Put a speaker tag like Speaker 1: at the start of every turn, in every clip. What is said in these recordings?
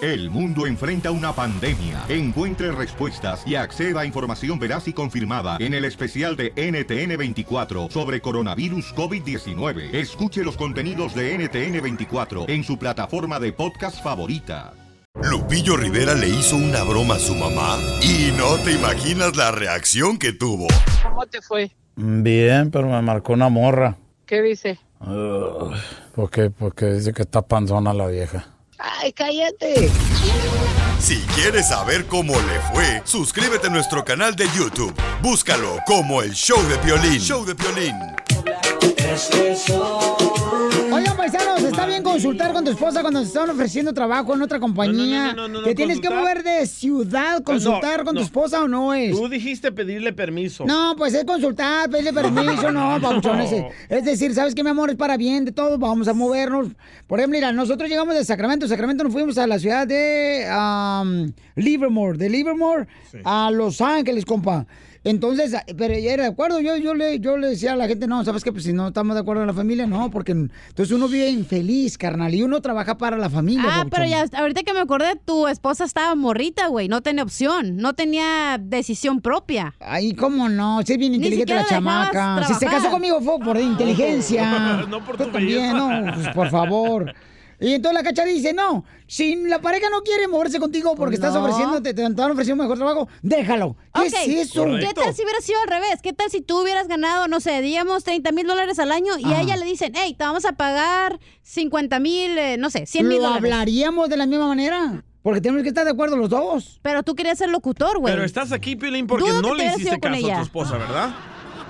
Speaker 1: El mundo enfrenta una pandemia. Encuentre respuestas y acceda a información veraz y confirmada en el especial de NTN24 sobre coronavirus COVID-19. Escuche los contenidos de NTN24 en su plataforma de podcast favorita.
Speaker 2: Lupillo Rivera le hizo una broma a su mamá y no te imaginas la reacción que tuvo.
Speaker 3: ¿Cómo te fue?
Speaker 4: Bien, pero me marcó una morra.
Speaker 3: ¿Qué dice?
Speaker 4: Ugh, ¿Por qué? Porque dice que está panzona la vieja.
Speaker 3: Ay, cállate.
Speaker 2: Si quieres saber cómo le fue, suscríbete a nuestro canal de YouTube. Búscalo como el Show de Violín. Show de Violín.
Speaker 5: Oigan, paisanos, está bien consultar con tu esposa cuando se están ofreciendo trabajo en otra compañía.
Speaker 6: No, no, no, no, no,
Speaker 5: ¿Te tienes que
Speaker 6: consultar.
Speaker 5: mover de ciudad, consultar
Speaker 6: No,
Speaker 5: con
Speaker 6: no.
Speaker 5: tu esposa o no es?
Speaker 6: Tú dijiste pedirle permiso.
Speaker 5: No, pues es consultar, pedirle permiso, no, papuchón. Es, es decir, ¿sabes qué, mi amor? Es para bien de todos, vamos a movernos. Por ejemplo, mira, nosotros llegamos de Sacramento. Sacramento nos fuimos a la ciudad de am, Livermore, de Livermore a Los Ángeles, compa. Entonces, a- pero ella era de acuerdo, yo, yo, le, yo le decía a la gente, no, ¿sabes qué? Pues si no estamos de acuerdo en la familia, no, porque entonces uno vive infeliz, carnal, y uno trabaja para la familia.
Speaker 7: Ah,
Speaker 5: papuchón.
Speaker 7: pero ya, ahorita que me acordé, tu esposa estaba morrita, güey. No tenía opción. No tenía decisión propia.
Speaker 5: Ay, cómo no. Sí, es bien inteligente la chamaca. Si se casó conmigo fue por inteligencia.
Speaker 7: No por
Speaker 5: Tú
Speaker 7: tu
Speaker 5: también,
Speaker 7: belleza.
Speaker 5: no, pues, por favor. Y entonces la cacha dice, no, si la pareja no quiere moverse contigo porque estás
Speaker 7: Pues no.
Speaker 5: ofreciéndote, te están ofreciendo mejor trabajo, déjalo. ¿Qué
Speaker 7: Ok,
Speaker 5: es eso?
Speaker 7: ¿Qué tal si hubiera sido al revés? ¿Qué tal si tú hubieras ganado, no sé, digamos 30 mil dólares al año y a
Speaker 5: Ajá.
Speaker 7: ella le dicen, hey, te vamos a pagar 50 mil, eh, no sé, 100 mil
Speaker 5: ¿Lo
Speaker 7: dólares?
Speaker 5: hablaríamos de la misma manera? Porque tenemos que estar de acuerdo los dos.
Speaker 7: Pero tú querías ser locutor,
Speaker 5: güey.
Speaker 6: Pero estás aquí, Piolín, porque
Speaker 5: Dudo que te
Speaker 6: no le
Speaker 5: hubieras
Speaker 6: hiciste
Speaker 5: ido con
Speaker 6: caso a
Speaker 5: ella.
Speaker 6: tu esposa, ¿verdad?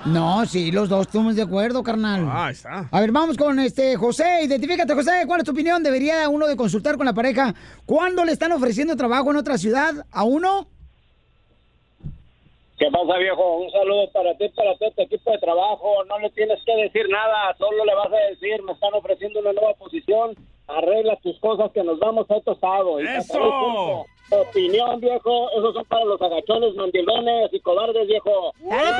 Speaker 5: No, sí, los dos estamos de acuerdo, carnal.
Speaker 6: Ah, ahí está.
Speaker 5: A ver, vamos con este José. Identifícate, José. ¿Cuál es tu opinión? ¿Debería uno de consultar con la pareja cuando le están ofreciendo trabajo en otra ciudad a uno?
Speaker 8: ¿Qué pasa, viejo? Un saludo para ti, para todo tu equipo de trabajo. No le tienes que decir nada, solo le vas a decir, me están ofreciendo una nueva posición, arregla tus cosas que nos vamos a otro estado. Y
Speaker 6: ¡Eso!
Speaker 8: se acabó el punto. Opinión, viejo, esos son para los agachones, mandilones y cobardes, viejo.
Speaker 7: Dale,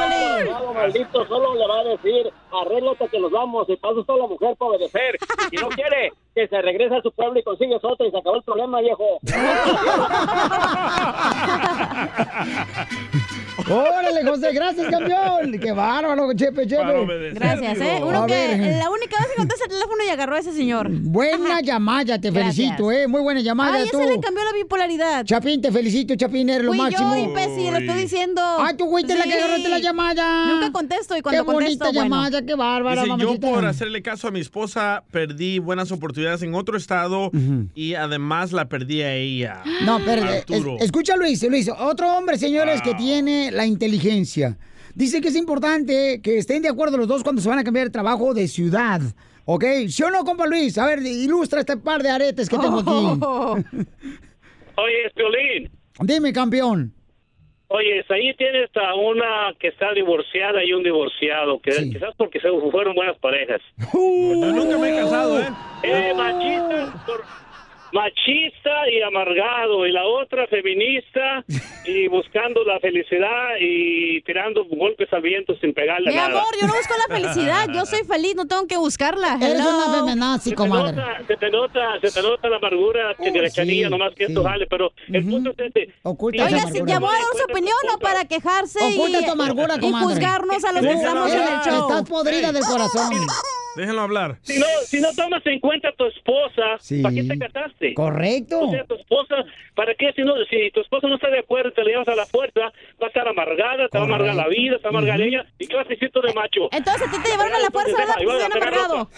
Speaker 8: Pelín! maldito, solo le va a decir, arréglate que nos vamos y pasas toda la mujer para obedecer. Y si no quiere, que se regrese a su pueblo y consigues otra y se acabó el problema, viejo.
Speaker 5: Órale, José, gracias, campeón. Qué bárbaro, chepe,
Speaker 7: Para
Speaker 5: chepe.
Speaker 7: obedecer, Gracias, ¿eh? digo. Uno
Speaker 5: A
Speaker 7: que
Speaker 5: ver.
Speaker 7: la única vez que contesta el teléfono y agarró a ese señor.
Speaker 5: Buena llamada, te
Speaker 7: Gracias.
Speaker 5: felicito, eh. Muy buena llamada
Speaker 7: Ay,
Speaker 5: tú.
Speaker 7: ese le cambió la bipolaridad.
Speaker 5: Chapín, te felicito, Chapín, eres lo
Speaker 7: Fui
Speaker 5: máximo.
Speaker 7: yo, imbécil, le estoy diciendo.
Speaker 5: Ah, tú fuiste la que
Speaker 7: Sí.
Speaker 5: agarraste la llamada.
Speaker 7: Nunca contesto y cuando
Speaker 5: Qué bonita
Speaker 7: contesto, bueno.
Speaker 5: llamada, qué Ah, bárbara,
Speaker 6: Dice, yo
Speaker 5: mamacita.
Speaker 6: por hacerle caso a mi esposa perdí buenas oportunidades en otro estado y además la perdí a ella.
Speaker 5: No, pero eh,
Speaker 6: Arturo. Ah.
Speaker 5: es- escucha Luis, Luis, otro hombre, señores, que tiene la inteligencia. Dice que es importante que estén de acuerdo los dos cuando se van a cambiar de trabajo de ciudad. ¿Ok? ¿Sí o no, compa Luis? A ver, ilustra este par de aretes que tengo aquí.
Speaker 9: Oye, Piolín,
Speaker 5: Dime, campeón.
Speaker 9: oye, ahí tienes a una que está divorciada y un divorciado, que quizás porque se fueron buenas parejas.
Speaker 6: Yo nunca me he casado, ¿eh?
Speaker 9: Eh, machista, por- machista y amargado, y la otra feminista y buscando la felicidad y tirando golpes al viento sin pegarle
Speaker 7: Mi
Speaker 9: nada.
Speaker 7: amor, yo no busco la felicidad. Yo soy feliz, no tengo que buscarla.
Speaker 5: Eres
Speaker 7: Hello.
Speaker 5: una feminazi, comadre.
Speaker 9: Se te nota, se te nota la amargura, que te la chanilla, nomás que esto jale, pero el punto es este.
Speaker 5: Oculta
Speaker 7: Oiga, si llamó a dar su opinión o para quejarse
Speaker 5: Oculta
Speaker 7: y,
Speaker 5: tu amargura,
Speaker 7: y
Speaker 5: comadre.
Speaker 7: juzgarnos a los que
Speaker 5: Déjala
Speaker 7: estamos en el
Speaker 5: hablar.
Speaker 7: show.
Speaker 5: Estás podrida del corazón.
Speaker 6: Déjenlo hablar.
Speaker 9: Si no, si no tomas en cuenta a tu esposa, ¿para qué te casaste?
Speaker 5: Correcto.
Speaker 9: O sea, tu esposa, ¿para qué? Si, no, si tu esposa no está de acuerdo, te la llevas a la fuerza, va a estar amargada, te va a amargar la vida, te va a amargar ella. ¿Y qué vas a decir tú de macho?
Speaker 7: Entonces a ti te llevaron a la fuerza, ¿verdad?
Speaker 5: Pues
Speaker 7: Porque estuvieron amargado.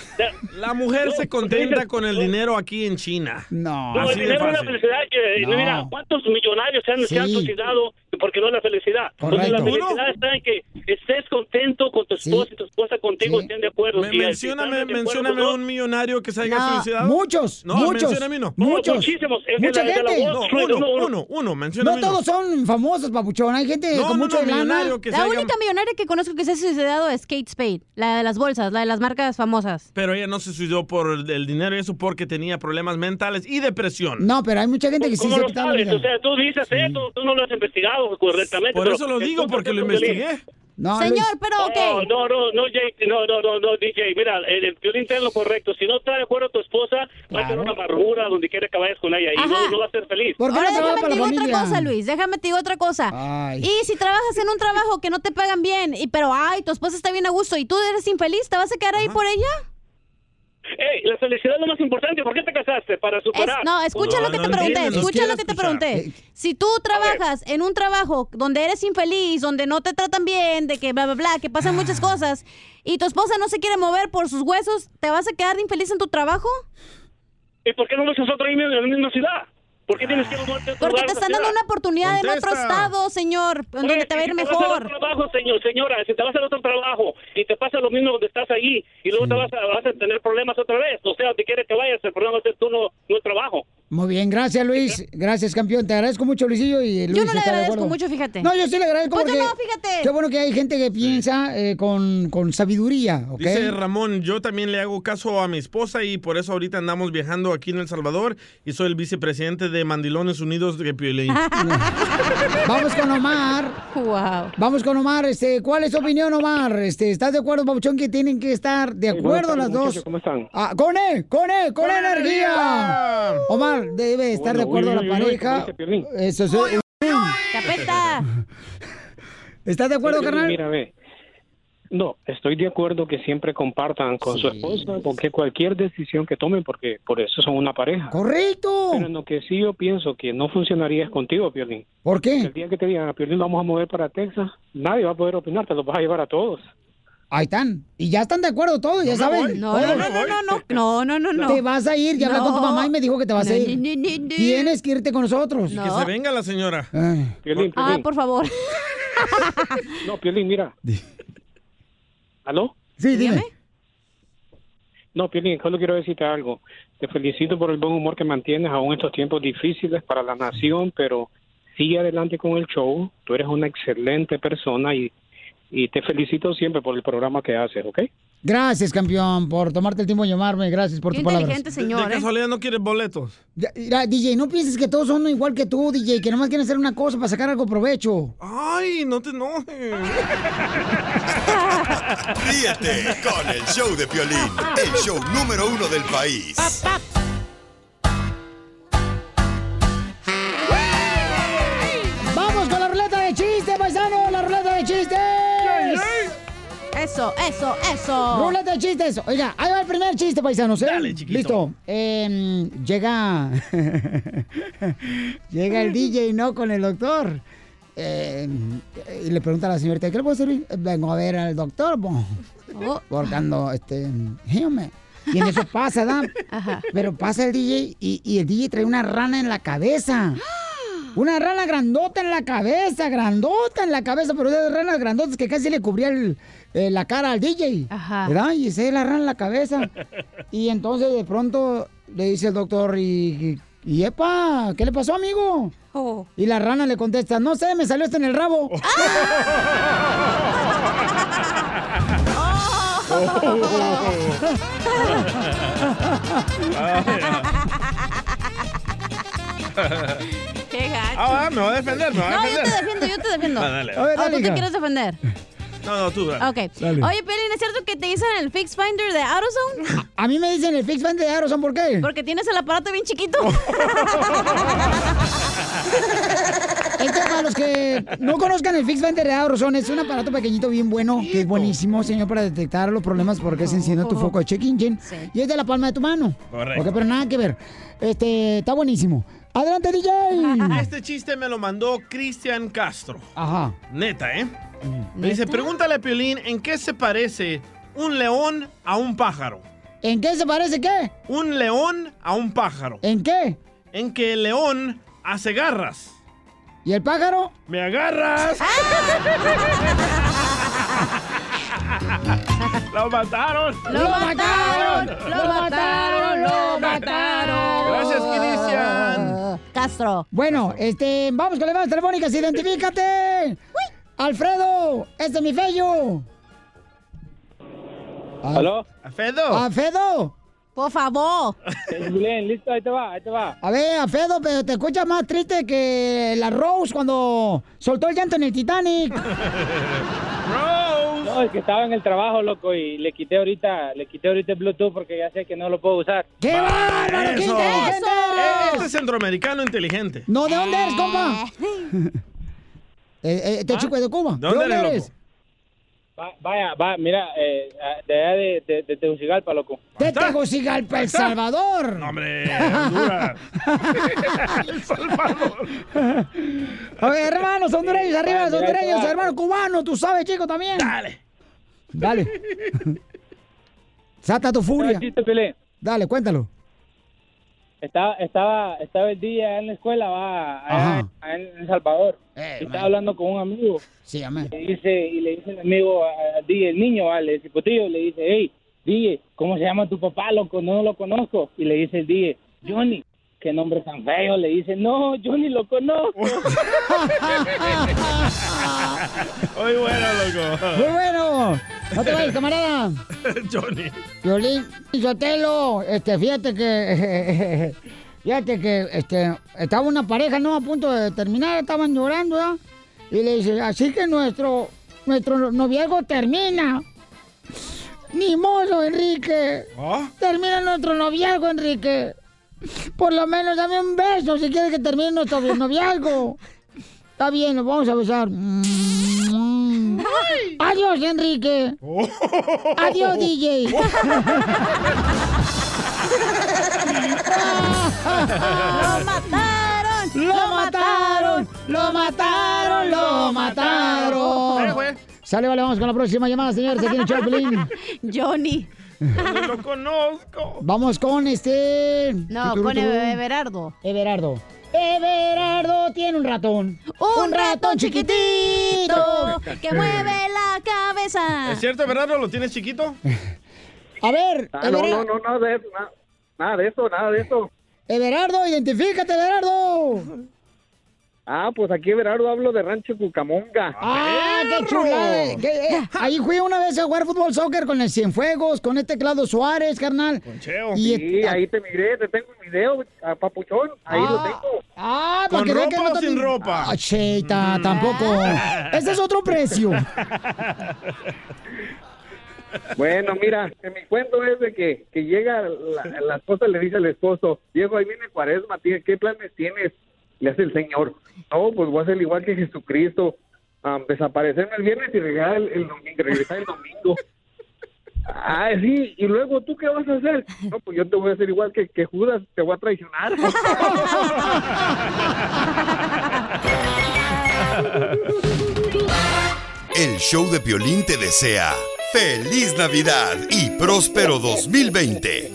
Speaker 6: La mujer se contenta con el dinero aquí en China.
Speaker 5: No.
Speaker 9: pues, No, el
Speaker 6: Así de
Speaker 9: dinero es la
Speaker 6: fácil.
Speaker 9: felicidad. Que,
Speaker 6: No.
Speaker 9: Mira, ¿cuántos millonarios se han, se han
Speaker 6: Sí.
Speaker 9: suicidado porque no es la felicidad? Porque la
Speaker 6: Correcto.
Speaker 9: felicidad está en que estés contento con tu esposa y tu esposa contigo estén de acuerdo.
Speaker 6: Me-
Speaker 9: Si- si
Speaker 6: mencióname
Speaker 9: están de acuerdo
Speaker 6: mencióname
Speaker 9: los dos,
Speaker 6: un millonario que se haya
Speaker 9: No,
Speaker 6: suicidado.
Speaker 5: muchos,
Speaker 6: No,
Speaker 5: muchos,
Speaker 6: mencióname uno.
Speaker 5: muchos. Muchísimos. Es de Mucha la- de la gente. Wall
Speaker 6: No,
Speaker 5: Street,
Speaker 6: uno,
Speaker 5: uno,
Speaker 6: uno,
Speaker 5: uno.
Speaker 6: uno,
Speaker 5: No
Speaker 6: mencióname
Speaker 5: todos son famosos, papuchón. Hay gente
Speaker 6: No,
Speaker 5: con
Speaker 6: no,
Speaker 5: mucha
Speaker 6: no,
Speaker 5: lana.
Speaker 6: millonario que
Speaker 7: La única millonaria que conozco que se ha suicidado es Kate Spade, la de las bolsas, la de las marcas famosas.
Speaker 6: Pero ella no se suicidó por el, el dinero y eso porque tenía problemas mentales y depresión.
Speaker 5: No, pero hay mucha gente que sí
Speaker 6: ¿Cómo
Speaker 5: se ha
Speaker 6: lo
Speaker 5: quitado la
Speaker 6: sabes?
Speaker 5: vida.
Speaker 9: O sea, tú dices eso, tú no lo has investigado correctamente.
Speaker 6: Por
Speaker 9: pero
Speaker 6: eso lo
Speaker 9: el
Speaker 6: digo,
Speaker 9: punto
Speaker 6: porque
Speaker 9: es
Speaker 6: lo
Speaker 9: esto, Piolín.
Speaker 6: investigué.
Speaker 5: No,
Speaker 7: Señor,
Speaker 5: Luis.
Speaker 7: pero
Speaker 9: No,
Speaker 7: ok.
Speaker 9: no, no, no, Jake, no, no, no, no, DJ, mira, el, el violín está en lo correcto. Si no está de acuerdo tu esposa, va a tener
Speaker 5: Claro.
Speaker 9: una amargura donde quiera que vayas con ella y
Speaker 7: Ajá.
Speaker 9: no, no va a ser feliz.
Speaker 5: ¿Por qué
Speaker 7: Ahora
Speaker 5: no trabaja
Speaker 7: déjame te
Speaker 5: para la
Speaker 7: digo
Speaker 5: familia?
Speaker 7: otra cosa, Luis. Déjame te digo otra cosa.
Speaker 5: Ay.
Speaker 7: Y si trabajas en un trabajo que no te pagan bien, y pero ay, tu esposa está bien a gusto y tú eres infeliz, ¿te vas a quedar ahí por ella?
Speaker 9: Ey, la felicidad es lo más importante. ¿Por qué te casaste? Para
Speaker 7: Es-
Speaker 9: superar.
Speaker 7: no, escucha
Speaker 6: No,
Speaker 7: lo que
Speaker 6: Pues, no
Speaker 7: te pregunté,
Speaker 6: entiendes, Eh, no
Speaker 7: escucha
Speaker 6: quiero
Speaker 7: lo que te
Speaker 6: escuchar.
Speaker 7: pregunté. Si tú trabajas en un trabajo donde eres infeliz, donde no te tratan bien, de que bla, bla, bla, que pasan
Speaker 6: Ah.
Speaker 7: muchas cosas, y tu esposa no se quiere mover por sus huesos, ¿te vas a quedar infeliz en tu trabajo?
Speaker 9: ¿Y por qué no lo haces otro ahí mismo en la misma ciudad? ¿Por qué tienes que mudarte a otro
Speaker 7: Porque
Speaker 9: lugar
Speaker 7: te
Speaker 9: de la
Speaker 7: están dando una
Speaker 9: ciudad?
Speaker 7: oportunidad en otro
Speaker 6: Contesta.
Speaker 7: estado, señor, donde
Speaker 9: Oye,
Speaker 7: te va a ir
Speaker 9: si vas hacer
Speaker 7: mejor.
Speaker 9: otro trabajo, señor, señora, si te vas a hacer otro trabajo y te pasa lo mismo donde estás allí y luego te vas a, vas a tener problemas otra vez. O sea, te quieres que vayas, el problema es que tú no, no trabajo.
Speaker 5: Muy bien, gracias Luis. Gracias, campeón. Te agradezco mucho, Luisillo. Y Luis
Speaker 7: Yo no le
Speaker 5: está de
Speaker 7: agradezco
Speaker 5: acuerdo.
Speaker 7: mucho, fíjate.
Speaker 5: No, yo sí le agradezco
Speaker 7: Pues yo
Speaker 5: porque...
Speaker 7: no, fíjate.
Speaker 5: Qué bueno que hay gente que piensa eh, con, con sabiduría, ¿ok?
Speaker 6: Dice Ramón, yo también le hago caso a mi esposa y por eso ahorita andamos viajando aquí en El Salvador y soy el vicepresidente de Mandilones Unidos de Piolín.
Speaker 5: Vamos con Omar.
Speaker 7: Wow.
Speaker 5: Vamos con Omar. Este, ¿Cuál es tu opinión, Omar? Este, ¿Estás de acuerdo, Pabuchón, que tienen que estar de acuerdo las dos?
Speaker 8: ¿Cómo están?
Speaker 5: Ah, con él, con él, con, energía. Omar, debe estar de acuerdo
Speaker 8: Bueno,
Speaker 5: la
Speaker 8: uy, uy, uy,
Speaker 5: pareja.
Speaker 8: como dice Piolín.
Speaker 5: Eso es-
Speaker 7: Capeta.
Speaker 5: ¿Estás de acuerdo, carnal?
Speaker 8: Mira, ve. No, estoy de acuerdo que siempre compartan con su esposa, porque cualquier decisión que tomen, porque por eso son una pareja.
Speaker 5: Correcto.
Speaker 8: Pero en lo que sí yo pienso que no funcionaría es contigo, Piolín.
Speaker 5: ¿Por
Speaker 8: El
Speaker 5: qué?
Speaker 8: día que te digan, a Piolín vamos a mover para Texas, nadie va a poder opinar, te los vas a llevar a todos.
Speaker 5: Ahí están. Y ya están de acuerdo todos, ya saben.
Speaker 7: No,
Speaker 5: Oye,
Speaker 7: no, no, no, no, no, no, no, no.
Speaker 5: Te vas a ir, ya hablé con tu
Speaker 7: No.
Speaker 5: mamá y me dijo que te vas a
Speaker 7: No,
Speaker 5: ir.
Speaker 7: ni, ni, ni, ni.
Speaker 5: Tienes que irte con nosotros.
Speaker 7: No.
Speaker 6: Que se venga la señora.
Speaker 5: Ay.
Speaker 8: Piolín,
Speaker 7: Ay,
Speaker 8: Piolín.
Speaker 7: Ah, por favor.
Speaker 8: No, Piolín, mira. ¿Aló?
Speaker 5: Sí, dime.
Speaker 8: No, Piolín, solo quiero decirte algo. Te felicito por el buen humor que mantienes aún estos tiempos difíciles para la nación, pero sigue adelante con el show. Tú eres una excelente persona y, y te felicito siempre por el programa que haces, ¿ok?
Speaker 5: Gracias, campeón, por tomarte el tiempo de llamarme. Gracias por
Speaker 7: Qué
Speaker 5: tus palabras.
Speaker 7: inteligente,
Speaker 6: De, de
Speaker 7: señor. ¿eh?
Speaker 6: casualidad no quieres boletos.
Speaker 5: Ya, mira, DJ, no pienses que todos son igual que tú, DJ, que nomás quieren hacer una cosa para sacar algo provecho.
Speaker 6: Ay, no te enojes.
Speaker 2: Ríete con el show de Piolín, el show número uno del país.
Speaker 5: ¡Vamos con la ruleta de chistes, paisano! ¡La ruleta de chistes!
Speaker 7: Eso, eso, eso.
Speaker 5: ¡Ruleta de chistes! Oiga, ahí va el primer chiste, paisanos, ¿eh?
Speaker 6: Dale, chiquito.
Speaker 5: Listo. Em, llega... llega el DJ, ¿no? Con el doctor. Em, y le pregunta a la señorita, ¿qué le puedo servir? "Eh, Vengo a ver al doctor, po.
Speaker 7: Oh,
Speaker 5: Porque ando, este... dígame. Y en eso pasa, ¿da?
Speaker 7: Ajá.
Speaker 5: Pero pasa el DJ y, y el DJ trae una rana en la cabeza. Una rana grandota en la cabeza, grandota en la cabeza, pero de esas ranas grandotas que casi le cubría el- eh, la cara al DJ.
Speaker 7: Ajá.
Speaker 5: ¿Verdad? Y se la rana en la cabeza. Y entonces de pronto le dice el doctor, y, y, y, epa, ¿qué le pasó, amigo?
Speaker 7: oh.
Speaker 5: Y la rana le contesta, no sé, me salió esto en el rabo.
Speaker 7: ¡Ah! Qué gacho.
Speaker 6: Ah, va, me va a defender, me va a
Speaker 7: No, yo te
Speaker 6: defender.
Speaker 7: defiendo, yo te defiendo.
Speaker 6: Ah, dale.
Speaker 5: A ver,
Speaker 7: Ah,
Speaker 5: dale,
Speaker 7: ¿Tú te
Speaker 5: hija.
Speaker 7: quieres defender?
Speaker 6: No, no, tú. dale.
Speaker 7: Ok. Oye, Pelín, ¿es cierto que te dicen el Fix Finder de AutoZone?
Speaker 5: A mí me dicen el fix band de Aerosón, ¿por qué?
Speaker 7: Porque tienes el aparato bien chiquito.
Speaker 5: Este, para los que no conozcan el Fix Finder de Aurozón, es un aparato pequeñito bien bueno, que es buenísimo, señor, para detectar los problemas porque se enciende tu foco de check engine
Speaker 7: Sí.
Speaker 5: y es de la palma de tu mano.
Speaker 6: Correcto.
Speaker 5: Ok, pero nada que ver. Este, está buenísimo. Adelante, DJ.
Speaker 6: Este chiste me lo mandó Cristian Castro.
Speaker 5: Ajá.
Speaker 6: Neta, ¿eh?
Speaker 5: Mm.
Speaker 6: Me dice, pregúntale a Piolín en qué se parece un león a un pájaro.
Speaker 5: ¿En qué se parece qué?
Speaker 6: Un león a un pájaro.
Speaker 5: ¿En qué?
Speaker 6: En que el león hace garras.
Speaker 5: ¿Y el pájaro? Ah.
Speaker 6: ¡Me agarras! ¡Lo mataron!
Speaker 7: ¡Lo mataron! ¡Lo mataron! ¡Lo mataron!
Speaker 6: Gracias, Cristian.
Speaker 7: Castro.
Speaker 5: Bueno, este, vamos con las llamadas telefónicas, identifícate. Alfredo, este es mi fello.
Speaker 8: ¿Aló?
Speaker 6: ¡Fedo!
Speaker 5: Alfredo.
Speaker 7: Por favor.
Speaker 8: Bien, listo, ahí te va, ahí te va.
Speaker 5: A ver, a Fedo, pero te escuchas más triste que la Rose cuando soltó el llanto en el Titanic.
Speaker 8: No, es que estaba en el trabajo, loco, y le quité ahorita, le quité ahorita el Bluetooth porque ya sé que no lo puedo usar.
Speaker 5: ¡Qué bárbaro!
Speaker 6: Eso. Eh, Este es centroamericano inteligente.
Speaker 5: No, ¿de dónde eres, compa? Eh, eh, ¿Te chico es de Cuba?
Speaker 6: ¿De dónde eres, loco?
Speaker 8: Va- vaya, va, mira, eh, ah, de allá de, de, de Tegucigalpa, loco.
Speaker 5: De Tegucigalpa, El Salvador. No,
Speaker 6: hombre,
Speaker 5: A ver, hermanos hondureños, arriba los
Speaker 8: Mira, ahí te
Speaker 5: hondureños,
Speaker 8: va.
Speaker 5: hermano cubano, tú sabes, chico, también. Dale. Dale. Sata tu furia.
Speaker 8: Chiste, Pelé.
Speaker 5: Dale, cuéntalo.
Speaker 8: Estaba, estaba, estaba el día en la escuela, va, allá
Speaker 5: Ajá. Eh,
Speaker 8: en, allá en El Salvador. y estaba hablando con un amigo.
Speaker 5: Sí, ah. amén.
Speaker 8: Le dice, y le dice el amigo a- al DJ, el niño, vale, el cipotillo, le dice, "Pues, hey, DJ, ¿cómo se llama tu papá, loco? No lo conozco. Y le dice el DJ, Johnny, qué nombre tan feo. Le dice, no, Johnny lo conozco.
Speaker 6: Muy bueno,
Speaker 5: Muy bueno. No te vayas, camarada.
Speaker 6: loco. Johnny.
Speaker 5: Violín, Sotelo, este, fíjate que. Fíjate que este, estaba una pareja, ¿no? A punto de terminar, estaban llorando, ¿ya? Y le dice, así que nuestro, nuestro noviazgo termina. Ni modo, Enrique.
Speaker 6: ¿Ah?
Speaker 5: Termina nuestro noviazgo, Enrique. Por lo menos dame un beso si quieres que termine nuestro noviazgo. Está bien, nos vamos a besar. Adiós, Enrique.
Speaker 6: Oh.
Speaker 5: Adiós, DJ.
Speaker 7: ¡Lo mataron!
Speaker 5: ¡Lo mataron! ¡Lo mataron! ¡Lo
Speaker 7: pues.
Speaker 5: mataron! Sale, vale, vamos con la próxima llamada, señores. Aquí en el show de Piolín.
Speaker 7: Johnny.
Speaker 6: No lo conozco.
Speaker 5: Vamos con este.
Speaker 7: No,
Speaker 5: Tuturutú.
Speaker 7: con Everardo.
Speaker 5: Everardo. Everardo tiene un ratón.
Speaker 7: Un ratón chiquitito que mueve la cabeza.
Speaker 6: ¿Es cierto, Bernardo? ¿Lo tienes chiquito?
Speaker 5: A ver, Everardo,
Speaker 10: Ah, no, nada de, nada de eso, nada de eso.
Speaker 5: Everardo, identifícate, Everardo.
Speaker 10: Ah, pues aquí Verardo hablo de Rancho Cucamonga.
Speaker 5: ¡Ah, qué chulada! eh, que, eh, ahí fui una vez a jugar fútbol soccer con el Cienfuegos, con este Claudio Suárez, carnal.
Speaker 6: Cheo.
Speaker 5: Y este, ah.
Speaker 10: Sí, ahí te migré, te tengo un video, a Papuchón, ahí lo tengo.
Speaker 5: Ah,
Speaker 6: ¿Con
Speaker 5: porque ve
Speaker 6: ropa
Speaker 5: que
Speaker 6: o
Speaker 5: no te-
Speaker 6: sin ropa?
Speaker 5: Ah, cheta, tampoco. Ese es otro precio.
Speaker 10: Bueno, mira, que mi cuento es de que, que llega la, la esposa, le dice al esposo, Diego, ahí viene cuaresma, tía, ¿qué planes tienes? Le hace el Señor, no, pues voy a ser igual que Jesucristo, am, desaparecerme el viernes y regresar el, el domingo, regresar el domingo. Ah, sí, y luego, ¿tú qué vas a hacer? No, pues yo te voy a hacer igual que, que Judas, te voy a traicionar.
Speaker 2: El show de Piolín te desea feliz Navidad y próspero 2020.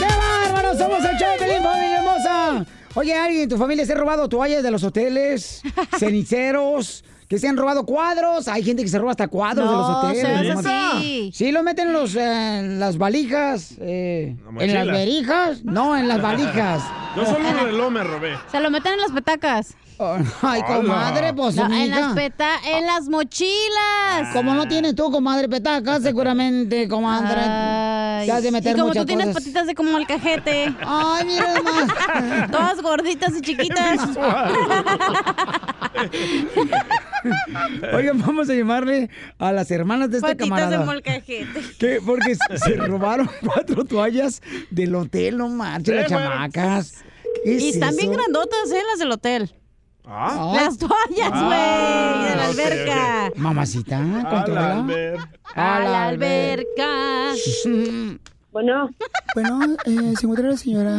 Speaker 5: ¡Qué bárbaro! Somos el show de Pelín, familia hermosa. Oye, alguien de tu familia se ha robado toallas de los hoteles, ceniceros, que se han robado cuadros. Hay gente que se roba hasta cuadros de los
Speaker 7: No,
Speaker 5: hoteles.
Speaker 7: seas
Speaker 5: no
Speaker 7: así.
Speaker 5: manches. Sí, lo meten en, los, eh, en las valijas. eh,
Speaker 6: La
Speaker 5: ¿En las
Speaker 6: mochila.
Speaker 5: verijas? No, en las valijas.
Speaker 6: Yo solo un reloj me robé.
Speaker 7: Se lo meten en las petacas.
Speaker 5: Oh, Ay, comadre, pues,
Speaker 7: No, en
Speaker 5: mija.
Speaker 7: las peta en las mochilas.
Speaker 5: Como no tienes tú, comadre petaca, seguramente, comadre.
Speaker 7: Ay,
Speaker 5: te has de meter
Speaker 7: y como
Speaker 5: muchas
Speaker 7: tú tienes
Speaker 5: cosas.
Speaker 7: patitas de como cajete
Speaker 5: Ay, mira más.
Speaker 7: todas gorditas y chiquitas.
Speaker 5: Oigan, vamos a llamarle a las hermanas de este
Speaker 7: patitas de
Speaker 5: camarada.
Speaker 7: molcajete.
Speaker 5: ¿Qué? Porque se- se robaron cuatro toallas del hotel, no marches, las
Speaker 6: Eh, bueno.
Speaker 5: chamacas. ¿Qué
Speaker 7: Y
Speaker 5: es
Speaker 7: están bien
Speaker 5: eso?
Speaker 7: grandotas, ¿eh? Las del hotel.
Speaker 6: Ah,
Speaker 5: Ay,
Speaker 7: Las toallas, güey, de la
Speaker 6: ok,
Speaker 7: alberca.
Speaker 5: Mamacita,
Speaker 6: a la
Speaker 5: controla.
Speaker 6: Albert.
Speaker 7: A la alberca.
Speaker 11: Bueno,
Speaker 5: Bueno, eh, ¿se encuentra la señora,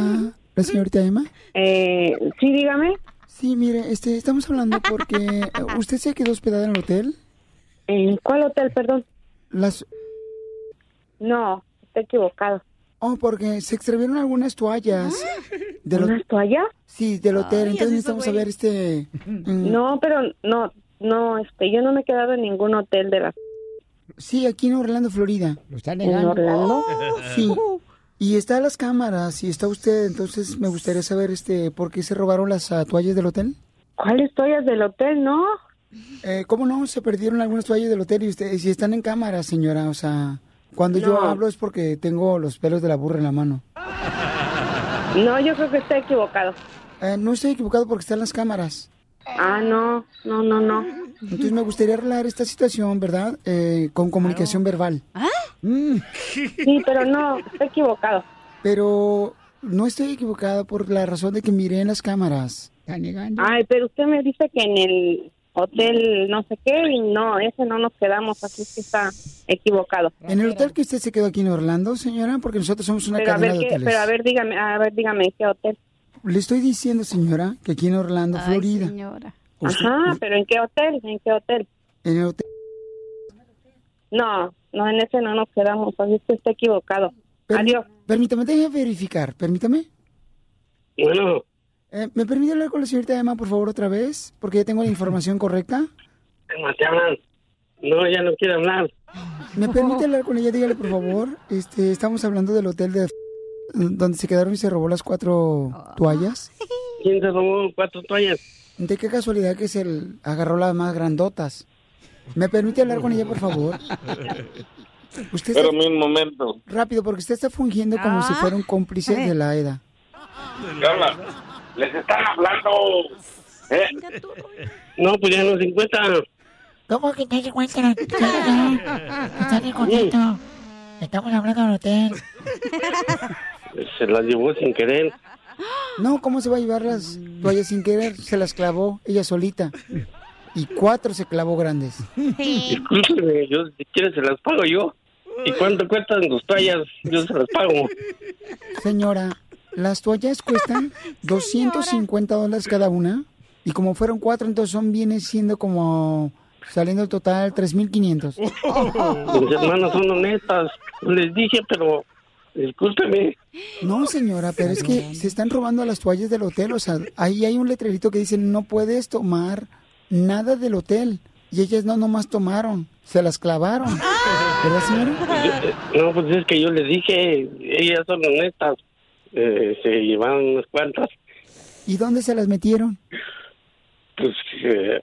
Speaker 5: la señorita Emma?
Speaker 11: eh, sí, dígame.
Speaker 5: Sí, mire, este, estamos hablando porque eh, usted se quedó hospedada en el hotel.
Speaker 11: ¿En cuál hotel, perdón?
Speaker 5: Las,
Speaker 11: No, está equivocado. Ah.
Speaker 5: oh, porque se extravieron algunas toallas del,
Speaker 11: ¿Unas toallas?
Speaker 5: sí, del hotel.
Speaker 7: Ay,
Speaker 5: Entonces
Speaker 7: así
Speaker 5: necesitamos
Speaker 7: son,
Speaker 5: saber
Speaker 7: güey.
Speaker 5: este. mm,
Speaker 11: No, pero no, no, este, yo no me he quedado en ningún hotel de la
Speaker 5: Sí, aquí en Orlando, Florida. Lo están
Speaker 11: en Orlando.
Speaker 5: Sí. Y está las cámaras y está usted, entonces me gustaría saber este por qué se robaron las ah, toallas del hotel.
Speaker 11: ¿Cuáles toallas del hotel? No.
Speaker 5: Eh, ¿Cómo no? Se perdieron algunas toallas del hotel y usted, si están en cámara, señora, o sea, cuando yo
Speaker 11: No.
Speaker 5: hablo es porque tengo los pelos de la burra en la mano.
Speaker 11: No, yo creo que está equivocado.
Speaker 5: Eh, no estoy equivocado porque están las cámaras.
Speaker 11: Ah, no, no, no, no.
Speaker 5: Entonces me gustaría arreglar esta situación, ¿verdad? Eh, con comunicación verbal. ¿Ah? Sí, pero no, estoy equivocado. Pero no estoy equivocado por la razón de que miré en las cámaras. Está negando.
Speaker 11: Ay, pero usted me dice que en el hotel no sé qué y no, ese no nos quedamos, así es que está equivocado.
Speaker 5: ¿En el hotel que usted se quedó aquí en Orlando, señora? Porque nosotros somos una
Speaker 11: Pero a,
Speaker 5: cadena
Speaker 11: ver
Speaker 5: de
Speaker 11: qué,
Speaker 5: hoteles.
Speaker 11: pero a ver, dígame, a ver, dígame, ¿en ¿qué hotel?
Speaker 5: Le estoy diciendo, señora, que aquí en Orlando, Florida. Usted-
Speaker 11: Ajá, pero ¿en qué hotel? ¿En qué hotel?
Speaker 5: En el hotel.
Speaker 11: No, no, en ese no nos quedamos, así es que está equivocado.
Speaker 5: Adiós. Permítame, déjeme verificar, permítame.
Speaker 12: Bueno,
Speaker 5: Eh, ¿Me permite hablar con la señorita Emma, por favor, otra vez? Porque ya tengo la información correcta.
Speaker 12: Emma, te hablan. No, ya no quiero hablar.
Speaker 5: ¿Me permite hablar con ella? Dígale, por favor. Este, estamos hablando del hotel de... Donde se quedaron y se robó las
Speaker 11: Oh.
Speaker 5: cuatro toallas.
Speaker 12: ¿Quién se robó cuatro toallas?
Speaker 5: ¿De qué casualidad que se l- agarró las más grandotas? ¿Me permite hablar con ella, por favor? Usted
Speaker 12: Pero
Speaker 5: está-
Speaker 12: un momento.
Speaker 5: Rápido, porque usted está fungiendo como
Speaker 13: Ah,
Speaker 5: si fuera un cómplice
Speaker 13: eh.
Speaker 5: de la EDA.
Speaker 12: Carla, les están hablando. Eh, No, pues ya los 50.
Speaker 13: ¿Cómo que te cuenta? Estás bien contento. Estamos hablando del hotel.
Speaker 12: Se las llevó sin querer.
Speaker 5: No, ¿cómo se va a llevar las toallas sin querer? Se las clavó ella solita. Y cuatro se clavó grandes.
Speaker 12: Discúlpeme, eh, yo si quieres se las pago yo. ¿Y cuánto cuestan tus toallas? Yo se las pago.
Speaker 5: Señora, las toallas cuestan 250 dólares cada una. Y como fueron cuatro, entonces son viene siendo como saliendo el total 3.500.
Speaker 12: Mis hermanas son honestas. Les dije, pero discúlpeme.
Speaker 5: No, señora, pero es que se están robando las toallas del hotel. O sea, ahí hay un letrerito que dice, no puedes tomar nada del hotel. Y ellas no nomás tomaron, se las clavaron. ¿Verdad, señora?
Speaker 12: Yo- eh, no, pues es que yo les dije, ellas son honestas. Eh, se llevaron unas cuantas.
Speaker 5: ¿Y dónde se las metieron?
Speaker 12: Pues eh,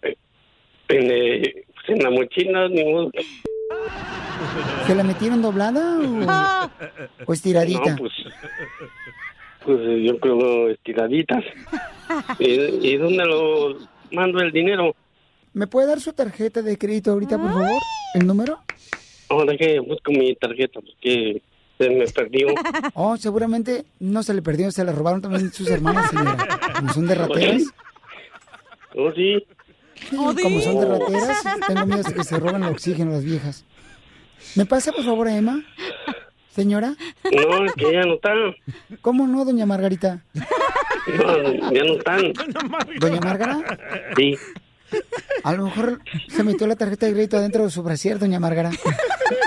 Speaker 12: en, eh, pues, en la mochila, ni modo.
Speaker 5: ¿Se la metieron doblada o, o estiradita?
Speaker 12: No, pues, pues eh, yo creo estiraditas. ¿Y, y dónde lo mando el dinero?
Speaker 5: ¿Me puede dar su tarjeta de crédito ahorita, por favor? ¿El número?
Speaker 12: Ahora que busco mi tarjeta porque se me perdió.
Speaker 5: Oh, seguramente no se le perdieron, se la robaron también sus hermanas, señora. Como son de rateras.
Speaker 12: ¿Oh, sí?
Speaker 5: Como son de rateras, tengo miedo de que se roben el oxígeno las viejas. ¿Me pasa, por favor, a Emma? Señora,
Speaker 12: No, es que ya no están.
Speaker 5: ¿cómo no, doña Margarita?
Speaker 12: No, ya no están.
Speaker 5: ¿Doña Margarita?
Speaker 12: Sí.
Speaker 5: A lo mejor se metió la tarjeta de crédito adentro de su brasier, doña Margarita.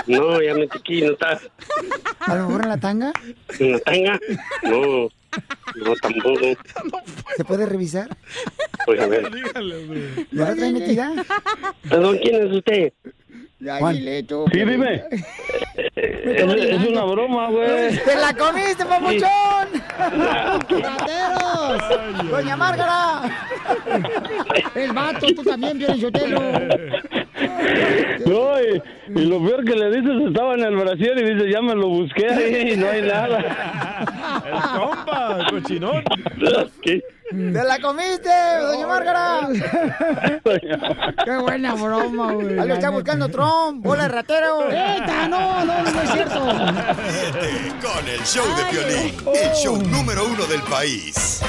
Speaker 12: No, ya me aquí, no está.
Speaker 5: A lo mejor en la tanga.
Speaker 12: ¿En la tanga? No, no tampoco.
Speaker 5: ¿Se puede revisar?
Speaker 12: Pues a ver.
Speaker 5: ¿La otra metida?
Speaker 12: Perdón, ¿quién es usted?
Speaker 5: Juan.
Speaker 14: Sí, dime. Es, es una broma, güey.
Speaker 5: ¡Te la comiste, papuchón! ¡Rateros! ¡Doña Márgara! El vato, tú también, Pielichotelo.
Speaker 14: No, y, y lo peor que le dices estaba en el brasier y dice, ya me lo busqué ahí y no hay nada.
Speaker 6: El compa, cochinón.
Speaker 5: ¡Te la comiste, doña Márgara! ¡Qué buena broma, güey! Ahí lo está buscando Trump, bola de ratero. ¡Eta, no, no, no es cierto!
Speaker 15: Ríete con el show de Piolín, el show número uno del país.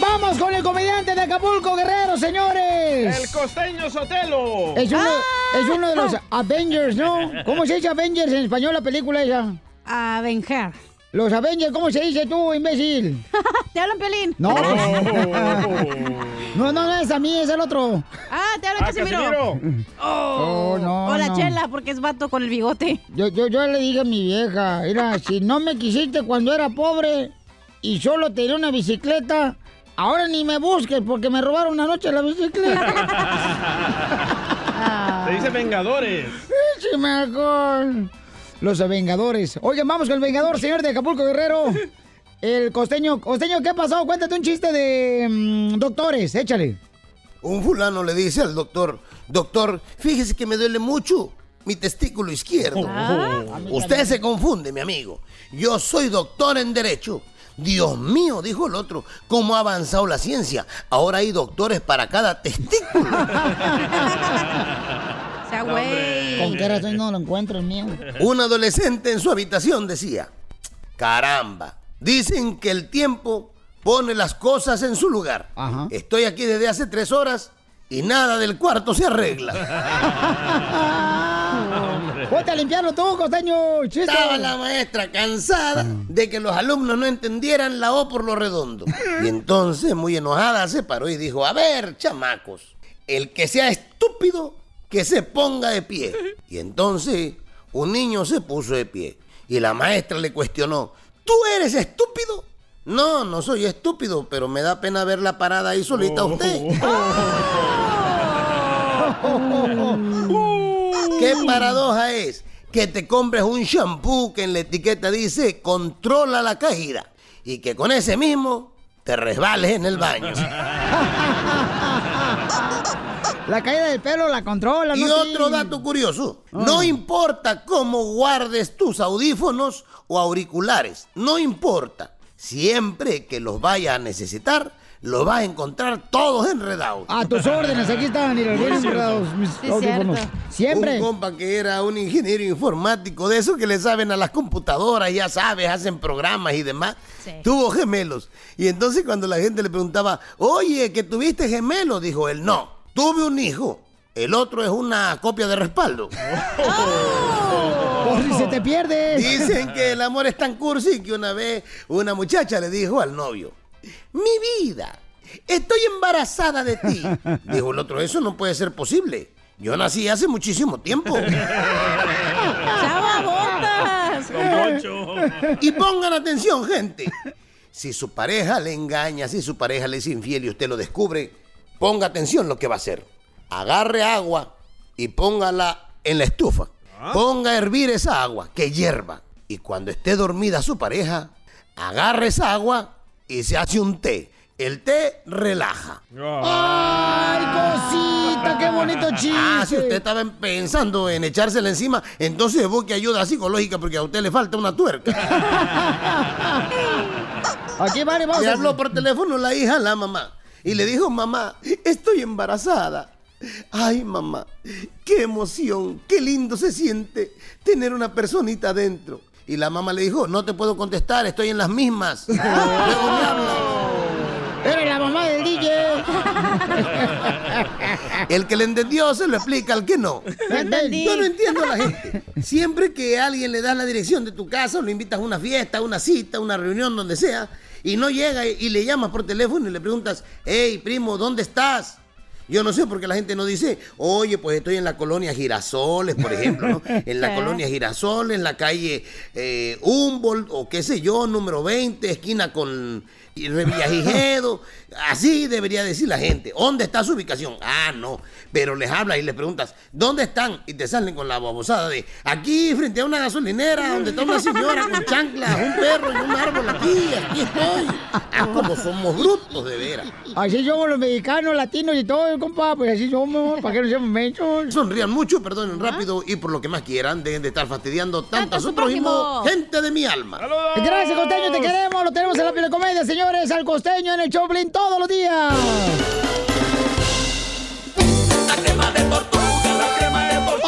Speaker 5: ¡Vamos con el comediante de Acapulco, Guerrero, señores!
Speaker 6: El Ah. costeño Sotelo.
Speaker 5: Es uno,
Speaker 7: Ah.
Speaker 5: es uno de los Avengers, ¿no? ¿Cómo se dice Avengers en español la película esa? Avenger. Los Avengers, ¿cómo se dice tú, imbécil? ¿Te hablan, Pelín? No. pues. no, no, no es a mí, es el otro.
Speaker 7: Ah, te habla
Speaker 5: Ah,
Speaker 7: Casimiro.
Speaker 5: Casimiro.
Speaker 7: Oh.
Speaker 5: Oh, no,
Speaker 7: O la
Speaker 5: no.
Speaker 7: chela, porque es vato con el bigote.
Speaker 5: Yo, yo, yo le dije a mi vieja, mira, si no me quisiste cuando era pobre y solo te di una bicicleta, ahora ni me busques porque me robaron anoche la bicicleta.
Speaker 6: Se dice Vengadores.
Speaker 5: Sí, mejor. Los Vengadores. Oigan, vamos con el Vengador, señor de Acapulco Guerrero. El costeño. Costeño, ¿qué pasó? Cuéntate un chiste de mm, doctores. Échale.
Speaker 16: Un fulano le dice al doctor, doctor, fíjese que me duele mucho mi testículo izquierdo.
Speaker 17: Ah.
Speaker 16: Usted se confunde, mi amigo. Yo soy doctor en derecho. Dios mío, dijo el otro, ¿cómo ha avanzado la ciencia? Ahora hay doctores para cada testículo.
Speaker 7: O sea, güey.
Speaker 5: ¿Con qué razón no lo encuentro el mío?
Speaker 16: Un adolescente en su habitación decía, caramba, dicen que el tiempo pone las cosas en su lugar. Estoy aquí desde hace tres horas y nada del cuarto se arregla.
Speaker 5: Ponte a limpiarlo tú, costeño. Chiste.
Speaker 16: Estaba la maestra cansada
Speaker 5: Ah.
Speaker 16: de que los alumnos no entendieran la O por lo redondo. Y entonces, muy enojada, se paró y dijo, a ver, chamacos, el que sea estúpido, que se ponga de pie. Y entonces, un niño se puso de pie. Y la maestra le cuestionó, ¿tú eres estúpido? No, no soy estúpido, pero me da pena verla parada ahí solita
Speaker 5: Oh.
Speaker 16: a usted. ¿Qué paradoja es que te compres un shampoo que en la etiqueta dice controla la caída y que con ese mismo te resbales en el baño?
Speaker 5: La caída del pelo la controla,
Speaker 16: Y
Speaker 5: ¿no? Ah.
Speaker 16: otro dato curioso, no importa cómo guardes tus audífonos o auriculares, no importa, siempre que los vayas a necesitar, los vas a encontrar todos enredados.
Speaker 5: A tus órdenes, aquí están, y los
Speaker 16: Muy
Speaker 5: bien
Speaker 16: cierto.
Speaker 5: enredados, mis audífonos. Siempre.
Speaker 16: Un compa que era un ingeniero informático, de esos que le saben a las computadoras, ya sabes, hacen programas y demás, tuvo gemelos. Y entonces cuando la gente le preguntaba, oye, que tuviste gemelos, dijo él, no, tuve un hijo. El otro es una copia de respaldo. Oh.
Speaker 5: Por si Oh. se te pierde.
Speaker 16: Dicen que el amor es tan cursi que una vez una muchacha le dijo al novio, mi vida, estoy embarazada de ti. Dijo el otro, eso no puede ser posible. Yo nací hace muchísimo tiempo. Y pongan atención, gente. Si su pareja le engaña, si su pareja le es infiel y usted lo descubre, ponga atención lo que va a hacer. Agarre agua y póngala en la estufa. Ponga a hervir esa agua, que hierva. Y cuando esté dormida su pareja, agarre esa agua y se hace un té. El té relaja.
Speaker 5: ¡Ay, cosita! ¡Qué bonito chiste!
Speaker 16: Ah, si usted estaba pensando en echársela encima, entonces busque ayuda psicológica porque a usted le falta una tuerca.
Speaker 5: Aquí vale, vamos
Speaker 16: Le
Speaker 5: a-
Speaker 16: habló por teléfono la hija a la mamá y le dijo, mamá, estoy embarazada. Ay, mamá, qué emoción, qué lindo se siente tener una personita adentro. Y la mamá le dijo, no te puedo contestar, estoy en las mismas. Luego me hablas.
Speaker 5: Eres la mamá del DJ.
Speaker 16: El que le entendió se lo explica al que no.
Speaker 5: entendí.
Speaker 16: Yo no entiendo a la gente. Siempre que alguien le das la dirección de tu casa, o lo invitas a una fiesta, a una cita, a una reunión, donde sea, y no llega y le llamas por teléfono y le preguntas, hey, primo, ¿dónde estás? Yo no sé por qué la gente no dice, oye, pues estoy en la colonia Girasoles, por ejemplo, ¿no? En la colonia Girasoles, en la calle eh, Humboldt, o qué sé yo, número 20, esquina con Revillagigedo. Así debería decir la gente. ¿Dónde está su ubicación? Ah, no. Pero les hablas y les preguntas, ¿dónde están? Y te salen con la babosada de, aquí, frente a una gasolinera, donde está una señora con chanclas, un perro y un árbol aquí, aquí estoy. Ah, como somos brutos, de veras.
Speaker 5: Así somos los mexicanos, latinos y todo, compa. Pues así somos, para que no seamos mensos.
Speaker 16: Sonrían mucho, perdonen rápido y por lo que más quieran, dejen de estar fastidiando tanto a su prójimo,
Speaker 5: prójimo.
Speaker 16: gente de mi alma.
Speaker 5: Gracias, costeño, te queremos. Lo tenemos en la piel de comedia, señores. Al costeño en el Choplin todos los días.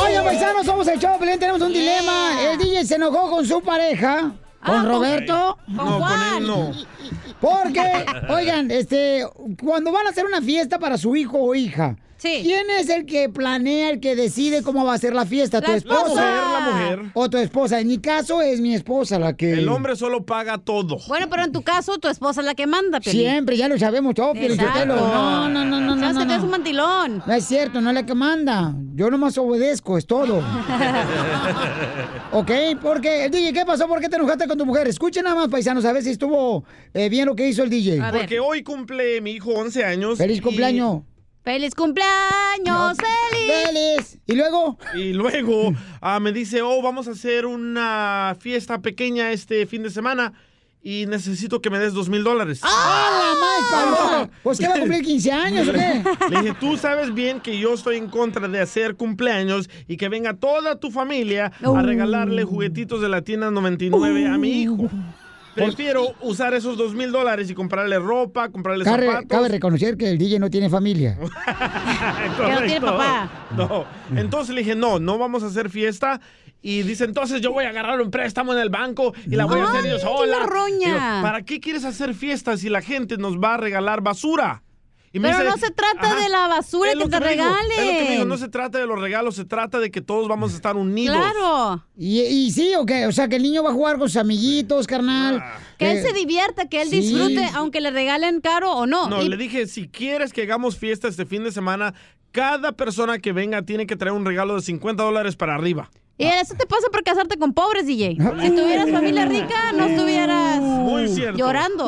Speaker 5: Oye, paisanos, somos el Choplin. Tenemos un dilema. El DJ se enojó con su pareja,
Speaker 16: Ah,
Speaker 5: con Roberto.
Speaker 6: No, con él no.
Speaker 5: Porque, oigan, este, cuando van a hacer una fiesta para su hijo o hija, ¿quién es el que planea, el que decide cómo va a ser la fiesta? ¿Tu
Speaker 6: La
Speaker 5: esposa?
Speaker 6: esposa. La mujer, la mujer.
Speaker 5: O tu esposa. En mi caso es mi esposa la que.
Speaker 6: El hombre solo paga todo.
Speaker 7: Bueno, pero en tu caso, tu esposa es la que manda, Piolín.
Speaker 5: Siempre, ya lo sabemos todo, Piolín
Speaker 7: Exacto.
Speaker 5: Sotelo.
Speaker 6: Ah,
Speaker 5: No, no, no, no, no.
Speaker 7: Sabes
Speaker 5: no,
Speaker 7: que tú
Speaker 5: no.
Speaker 7: eres un mantilón.
Speaker 5: No es cierto, no es la que manda. Yo nomás obedezco, es todo. ok, porque el DJ, ¿qué pasó? ¿Por qué te enojaste con tu mujer? Escuchen nada más, paisanos, a ver si estuvo eh, bien lo que hizo el DJ.
Speaker 6: Porque hoy cumple mi hijo 11 años.
Speaker 5: ¡Feliz
Speaker 6: y-
Speaker 5: cumpleaños!
Speaker 7: ¡Feliz cumpleaños! ¡Feliz!
Speaker 5: ¡Feliz! ¿Y luego?
Speaker 6: Y luego ah, me dice, oh, vamos a hacer una fiesta pequeña este fin de semana y necesito que me des dos mil dólares.
Speaker 5: ¡Ah, la más paloma! Pues que va a cumplir 15 años, ¿o qué?
Speaker 6: Le dije, tú sabes bien que yo estoy en contra de hacer cumpleaños y que venga
Speaker 5: Uh.
Speaker 6: toda tu familia a regalarle juguetitos de la tienda 99 a mi hijo. Prefiero usar esos dos mil dólares y comprarle ropa, comprarle
Speaker 5: Cabe,
Speaker 6: zapatos.
Speaker 5: cabe reconocer que el DJ no tiene familia.
Speaker 7: no
Speaker 6: Correcto.
Speaker 7: tiene papá.
Speaker 6: No. Entonces le dije, no, no vamos a hacer fiesta. Y dice, entonces yo voy a agarrar un préstamo en el banco y la voy a hacer
Speaker 7: Ay,
Speaker 6: yo
Speaker 7: qué
Speaker 6: sola.
Speaker 7: marroña.
Speaker 6: Digo, ¿Para qué quieres hacer fiesta si la gente nos va a regalar basura? Y me
Speaker 7: Pero
Speaker 6: dice,
Speaker 7: no se trata
Speaker 6: "Ajá,
Speaker 7: de la basura
Speaker 6: es
Speaker 7: que
Speaker 6: lo
Speaker 7: te
Speaker 6: me digo, es lo que me digo,
Speaker 7: regalen.
Speaker 6: no se trata de los regalos, se trata de que todos vamos a estar unidos.
Speaker 5: ¿Y, y sí o qué? O sea, que el niño va a jugar con sus amiguitos, carnal.
Speaker 6: Ah.
Speaker 7: Que
Speaker 5: Eh,
Speaker 7: él se divierta, que él
Speaker 5: sí.
Speaker 7: disfrute, aunque le regalen caro o no.
Speaker 6: No,
Speaker 7: Y-
Speaker 6: le dije, si quieres que hagamos fiesta este fin de semana, cada persona que venga tiene que traer un regalo de 50 dólares para arriba.
Speaker 7: Y eso te pasa por casarte con pobres, DJ. Si tuvieras familia rica,
Speaker 6: Uh.
Speaker 5: Mm.
Speaker 7: no estuvieras llorando.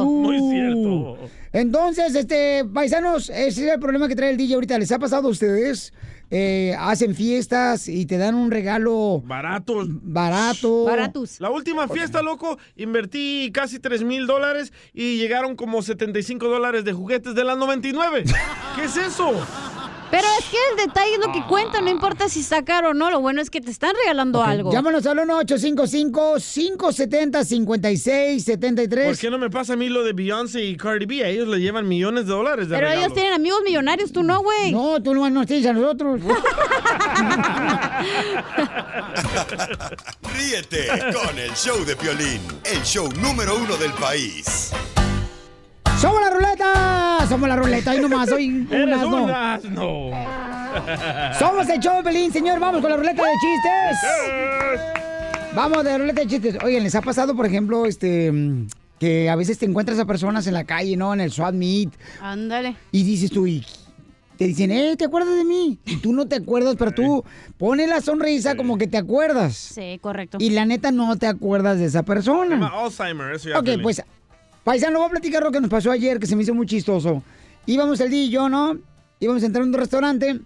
Speaker 5: Mm.
Speaker 6: cierto.
Speaker 5: Entonces, este, paisanos, ese es el problema que trae el DJ ahorita. ¿Les ha pasado a ustedes? Eh, hacen fiestas y te dan un regalo
Speaker 6: Baratos.
Speaker 5: barato.
Speaker 6: La última fiesta, loco, invertí casi 3 mil dólares y llegaron como 75 dólares de juguetes de la 99. ¿Qué es eso?
Speaker 7: Pero es que el detalle es lo que cuenta, no importa si está caro o no, lo bueno es que te están regalando algo.
Speaker 5: Llámanos al 1-855-570-5673.
Speaker 6: ¿Por qué no me pasa a mí lo de Beyoncé y Cardi B? A ellos le llevan millones de dólares de
Speaker 7: Pero
Speaker 6: regalo.
Speaker 7: ellos tienen amigos millonarios, tú no, güey.
Speaker 5: No, tú no nos tienes a nosotros.
Speaker 2: Ríete con el show de Piolín, el show número uno del país.
Speaker 5: ¡Somos la ruleta! ¡Somos la ruleta! ¡Ahí nomás! ¡Soy un
Speaker 6: Eres
Speaker 5: asno.
Speaker 6: un asno.
Speaker 5: ¡Somos el show, Pelín, señor! ¡Vamos con la ruleta de chistes! Vamos de ruleta de chistes. Oigan, ¿les ha pasado, por ejemplo, este... mm, Que a veces te encuentras a personas en la calle, ¿no? En el SWAT meet.
Speaker 7: Ándale.
Speaker 5: Y dices tú, y te dicen, eh, ¿te acuerdas de mí? Y tú no te acuerdas, pero tú pones la sonrisa como que te acuerdas.
Speaker 7: Sí, correcto.
Speaker 5: Y la neta no te acuerdas de esa
Speaker 6: Se llama
Speaker 5: persona.
Speaker 6: Alzheimer, eso ya.
Speaker 5: Ok,
Speaker 6: Piolín.
Speaker 5: pues, paisano, voy a platicar lo que nos pasó ayer, que se me hizo muy chistoso. Íbamos el DJ y yo, ¿no? Íbamos a entrar a un restaurante.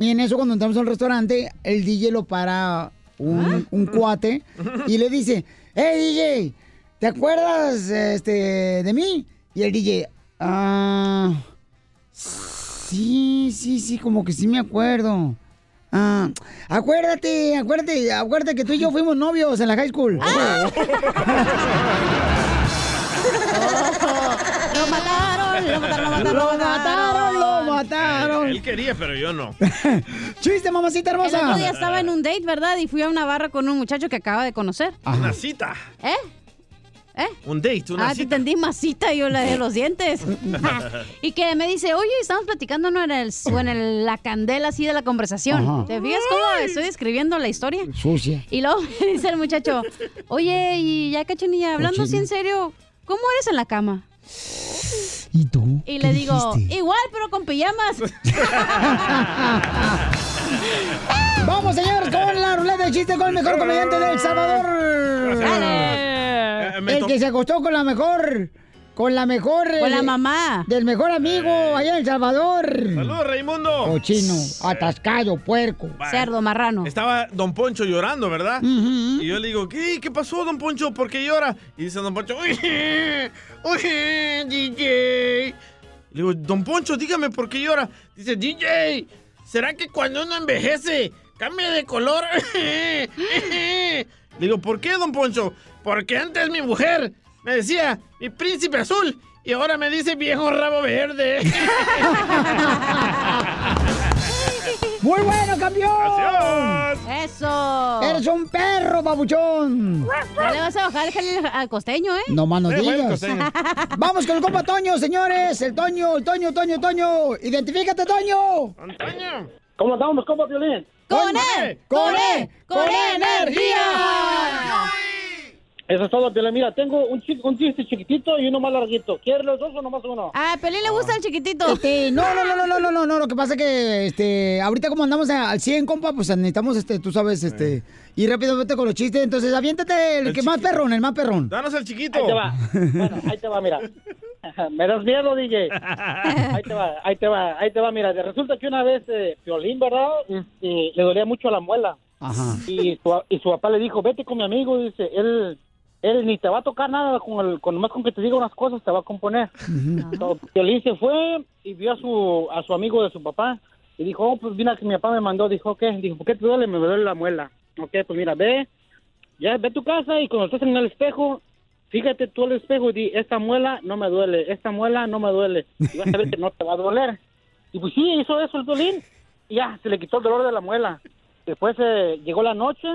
Speaker 5: Y en eso, cuando entramos al restaurante, el DJ lo para un, un cuate y le dice, hey, DJ, ¿te acuerdas este, de mí? Y el DJ, ah, sí, sí, sí, como que sí me acuerdo. Ah, acuérdate, acuérdate, acuérdate que tú y yo fuimos novios en la high school.
Speaker 7: Lo mataron, lo mataron,
Speaker 5: lo mataron, lo mataron.
Speaker 6: Él quería, pero yo no.
Speaker 5: Chiste, mamacita hermosa.
Speaker 7: El otro día estaba en un date, ¿verdad? Y fui a una barra con un muchacho que acaba de conocer.
Speaker 6: Una cita.
Speaker 7: ¿Eh?
Speaker 6: Un date, una
Speaker 7: ah, te
Speaker 6: cita.
Speaker 7: entendí masita yo la de los dientes.
Speaker 5: Ah.
Speaker 7: y que me dice, oye, estamos platicando ¿no? en, el, o en el- la candela así de la conversación.
Speaker 5: Ajá.
Speaker 7: ¿Te fijas cómo estoy describiendo la historia?
Speaker 5: Sucia.
Speaker 7: Y luego me dice el muchacho, oye, y ya cachanilla, hablando así en serio, ¿cómo eres en la cama?
Speaker 5: ¿Y tú?
Speaker 7: Y le digo, igual, pero con pijamas.
Speaker 5: Vamos, señores, con la ruleta de chiste con el mejor comediante de El Salvador.
Speaker 6: Gracias. Eh, me
Speaker 5: El
Speaker 6: to-
Speaker 5: que se acostó con la mejor. Con la Eh. mejor.
Speaker 7: Con la
Speaker 5: eh,
Speaker 7: mamá.
Speaker 5: Del mejor amigo allá en El Salvador.
Speaker 6: Saludos, Raimundo.
Speaker 5: Cochino, Oh, atascado, puerco.
Speaker 7: Cerdo, marrano.
Speaker 6: Estaba Don Poncho llorando, ¿verdad? Y yo le digo, ¿qué? ¿Qué pasó, Don Poncho? ¿Por qué llora? Y dice Don Poncho, uy, uy, DJ. Le digo, Don Poncho, dígame por qué llora. Dice, DJ, ¿será que cuando uno envejece cambia de color? Le digo, ¿por qué, Don Poncho? Porque antes mi mujer me decía, mi príncipe azul, y ahora me dice viejo rabo verde.
Speaker 5: Muy bueno, campeón.
Speaker 7: Eso.
Speaker 5: Eres un perro, babuchón.
Speaker 7: Ya le vas a bajar el- al costeño, ¿eh?
Speaker 5: No más nos digas. Vamos con el compa Toño, señores. El Toño, el Toño, Toño, Toño. Identifícate, Toño.
Speaker 18: ¿Cómo estamos, compa Piolín?
Speaker 5: Con él, con él, con
Speaker 18: energía! Eso es todo, Piolín. Mira, tengo un, chi- un chiste chiquitito y uno más larguito. ¿Quieres los dos o nomás uno?
Speaker 7: Ah, Pelín le gusta el chiquitito.
Speaker 5: Este, no, no, no, no, no, no, no, no, lo que pasa es que, este, ahorita como andamos a- al 100, compa, pues necesitamos, este, tú sabes, este, y rápido vete con los chistes, entonces aviéntate el,
Speaker 18: El
Speaker 5: que más perrón, el más perrón.
Speaker 6: Danos el chiquito.
Speaker 18: Ahí te va. Bueno, ahí te va, mira. Me das miedo, DJ. Ahí te va, ahí te va, ahí te va. Mira, resulta que una vez eh, Piolín, ¿verdad? Este, le dolía mucho la muela.
Speaker 5: Ajá.
Speaker 18: Y su, y su papá le dijo, vete con mi amigo, dice, él, él ni te va a tocar nada, con el, con más con que te diga unas cosas te va a componer. So, Piolín se fue y vio a su, a su amigo de su papá y dijo, oh, pues mira que mi papá me mandó, dijo, ¿qué? Dijo, ¿por qué te duele? Me duele la muela. Ok, pues mira, ve, ya ve a tu casa y cuando estés en el espejo, fíjate tú al espejo y di, esta muela no me duele, esta muela no me duele. Y vas a ver que no te va a doler. Y pues sí, hizo eso el violín. Y ya, se le quitó el dolor de la muela. Después eh, llegó la noche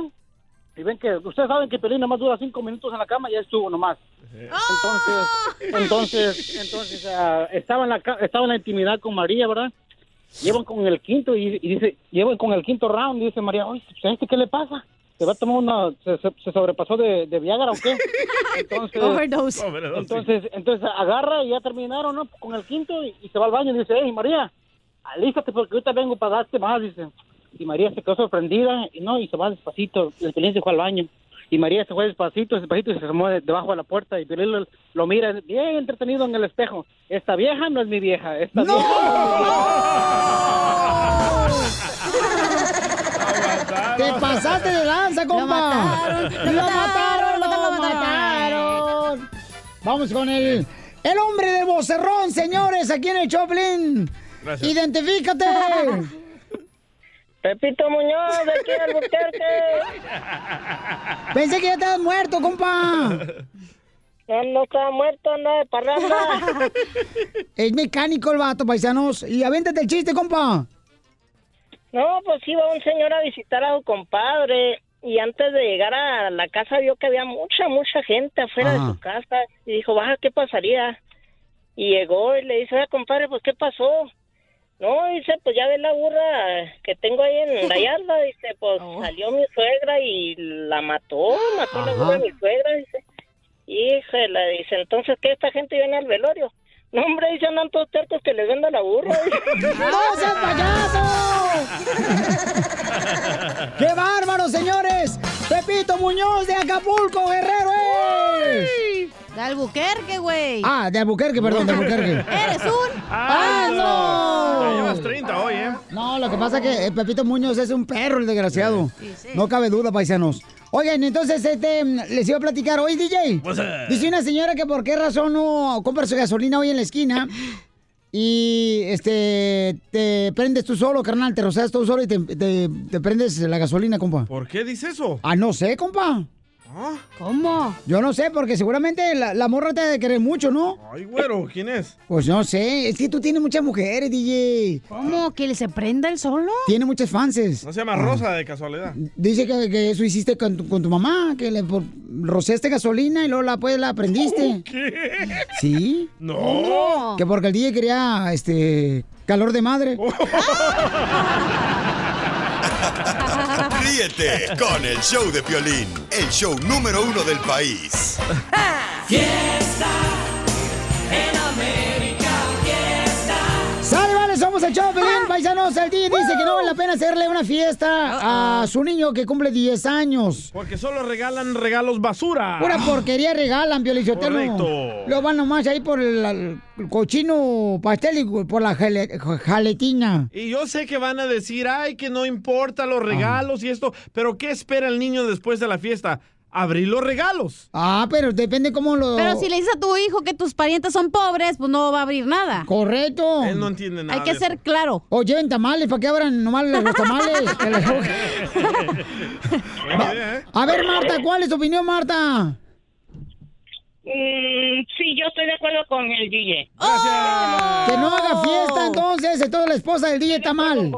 Speaker 18: y ven que, ustedes saben que el violín nomás dura cinco minutos en la cama y ya estuvo nomás. Entonces, entonces, entonces ah, estaba, en la, ca- estaba en la intimidad con María, ¿verdad? Llevan con el quinto y, y dice, llevan con el quinto round y dice María, oye, ¿a este qué le pasa? ¿Se va a tomar una, se, se- se sobrepasó de, de Viagra o qué? Entonces,
Speaker 7: Overdose.
Speaker 18: entonces, entonces agarra y ya terminaron, ¿no? Con el quinto y, y se va al baño y dice, hey María, alístate porque ahorita vengo para darte más, dice. Y María se quedó sorprendida y no, y se va despacito, el Piolín se fue al baño. Y María se fue despacito, despacito y se asomó de- debajo de la puerta y Piolín lo, lo mira bien entretenido en el espejo. Esta vieja no es mi vieja, esta vieja
Speaker 5: Te pasaste de lanza, compa.
Speaker 7: mataron, lo
Speaker 5: Lo mataron,
Speaker 7: mataron,
Speaker 5: lo
Speaker 7: lo
Speaker 5: mataron. Vamos con el, el hombre de vocerrón, señores, aquí en el Choplin.
Speaker 19: Gracias.
Speaker 5: Identifícate.
Speaker 19: Pepito Muñoz, de aquí en
Speaker 5: Pensé que ya estabas muerto, compa.
Speaker 19: No, no estaba muerto, no, de parranda.
Speaker 5: Es mecánico el vato, paisanos. Y avéntate el chiste, compa.
Speaker 19: No, pues iba un señor a visitar a su compadre y antes de llegar a la casa vio que había mucha, mucha gente afuera
Speaker 20: Ajá.
Speaker 19: de su casa y dijo, baja, ¿qué pasaría? Y llegó y le dice, "Oiga, compadre, pues ¿qué pasó? No, dice, pues ya ves la burra que tengo ahí en Rayalda, dice, pues
Speaker 21: Oh.
Speaker 19: salió mi suegra y la mató, mató la
Speaker 20: Ajá.
Speaker 19: burra de mi suegra, dice. Híjole, dice, entonces, ¿qué esta gente viene al velorio? No, hombre, dice, andan todos tercos que les venda la burra.
Speaker 5: ¡No seas payaso! ¡Qué bárbaro, señores! Pepito Muñoz de Acapulco, Guerrero es.
Speaker 7: De Albuquerque, güey.
Speaker 5: Ah, de Albuquerque, perdón, de
Speaker 14: Eh,
Speaker 5: Albuquerque.
Speaker 7: Eres un...
Speaker 5: ¡Ah, no!
Speaker 6: Ya llevas 30 hoy, ¿eh?
Speaker 5: No, lo que pasa es que eh, Pepito Muñoz es un perro, el desgraciado. No cabe duda, paisanos. Oigan, entonces este, mm, les iba a platicar hoy, DJ.
Speaker 20: Pues, eh.
Speaker 5: Dice una señora que por qué razón no compra su gasolina hoy en la esquina y este te prendes tú solo, carnal, te roceas tú solo y te, te- te prendes la gasolina, compa.
Speaker 6: ¿Por qué dice eso?
Speaker 5: Ah, no sé, compa.
Speaker 6: Ah.
Speaker 7: ¿Cómo?
Speaker 5: Yo no sé, porque seguramente la, la morra te ha de querer mucho, ¿no?
Speaker 6: Ay, güero, ¿quién es?
Speaker 5: Pues no sé, es que tú tienes muchas mujeres, DJ.
Speaker 7: ¿Cómo? ¿Que se prenda el solo?
Speaker 5: Tiene muchas eh. fanses.
Speaker 6: No se llama Rosa de casualidad.
Speaker 5: Dice que, que eso hiciste con tu, con tu mamá, que le por- rociaste gasolina y luego la, pues, la prendiste.
Speaker 6: ¿Qué?
Speaker 5: ¿Sí?
Speaker 6: No.
Speaker 5: Que porque el DJ quería, este, calor de madre.
Speaker 6: Oh.
Speaker 2: Ríete con el show de Piolín, el show número uno del país.
Speaker 20: Fiesta en América, fiesta.
Speaker 5: ¡Sale, vale! Somos el Choplin, paisanos. El DJ dice que no vale la pena hacerle una fiesta a su niño que cumple 10 años.
Speaker 6: Porque solo regalan regalos basura.
Speaker 5: Pura porquería regalan, Piolichotelo.
Speaker 6: Ah. Correcto.
Speaker 5: Lo van nomás ahí por el, el cochino pastel y por la jale- jaletina.
Speaker 6: Y yo sé que van a decir, ay, que no importa los regalos y esto, pero ¿qué espera el niño después de la fiesta? Abrir los regalos.
Speaker 5: Ah, pero depende cómo lo...
Speaker 7: Pero si le dices a tu hijo que tus parientes son pobres, pues no va a abrir nada.
Speaker 5: Correcto.
Speaker 6: Él no entiende nada.
Speaker 7: Hay que
Speaker 6: de
Speaker 7: ser claro.
Speaker 5: O lleven tamales, para que abran nomás los tamales. Que les- A ver, Marta, ¿cuál es tu opinión, Marta?
Speaker 20: Mm, sí, yo estoy de acuerdo con el DJ.
Speaker 5: Que no haga fiesta entonces, entonces la esposa del DJ está mal.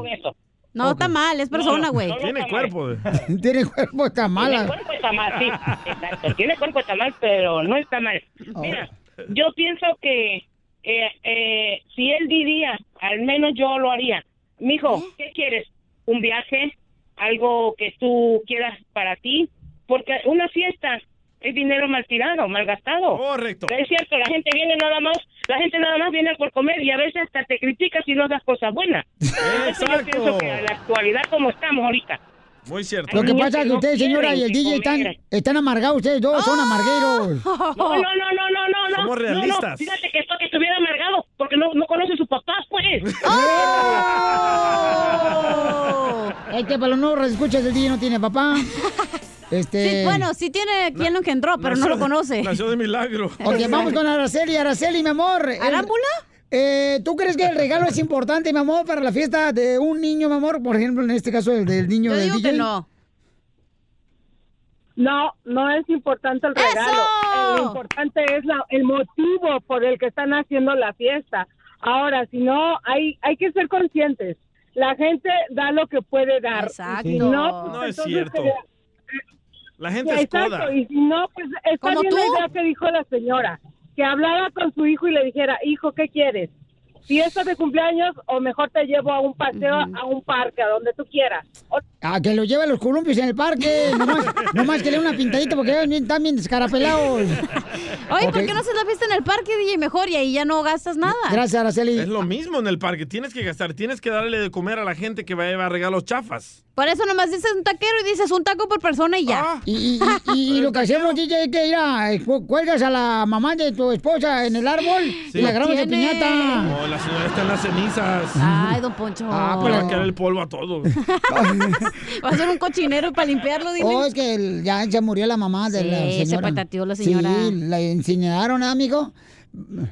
Speaker 7: No, está mal, es persona, güey.
Speaker 6: Tiene cuerpo. de-
Speaker 5: Tiene cuerpo, está
Speaker 20: Tiene
Speaker 5: mala.
Speaker 20: cuerpo de tamal, sí. Exacto. Tiene cuerpo de tamal, pero no está mal.
Speaker 14: Oh.
Speaker 20: Mira, yo pienso que eh, eh, si él diría, al menos yo lo haría.
Speaker 5: ¿Eh?
Speaker 20: Mijo, ¿qué quieres? ¿Un viaje? ¿Algo que tú quieras para ti? Porque una fiesta es dinero mal tirado, mal gastado.
Speaker 6: Correcto.
Speaker 20: Es cierto, la gente viene nada más, la gente nada más viene por comer y a veces hasta te critica si no das cosas buenas. Eso yo pienso que a la actualidad como estamos ahorita.
Speaker 6: Muy cierto.
Speaker 5: Lo que
Speaker 6: ¿eh?
Speaker 5: pasa es que ustedes, señora, y el DJ están, están amargados, ustedes dos son amargueros.
Speaker 20: No, no, no, no, no, no, no.
Speaker 5: Somos
Speaker 20: No,
Speaker 5: realistas.
Speaker 20: no, Fíjate que esto que estuviera amargado, porque no, no conoce a sus papás, pues.
Speaker 5: ¡Oh! Es que para los nuevos escuchas el DJ no tiene papá. Este...
Speaker 7: Sí, bueno, sí tiene quien lo engendró, pero no
Speaker 6: Nació
Speaker 7: lo
Speaker 6: de-
Speaker 7: conoce.
Speaker 6: Nació de milagro.
Speaker 5: Ok, vamos con Araceli. Araceli, mi amor. el-
Speaker 7: ¿Arámbula?
Speaker 5: Eh, ¿Tú crees que el regalo es importante, mi amor, para la fiesta de un niño, mi amor? Por ejemplo, en este caso, el del niño
Speaker 7: Yo
Speaker 5: del
Speaker 7: digo
Speaker 5: DJ.
Speaker 7: que no.
Speaker 22: No, no es importante el regalo. Eh, Lo importante es la- el motivo por el que están haciendo la fiesta. Ahora, si no, hay, hay que ser conscientes. La gente da lo que puede dar. Exacto. no, pues,
Speaker 6: No es
Speaker 22: entonces
Speaker 6: cierto.
Speaker 22: se-
Speaker 6: La gente es
Speaker 22: Exacto,
Speaker 6: coda.
Speaker 22: y si no, pues está
Speaker 6: Como
Speaker 22: bien
Speaker 6: tú.
Speaker 22: la idea que dijo la señora, que hablara con su hijo y le dijera, hijo, ¿qué quieres? ¿Fiesta de cumpleaños o mejor te llevo a un paseo, a un parque, a donde tú quieras? O-
Speaker 5: Ah, que lo lleve a los columpios en el parque. Nomás, nomás que le dé una pintadita porque ellos bien- están bien descarapelados.
Speaker 7: Oye,
Speaker 5: Ok.
Speaker 7: ¿por qué no haces la fiesta en el parque, DJ? Mejor y ahí ya no gastas nada.
Speaker 6: Es lo mismo en el parque. Tienes que gastar, tienes que darle de comer a la gente que va a llevar regalos chafas.
Speaker 7: Por eso nomás dices un taquero y dices un taco por persona y
Speaker 6: Ah.
Speaker 7: ya.
Speaker 5: Y, y- y- y lo que hacemos, DJ, es que ir a, cuelgas a la mamá de tu esposa en el árbol
Speaker 6: Sí.
Speaker 5: y la agarramos de
Speaker 6: Tiene.
Speaker 5: piñata. pues
Speaker 6: No, Oh, la señora está en las cenizas.
Speaker 7: Ay, don Poncho.
Speaker 6: Ah, Le va a quedar el polvo a todos.
Speaker 7: Va a ser un cochinero para limpiarlo, dile.
Speaker 5: Oh, es que el- ya se murió la mamá de
Speaker 7: Sí,
Speaker 5: la
Speaker 7: se
Speaker 5: señora.
Speaker 7: patateó la señora.
Speaker 5: Sí, la incineraron, ¿eh, amigo.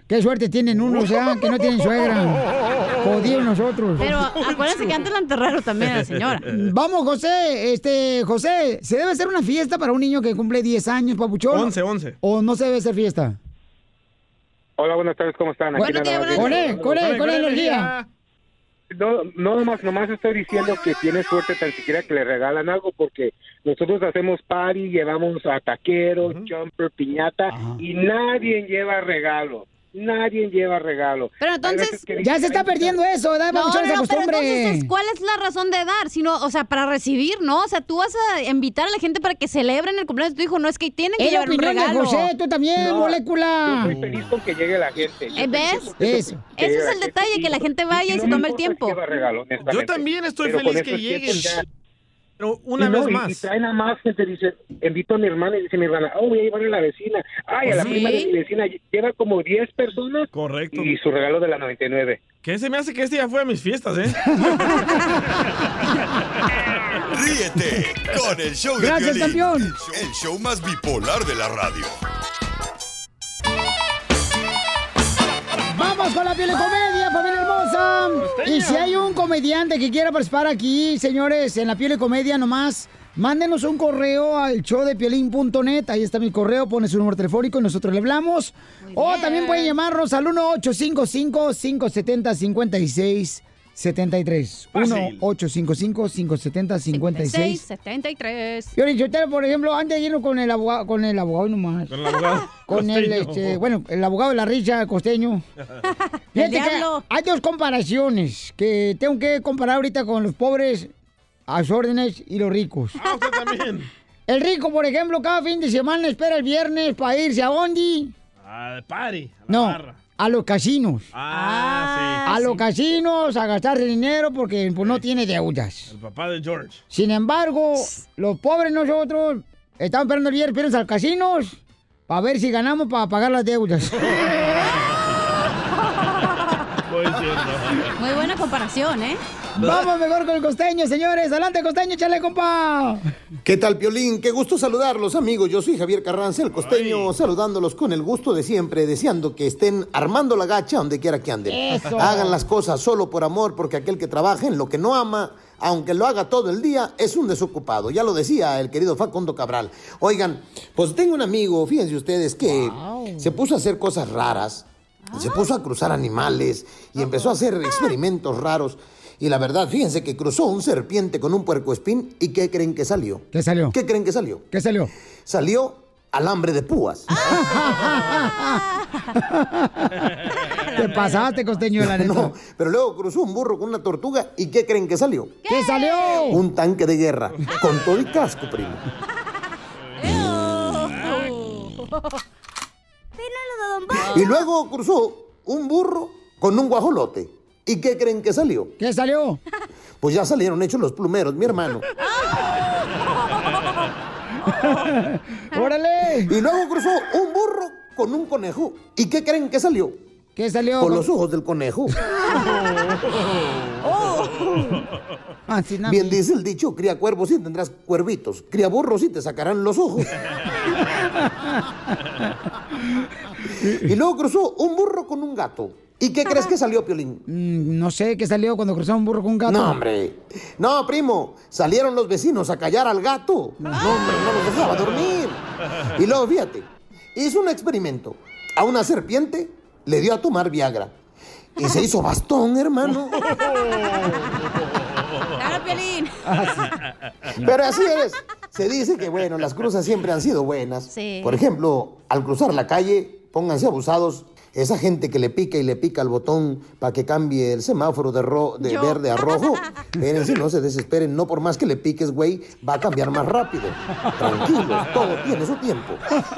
Speaker 5: Qué suerte tienen unos, o sea, que no tienen suegra. Jodidos nosotros.
Speaker 7: Pero acuérdense que antes la enterraron también a la señora.
Speaker 5: Vamos, José. Este, José, ¿se debe hacer una fiesta para un niño que cumple 10 años, papuchón?
Speaker 6: 11, 11.
Speaker 5: ¿O no se debe hacer fiesta?
Speaker 10: Hola, buenas tardes, ¿cómo están?
Speaker 5: Bueno,
Speaker 10: nada
Speaker 5: ¿qué?
Speaker 10: más
Speaker 5: Con
Speaker 10: digo-
Speaker 5: él, con él, con él, energía.
Speaker 10: No, no nomás, nomás estoy diciendo que tiene suerte tan siquiera que le regalan algo porque nosotros hacemos party, llevamos a taqueros, jumper, piñata y nadie lleva regalo. Nadie lleva regalo.
Speaker 7: Pero
Speaker 10: Hay
Speaker 7: entonces...
Speaker 10: veces que
Speaker 5: Ya se está perdiendo eso, ¿verdad?
Speaker 7: No,
Speaker 5: Papuchón,
Speaker 7: no,
Speaker 5: esa
Speaker 7: no, pero
Speaker 5: costumbre.
Speaker 7: entonces, ¿cuál es la razón de dar? Sino, o sea, para recibir, ¿no? O sea, tú vas a invitar a la gente para que celebren el cumpleaños de tu hijo. No es que tienen que
Speaker 5: Es la
Speaker 7: llevar un
Speaker 5: opinión de
Speaker 7: regalo.
Speaker 5: José, tú también,
Speaker 10: No,
Speaker 5: molécula.
Speaker 10: Yo soy feliz con que llegue la gente. Yo
Speaker 7: Eh, ¿Ves?
Speaker 10: soy feliz
Speaker 7: Eso.
Speaker 10: con que
Speaker 7: Ese es
Speaker 10: llegue la
Speaker 7: el
Speaker 10: gente.
Speaker 7: detalle, que la gente vaya y se tome el tiempo.
Speaker 10: Lleva regalo, honestamente.
Speaker 6: Yo también estoy
Speaker 10: Pero
Speaker 6: feliz
Speaker 10: con
Speaker 6: que
Speaker 10: estos
Speaker 6: lleguen.
Speaker 10: tiempos ya-
Speaker 6: Pero una
Speaker 10: Y no,
Speaker 6: vez
Speaker 10: y-
Speaker 6: más.
Speaker 10: Y traen a más gente, dice, invito a mi hermana y dice mi hermana, oh, voy a llevarle a la vecina. Ay, a la
Speaker 6: Sí.
Speaker 10: prima de mi vecina lleva como 10 personas.
Speaker 6: Correcto.
Speaker 10: Y su regalo de la 99.
Speaker 6: Que se me hace que este ya fue a mis fiestas, ¿eh?
Speaker 14: Ríete con el show de
Speaker 10: Gracias,
Speaker 14: Piolín.
Speaker 10: campeón.
Speaker 14: El show- El show más bipolar de la radio.
Speaker 5: Vamos con la comedia, familia hermosa. Y si hay un comediante que quiera participar aquí, señores, en la comedia nomás, mándenos un correo al showdepiolín.net. Ahí está mi correo, pone su número telefónico y nosotros le hablamos. O también pueden llamarnos al 1-855-570-5673. 1-855-570-5673.
Speaker 7: 673.
Speaker 5: Piolín Sotelo, por ejemplo, antes de irnos con el abogado, con el abogado nomás.
Speaker 6: Con el abogado
Speaker 5: Con el,
Speaker 6: costeño.
Speaker 5: este, bueno, el abogado de la richa costeño. Fíjate que
Speaker 6: diablo.
Speaker 5: hay dos comparaciones que tengo que comparar ahorita con los pobres a sus órdenes y los ricos.
Speaker 6: Ah, usted también.
Speaker 5: El rico, por ejemplo, cada fin de semana espera el viernes para irse a Bondi.
Speaker 6: Al party. a la
Speaker 5: No,
Speaker 6: barra.
Speaker 5: a los casinos.
Speaker 6: Ah, sí.
Speaker 5: a los casinos, a gastar dinero porque pues, no tiene deudas.
Speaker 6: El papá de George.
Speaker 5: Sin embargo, los pobres nosotros estamos esperando el viernes, viernes al casino para ver si ganamos para pagar las deudas.
Speaker 7: Muy buena comparación, ¿eh?
Speaker 5: Vamos mejor con el costeño, señores. Adelante, costeño, chale, compa.
Speaker 16: ¿Qué tal, Piolín? Qué gusto saludarlos, amigos. Yo soy Javier Carranza, el costeño, saludándolos con el gusto de siempre, deseando que estén armando la gacha donde quiera que anden.
Speaker 4: Eso.
Speaker 16: Hagan las cosas solo por amor, porque aquel que trabaja en lo que no ama, aunque lo haga todo el día, es un desocupado. Ya lo decía el querido Facundo Cabral. Oigan, pues tengo un amigo, fíjense ustedes, que se puso a hacer cosas raras. Se puso a cruzar animales y empezó a hacer
Speaker 5: Ah.
Speaker 16: experimentos raros. Y la verdad, fíjense que cruzó un serpiente con un puercoespín y ¿qué creen que salió?
Speaker 5: ¿Qué salió?
Speaker 16: ¿Qué creen que salió?
Speaker 5: ¿Qué salió?
Speaker 16: Salió alambre de púas.
Speaker 5: Te pasaste, costeño, la neta.
Speaker 16: No, pero luego cruzó un burro con una tortuga y ¿qué creen que salió?
Speaker 5: ¿Qué salió?
Speaker 16: Un tanque de guerra con todo y casco, primo. Y luego cruzó un burro con un guajolote. ¿Y qué creen que salió?
Speaker 5: ¿Qué salió?
Speaker 16: Pues ya salieron hechos los plumeros, mi hermano.
Speaker 5: ¡Órale!
Speaker 16: Y luego cruzó un burro con un conejo. ¿Y qué creen que salió?
Speaker 5: ¿Qué salió?
Speaker 16: Con los ojos del conejo.
Speaker 5: ¡Oh! Ah,
Speaker 16: Bien dice el dicho, cría cuervos y tendrás cuervitos. Cría burros y te sacarán los ojos. y luego cruzó un burro con un gato. ¿Y qué crees que salió, Piolín?
Speaker 5: Mm, no sé, ¿qué salió cuando cruzaba un burro con un gato?
Speaker 16: No, hombre. No, primo. Salieron los vecinos a callar al gato. No, hombre, no los dejaba dormir. Y luego, fíjate, hizo un experimento. A una serpiente le dio a tomar Viagra. Y se hizo bastón, hermano.
Speaker 6: Oh.
Speaker 7: Claro, Piolín.
Speaker 16: Ah, Pero así es. Se dice que, bueno, las cruzas siempre han sido buenas.
Speaker 7: Sí.
Speaker 16: Por ejemplo, al cruzar la calle, pónganse abusados. Esa gente que le pica y le pica el botón para que cambie el semáforo de, ro- de
Speaker 23: Yo.
Speaker 16: verde a rojo. Espérense, no se desesperen. No por más que le piques, güey, va a cambiar más rápido. Tranquilos, todo tiene su tiempo.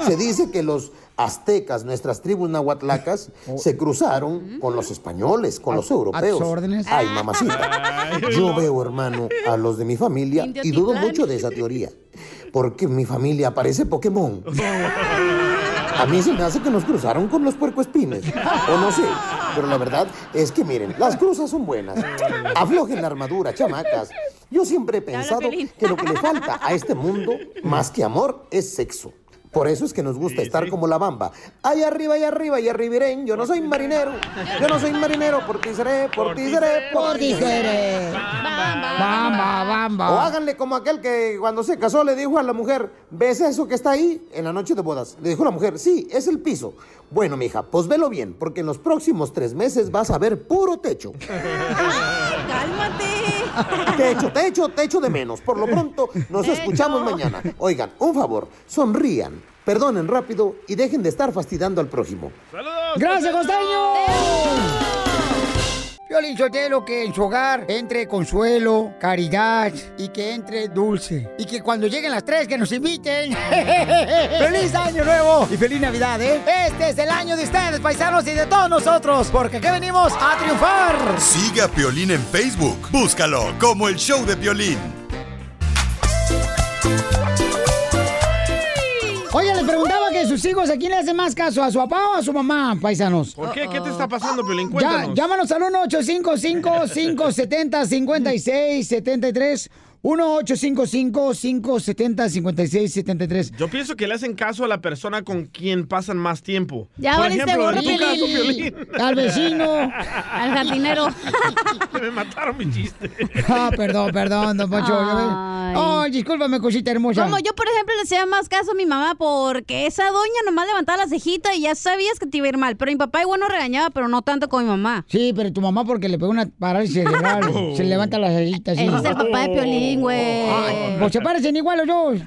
Speaker 16: Se dice que los aztecas, nuestras tribus nahuatlacas, se cruzaron con los españoles, con los europeos.
Speaker 5: sus órdenes.
Speaker 16: Ay, mamacita. Yo veo, hermano, a los de mi familia
Speaker 5: Indio
Speaker 16: y dudo
Speaker 5: Titlán.
Speaker 16: mucho de esa teoría. Porque mi familia parece Pokémon. A mí se me hace que nos cruzaron con los puercoespines. O no sé. Pero la verdad es que miren, las cruzas son buenas. Aflojen la armadura, chamacas. Yo siempre he pensado que lo que le falta a este mundo, más que amor, es sexo. Por eso es que nos gusta estar como la bamba. Allá arriba, allá arriba, allá arribirén. Yo no soy marinero. Yo no soy marinero. Por ti seré, por ti seré, por ti seré.
Speaker 5: Bamba, bamba.
Speaker 16: O háganle como aquel que cuando se casó le dijo a la mujer, ¿ves eso que está ahí en la noche de bodas? Le dijo la mujer, sí, es el piso. Bueno, mija, pues velo bien, porque en los próximos tres meses vas a ver puro techo.
Speaker 7: ¡Cálmate!
Speaker 16: Techo, techo, techo de menos. Por lo pronto, nos escuchamos mañana. Oigan, un favor, sonrían, perdonen rápido y dejen de estar fastidando al prójimo.
Speaker 5: ¡Gracias, costeño! Piolín Sotelo, que en su hogar entre consuelo, caridad y que entre dulce. Y que cuando lleguen las tres, que nos inviten. ¡Feliz Año Nuevo! Y feliz Navidad, ¿eh? Este es el año de ustedes, paisanos, y de todos nosotros, porque aquí venimos a triunfar.
Speaker 24: Sigue a Piolín en Facebook. Búscalo como el show de Piolín.
Speaker 5: Oye, les preguntaba que sus hijos, ¿a quién le hacen más caso? ¿A su papá o a su mamá, paisanos?
Speaker 6: ¿Por qué? ¿Qué te está pasando, Piolín?
Speaker 5: Ya,
Speaker 6: Cuéntanos.
Speaker 5: llámanos al 1-855-570-5673. 1-855-570-5673.
Speaker 6: Yo pienso que le hacen caso a la persona con quien pasan más tiempo.
Speaker 5: Ya
Speaker 6: Por
Speaker 5: valiste
Speaker 6: ejemplo, en
Speaker 5: gorro,
Speaker 6: tu caso,
Speaker 5: Piolín.
Speaker 6: Piolín.
Speaker 5: Al vecino.
Speaker 7: Al jardinero.
Speaker 6: Me mataron mi chiste.
Speaker 5: Ah, perdón, perdón, don Poncho.
Speaker 7: Ay.
Speaker 5: Oh, discúlpame, cosita hermosa.
Speaker 7: Como yo, por ejemplo, le hacía más caso a mi mamá porque esa doña nomás levantaba la cejita y ya sabías que te iba a ir mal. Pero mi papá igual no regañaba, pero no tanto como mi mamá.
Speaker 5: Sí, pero tu mamá porque le pegó una parálisis cerebral. se levanta las cejitas.
Speaker 7: Ese es el papá de Piolín, güey.
Speaker 5: Ay, Pues se parecen igual los dos.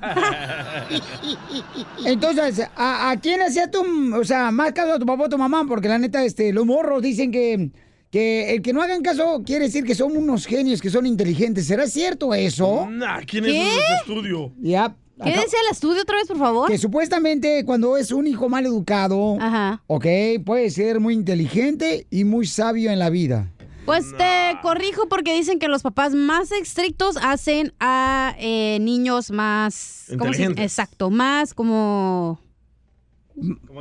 Speaker 5: Entonces, ¿a, a quién hacía tu, o sea, más caso a tu papá o a tu mamá? Porque la neta, este, los morros dicen que, que el que no hagan caso quiere decir que son unos genios, que son inteligentes. ¿Será cierto
Speaker 7: Mm.
Speaker 5: eso?
Speaker 6: Nah, ¿Quién
Speaker 5: ¿Qué?
Speaker 6: es ese estudio?
Speaker 5: Ya.
Speaker 7: ¿Qué decía el estudio otra vez, por favor?
Speaker 5: Que supuestamente cuando es un hijo mal educado, ok, puede ser muy inteligente y muy sabio en la vida.
Speaker 7: Pues te corrijo porque dicen que los papás más estrictos hacen a eh, niños más... ¿cómo se-
Speaker 5: Inteligentes.
Speaker 7: exacto, más como...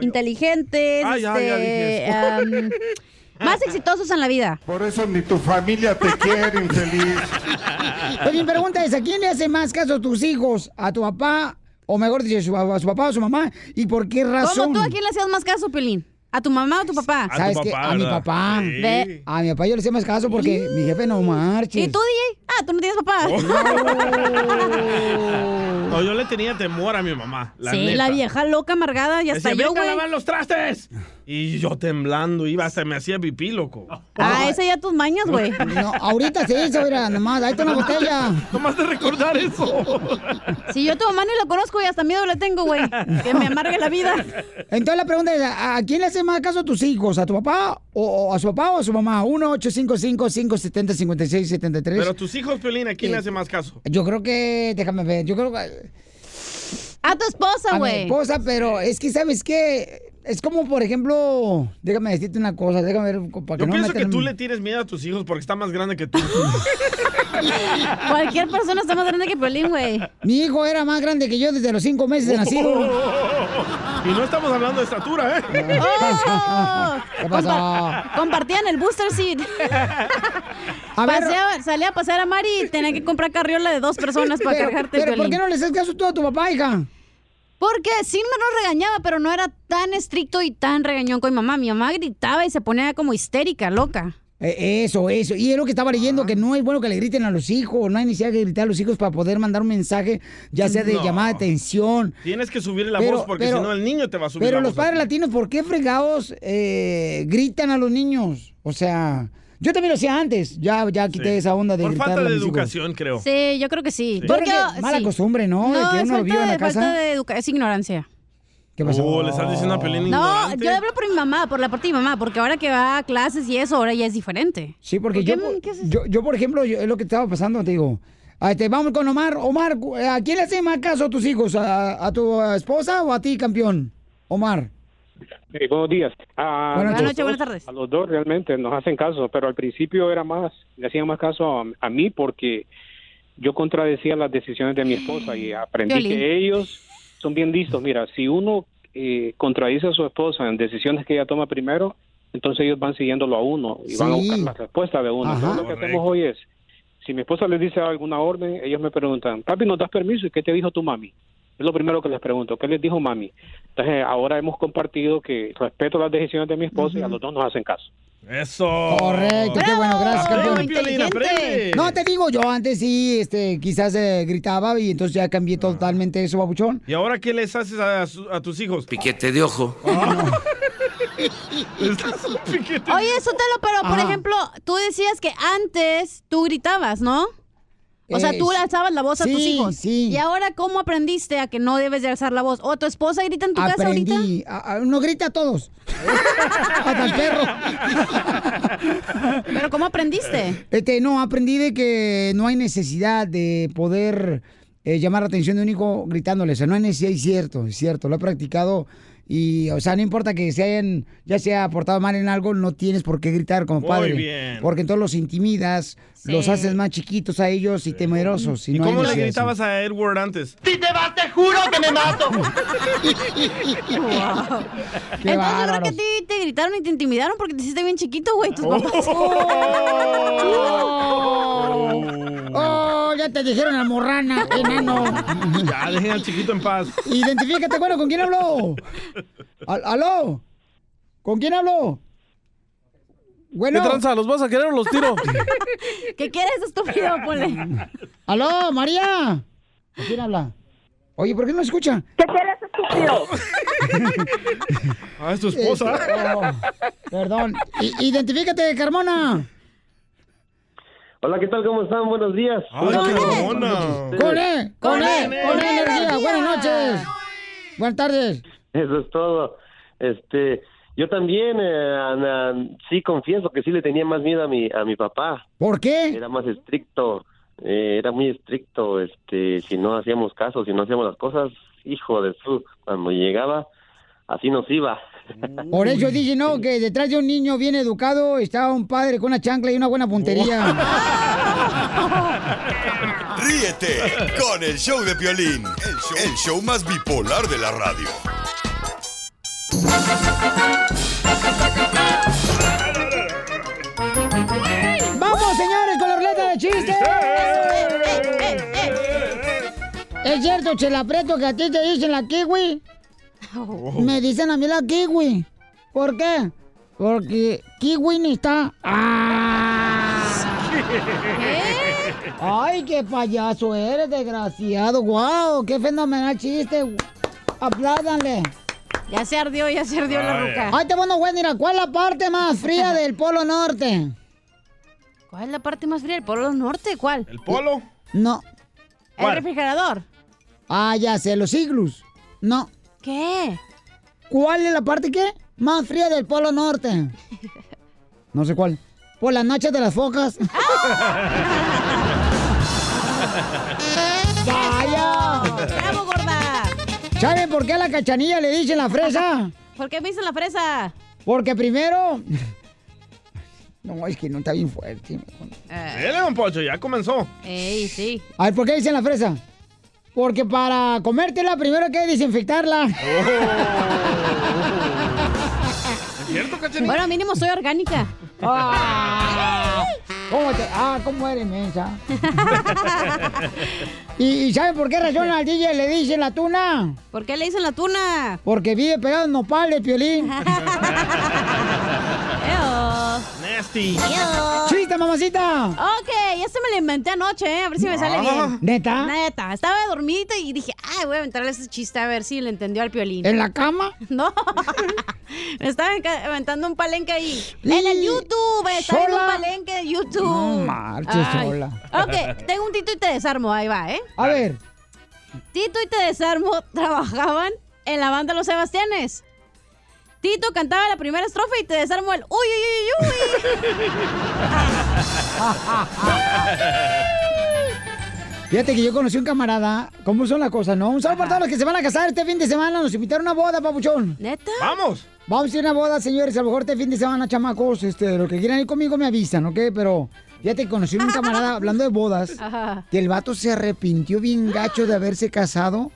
Speaker 7: Inteligentes,
Speaker 14: Ah, ya, ya dije
Speaker 7: este, am, más exitosos en la vida.
Speaker 14: Por eso ni tu familia te quiere, infeliz.
Speaker 5: Pues mi pregunta es, ¿a quién le hace más caso tus hijos? ¿A tu papá? O mejor dicho, su- a su papá o su mamá. ¿Y por qué razón?
Speaker 7: ¿Cómo tú a quién le hacías más caso, Pelín? ¿A tu mamá o a tu papá?
Speaker 5: ¿Sabes qué? A mi papá.
Speaker 7: Ve.
Speaker 5: A mi papá yo le hacía más caso porque mi jefe no marche.
Speaker 7: ¿Y tú, DJ? Ah, tú no tienes papá.
Speaker 14: Oh,
Speaker 6: No, yo le tenía temor a mi mamá. La
Speaker 7: sí,
Speaker 6: neta.
Speaker 7: la vieja loca amargada y hasta
Speaker 6: Decía,
Speaker 7: yo,
Speaker 6: "Venga a
Speaker 7: güey.
Speaker 6: lavar los trastes! Y yo temblando, iba hasta me hacía pipí, loco.
Speaker 7: Ah, ese ya tus mañas, güey.
Speaker 5: No, ahorita se hizo, mira, nomás, ahí está una botella.
Speaker 6: Nomás de recordar eso.
Speaker 7: Si yo a tu mamá ni la conozco y hasta miedo le tengo, güey. Que me amargue la vida.
Speaker 5: Entonces la pregunta es, ¿a a quién le hace más caso tus hijos? ¿A tu papá o o a su papá o a su mamá? 1-855-570-5673.
Speaker 6: Pero tus hijos, Piolín, ¿a quién le hace más caso?
Speaker 5: Yo creo que, déjame ver, yo creo que...
Speaker 7: A tu esposa,
Speaker 5: A mi
Speaker 7: güey.
Speaker 5: esposa, pero es que, ¿sabes qué? Es como, por ejemplo, déjame decirte una cosa, déjame ver, para que
Speaker 6: Yo
Speaker 5: no me
Speaker 6: pienso que
Speaker 5: metan-
Speaker 6: tú le tienes miedo a tus hijos porque está más grande que tú.
Speaker 7: Cualquier persona está más grande que Piolín, güey.
Speaker 5: Mi hijo era más grande que yo desde los cinco meses de nacido.
Speaker 6: Y no estamos hablando de estatura, ¿eh?
Speaker 7: ¡Oh!
Speaker 5: ¿Qué pasó?
Speaker 7: Compa- compartían el booster seat.
Speaker 5: ver.
Speaker 7: Paseaba- salía a pasear a Mari y tenía que comprar carriola de dos personas para
Speaker 5: Pero-
Speaker 7: cargarte,
Speaker 5: Pero ¿por
Speaker 7: Piolín.
Speaker 5: qué no le haces caso tú a tu papá, hija?
Speaker 7: Porque sí me nos regañaba, pero no era tan estricto y tan regañón con mi mamá. Mi mamá gritaba y se ponía como histérica, loca.
Speaker 5: Eh, Eso, eso. Y es lo que estaba leyendo,
Speaker 7: Ah.
Speaker 5: que no es bueno que le griten a los hijos, no hay necesidad de gritar a los hijos para poder mandar un mensaje, ya sea de
Speaker 6: No.
Speaker 5: llamada de atención.
Speaker 6: Tienes que subir la
Speaker 5: Pero-
Speaker 6: voz porque
Speaker 5: pero-
Speaker 6: si no el niño te va a subir
Speaker 5: Pero
Speaker 6: la
Speaker 5: los
Speaker 6: voz. a
Speaker 5: padres
Speaker 6: ti.
Speaker 5: latinos, ¿por qué fregados eh, gritan a los niños? O sea, yo también lo hacía antes, ya, ya quité
Speaker 6: Sí.
Speaker 5: esa onda de
Speaker 6: Por
Speaker 5: gritarle
Speaker 6: falta
Speaker 5: a
Speaker 6: de
Speaker 5: mis hijos.
Speaker 6: educación, creo.
Speaker 7: Sí, yo creo que sí.
Speaker 5: Yo creo que
Speaker 7: ah,
Speaker 5: mala
Speaker 7: sí.
Speaker 5: costumbre, ¿no? De que
Speaker 7: es
Speaker 5: uno lo
Speaker 7: falta
Speaker 5: vio en la
Speaker 7: de- falta
Speaker 5: casa.
Speaker 7: de educa- es ignorancia.
Speaker 5: ¿Qué pasó?
Speaker 6: Oh, le están diciendo a Pelín
Speaker 7: No,
Speaker 6: ignorante.
Speaker 7: yo hablo por mi mamá, por la parte de mi mamá, porque ahora que va a clases y eso, ahora ya es diferente.
Speaker 5: Sí, porque
Speaker 7: ¿Por
Speaker 5: yo,
Speaker 7: qué
Speaker 5: por-
Speaker 7: me- qué haces?
Speaker 5: yo, yo, por ejemplo, yo- es lo que estaba pasando, te digo. ah, Este, vamos con Omar. Omar, cu- eh, ¿a quién le hacen más caso a tus hijos? ¿A, a tu eh, esposa o a ti, campeón? Omar.
Speaker 8: Eh, buenos días. Ah,
Speaker 5: Buenas
Speaker 8: a los
Speaker 5: noches,
Speaker 8: dos-
Speaker 5: buenas tardes.
Speaker 8: A los dos realmente nos hacen caso, pero al principio era más, le hacían más caso a, a mí porque yo contradecía las decisiones de mi esposa y aprendí
Speaker 1: Piolín.
Speaker 8: que ellos son bien listos. Mira, si uno eh, contradice a su esposa en decisiones que ella toma primero, entonces ellos van siguiéndolo a uno y van a
Speaker 1: Sí.
Speaker 8: buscar la respuesta de uno.
Speaker 1: Ajá.
Speaker 8: Entonces lo que
Speaker 1: Correcto.
Speaker 8: hacemos hoy es, si mi esposa les dice alguna orden, ellos me preguntan, papi, ¿nos das permiso? ¿Y qué te dijo tu mami? Es lo primero que les pregunto, ¿qué les dijo mami? Entonces, ahora hemos compartido que respeto las decisiones de mi esposa y a los dos nos hacen caso.
Speaker 6: Eso.
Speaker 5: Correcto, qué bueno, gracias,
Speaker 6: Aprende,
Speaker 5: campeón.
Speaker 6: Piolín, aprende.
Speaker 5: No, te digo, yo antes sí, este, quizás eh, gritaba y entonces ya cambié totalmente eso, babuchón.
Speaker 6: ¿Y ahora qué les haces a, su- a tus hijos? Ah.
Speaker 25: Piquete de ojo.
Speaker 7: Oye, Sotelo, pero por
Speaker 25: Ajá.
Speaker 7: ejemplo, tú decías que antes tú gritabas, ¿no? O sea,
Speaker 5: Eh,
Speaker 7: tú alzabas la voz a tus
Speaker 5: sí,
Speaker 7: hijos.
Speaker 5: sí.
Speaker 7: ¿Y ahora cómo aprendiste a que no debes de alzar la voz? ¿O tu esposa grita en tu casa ahorita?
Speaker 5: Aprendí. A- a- no grita a todos. Hasta el perro.
Speaker 7: ¿Pero cómo aprendiste?
Speaker 5: Este, no, aprendí de que no hay necesidad de poder eh, llamar la atención de un hijo gritándole. O sea, no hay necesidad, es cierto, es cierto. Lo he practicado y, o sea, no importa que se hayan, ya se haya portado mal en algo, no tienes por qué gritar como
Speaker 6: Muy
Speaker 5: padre.
Speaker 6: bien.
Speaker 5: Porque entonces los intimidas, los haces más chiquitos a ellos y temerosos. Y,
Speaker 6: ¿Y
Speaker 5: no hay
Speaker 6: cómo le
Speaker 5: necesidad de eso.
Speaker 6: gritabas a Edward antes?
Speaker 1: Si te vas, te juro que me mato.
Speaker 5: Qué
Speaker 7: Entonces yo creo que a
Speaker 5: bárbaros.
Speaker 7: ti te gritaron y te intimidaron porque te hiciste bien chiquito, güey, tus papás.
Speaker 5: Oh, ya te dijeron la morrana, enano.
Speaker 6: Ya, dejen al chiquito en paz.
Speaker 5: Identifícate, bueno, ¿con quién habló? Al- ¿Aló? ¿Con quién habló? Bueno.
Speaker 26: ¿Qué tranza?
Speaker 5: ¿Los vas a querer o los tiro?
Speaker 7: ¿Qué quieres, estúpido? Ponle.
Speaker 5: ¿Aló, María? ¿Con quién habla? Oye, ¿por qué no escucha? ¿Qué quieres, estúpido?
Speaker 6: Ah, es tu esposa.
Speaker 5: Eh, perdón. I- identifícate, Carmona.
Speaker 12: Hola, ¿qué tal? ¿Cómo están? Buenos días.
Speaker 5: Hola, Ah, qué
Speaker 12: Buenas
Speaker 5: Con
Speaker 12: noches.
Speaker 5: él, con él, con E energía. Buenas noches. Buenas tardes.
Speaker 12: Eso es todo. Este, yo también eh, na- sí confieso que sí le tenía más miedo a mi a mi papá.
Speaker 5: ¿Por qué?
Speaker 12: Era más estricto, eh, era muy estricto. Este, si no hacíamos caso, si no hacíamos las cosas, hijo de su, cuando llegaba así nos iba.
Speaker 5: Por eso dije, no, que detrás de un niño bien educado está un padre con una chancla y una buena puntería.
Speaker 2: Ríete con el show de Piolín, el show, el show más bipolar de la radio.
Speaker 5: ¡Vamos, señores, con la ruleta de chistes! ¿Es cierto, Chela Prieto, que a ti te dicen la kiwi?
Speaker 14: Oh.
Speaker 6: Oh,
Speaker 5: Me dicen a mí la kiwi. ¿Por qué? Porque kiwi ni está...
Speaker 14: Ah.
Speaker 5: ¡Ay, qué payaso eres, desgraciado! ¡Guau! ¡Qué fenomenal chiste! ¡Apládanle!
Speaker 7: Ya se ardió, ya se ardió la ruca.
Speaker 5: Ahí te bueno, bueno, mira, ¿cuál es la parte más fría del Polo Norte?
Speaker 7: ¿Cuál es la parte más fría? ¿El polo norte? ¿Cuál? ¿El
Speaker 6: polo?
Speaker 5: No.
Speaker 7: ¿El refrigerador?
Speaker 5: Ah, ya sé, los iglus. No.
Speaker 7: ¿Qué?
Speaker 5: ¿Cuál es la parte qué? Más fría del Polo Norte. No sé cuál. Por las noches de las focas. ¡Vaya!
Speaker 7: ¡Bravo, gorda!
Speaker 5: ¿Saben por qué a la cachanilla le dicen la fresa?
Speaker 7: ¿Por qué me hizo la fresa?
Speaker 5: Porque primero. No, es que no está bien fuerte. Eh.
Speaker 6: Dele, don Poncho, ya comenzó.
Speaker 7: Ey, Eh, sí.
Speaker 5: A ver, ¿por qué dicen la fresa? Porque para comértela primero hay que desinfectarla.
Speaker 6: Oh.
Speaker 7: Bueno, mínimo soy orgánica.
Speaker 5: ¿Cómo te- Ah, cómo eres, mensa. ¿Y, y sabe por qué razón al DJ le dicen la tuna?
Speaker 7: ¿Por qué le dicen la tuna?
Speaker 5: Porque vive pegado en nopales, Piolín.
Speaker 6: Nasty.
Speaker 5: ¡Chiste, mamacita! Ah.
Speaker 7: Ok, esta me la inventé anoche, ¿eh? a ver si me sale bien.
Speaker 5: ¿Neta?
Speaker 7: Neta. Estaba dormidita y dije, ay, voy a aventarle ese chiste a ver si le entendió al piolín.
Speaker 5: ¿En la cama?
Speaker 7: No. me estaba enca- aventando un palenque ahí. En el YouTube, eh, estaba en un
Speaker 5: ¿Sola?
Speaker 7: palenque de YouTube.
Speaker 5: No marches
Speaker 7: Ay.
Speaker 5: sola.
Speaker 7: Ok, tengo un tito y te desarmo, ahí va, ¿eh?
Speaker 5: A ver.
Speaker 7: Tito y Te Desarmo trabajaban en la banda Los Sebastianes. Tito cantaba la primera estrofa y Te Desarmo el uy, uy, uy,
Speaker 5: Fíjate que yo conocí un camarada. ¿Cómo son las cosas, no? Un saludo para todos los que se van a casar este fin de semana. Nos invitaron a una boda, papuchón.
Speaker 7: ¿Neta?
Speaker 5: ¡Vamos! Vamos a ir a una boda, señores. A lo mejor este fin de semana, chamacos. Este, los que quieran ir conmigo me avisan, ¿ok? Pero fíjate que conocí un camarada hablando de bodas.
Speaker 7: uy. Ajá.
Speaker 5: Que el vato se arrepintió bien gacho de haberse casado.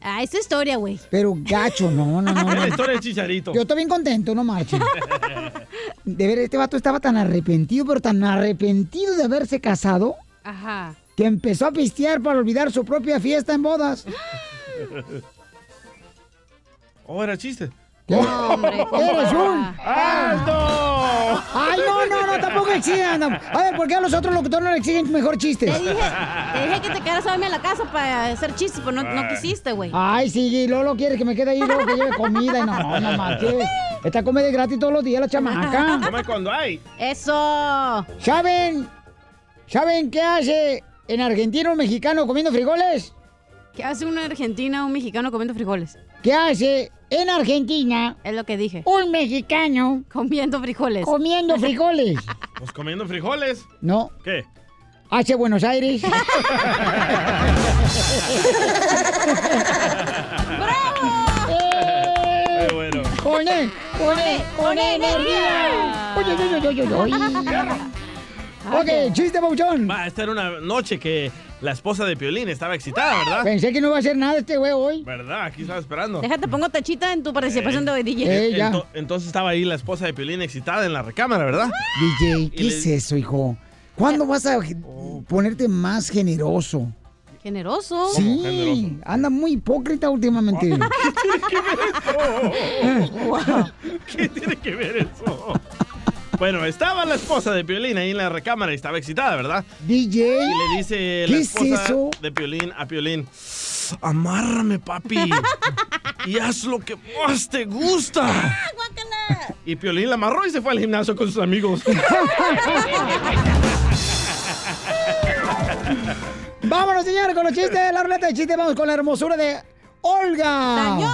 Speaker 7: Ah, esta historia, güey.
Speaker 5: Pero gacho, no, no, no.
Speaker 6: Es
Speaker 5: no.
Speaker 6: la historia del chicharito.
Speaker 5: Yo estoy bien contento, no marchen. De ver, este vato estaba tan arrepentido, pero tan arrepentido de haberse casado,
Speaker 7: Ajá.
Speaker 5: que empezó a pistear para olvidar su propia fiesta en bodas.
Speaker 6: Oh, era chiste.
Speaker 5: hombre, ¿cómo
Speaker 6: ¡Eres
Speaker 5: va?
Speaker 6: un!
Speaker 5: ¡Alto! ¡Ah! Ay, no, no, no, tampoco exijan. no. A ver, ¿por qué a los otros locutores no le exigen mejor chistes?
Speaker 7: Te dije, te dije que te quedaras a dormir a la casa para hacer chistes, pero no, no quisiste, güey.
Speaker 5: Ay, sí, y Lolo quiere que me quede ahí, luego que lleve comida. Y no, no marches. Esta come de gratis todos los días la chamaca.
Speaker 6: Come cuando hay.
Speaker 7: Eso.
Speaker 5: ¿Saben? ¿Saben qué hace en Argentina un mexicano comiendo frijoles?
Speaker 7: ¿Qué hace una argentina o un mexicano comiendo frijoles?
Speaker 5: ¿Qué hace en Argentina?
Speaker 7: Es lo que dije.
Speaker 5: Un mexicano.
Speaker 7: Comiendo frijoles.
Speaker 5: Comiendo frijoles.
Speaker 6: Pues comiendo frijoles.
Speaker 5: No.
Speaker 6: ¿Qué?
Speaker 5: Hace Buenos Aires. ¡Bravo!
Speaker 6: Qué bueno.
Speaker 5: ¡Pone, pone, pone energía! ¡Oye, oye, oye, oye, oye!
Speaker 6: Ah,
Speaker 5: Ok, chiste, Pauchón.
Speaker 6: Va, esta era una noche que la esposa de Piolín estaba excitada, ¿verdad?
Speaker 5: Pensé que no iba a hacer nada este güey hoy.
Speaker 6: ¿Verdad? Aquí estaba esperando.
Speaker 7: Déjate, pongo tachita en tu participación de hoy, DJ.
Speaker 5: Eh, ya.
Speaker 6: Ento- entonces estaba ahí la esposa de Piolín excitada en la recámara, ¿verdad?
Speaker 5: DJ,
Speaker 6: Y
Speaker 5: ¿qué
Speaker 6: le- Oh.
Speaker 5: es eso, hijo?
Speaker 7: Eh.
Speaker 5: ¿Cuándo vas a ge- ponerte más generoso?
Speaker 7: Generoso.
Speaker 5: Sí, anda muy hipócrita últimamente.
Speaker 6: ¿Qué tiene que ver eso? Bueno, estaba la esposa de Piolín ahí en la recámara y estaba excitada, ¿verdad?
Speaker 5: DJ.
Speaker 6: Y le dice la
Speaker 5: ¿Qué es
Speaker 6: esposa
Speaker 5: eso?
Speaker 6: de Piolín a Piolín, amárrame, papi, y haz lo que más te gusta.
Speaker 7: Ah,
Speaker 6: Y Piolín la amarró y se fue al gimnasio con sus amigos.
Speaker 5: Vámonos, señores, con los chistes de la ruleta de chistes. Vamos con la hermosura de Olga.
Speaker 7: ¡Tañón!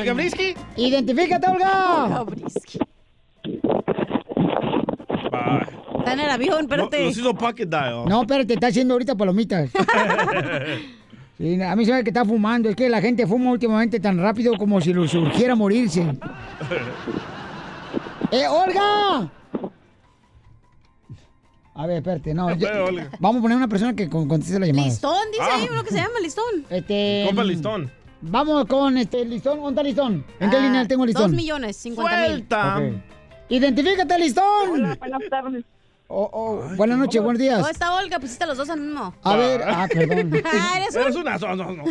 Speaker 6: ¿Olga Briski?
Speaker 5: Identifícate, Olga.
Speaker 7: Olga Briski. Está en el avión, espérate.
Speaker 6: No, nos hizo pocket dial.
Speaker 5: No, espérate, está haciendo ahorita palomitas. Sí, a mí se me ve que está fumando. Es que la gente fuma últimamente tan rápido como si le surgiera morirse. ¡Eh, Olga! A ver, espérate, no. yo- vamos a poner una persona que con- conteste la llamada.
Speaker 7: Listón, dice ahí uno que se llama Listón.
Speaker 5: Ah. Este, Vamos con este listón. ¿Dónde está listón? ¿En qué
Speaker 7: Ah,
Speaker 5: línea tengo listón?
Speaker 7: Dos millones, cincuenta mil.
Speaker 5: Ok. Identifícate, listón.
Speaker 7: buenas tardes.
Speaker 5: Oh, oh, buenas noches, buenos días.
Speaker 7: Oh, está Olga, pusiste a los dos al mismo.
Speaker 5: A ver, ah, perdón.
Speaker 7: Ah, eres un...
Speaker 6: una... No, no, no.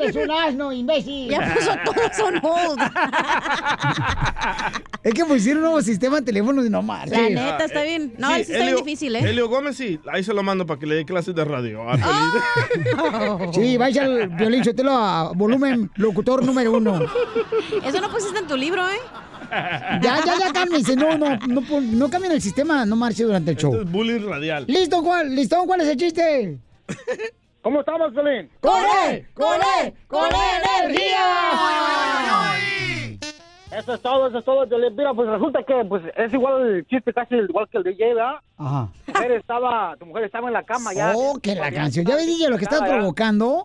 Speaker 5: Eres un asno, imbécil.
Speaker 7: Ya puso todos on hold.
Speaker 5: Es que pusieron un nuevo sistema de teléfono y no marches.
Speaker 7: La neta, está bien. No, sí, está bien difícil, ¿eh?
Speaker 6: Elio Gómez sí, ahí se lo mando para que le dé clases de radio. Ah,
Speaker 5: Sí, vaya al violín, chotelo a ah, volumen locutor número uno.
Speaker 7: Eso no pusiste en tu libro, ¿eh?
Speaker 5: Ya, ya, ya, cálmense. No, no, no, pon- no cambien el sistema, no marche durante el show.
Speaker 6: Feliz. Bullying radial.
Speaker 5: Listo, ¿cuál, listón, ¿cuál es el chiste?
Speaker 18: ¿Cómo estamos, Pelín?
Speaker 5: ¡Corre! ¡Corre!
Speaker 18: Eso es todo, eso es todo. Piolín. Mira, pues resulta que pues, es igual el chiste, casi igual que el DJ, ¿verdad?
Speaker 5: Ajá.
Speaker 18: Tu mujer estaba, tu mujer estaba en la cama ya.
Speaker 5: Oh, que la canción. Ya ves, DJ, lo que estás
Speaker 18: Nada, ya.
Speaker 5: provocando.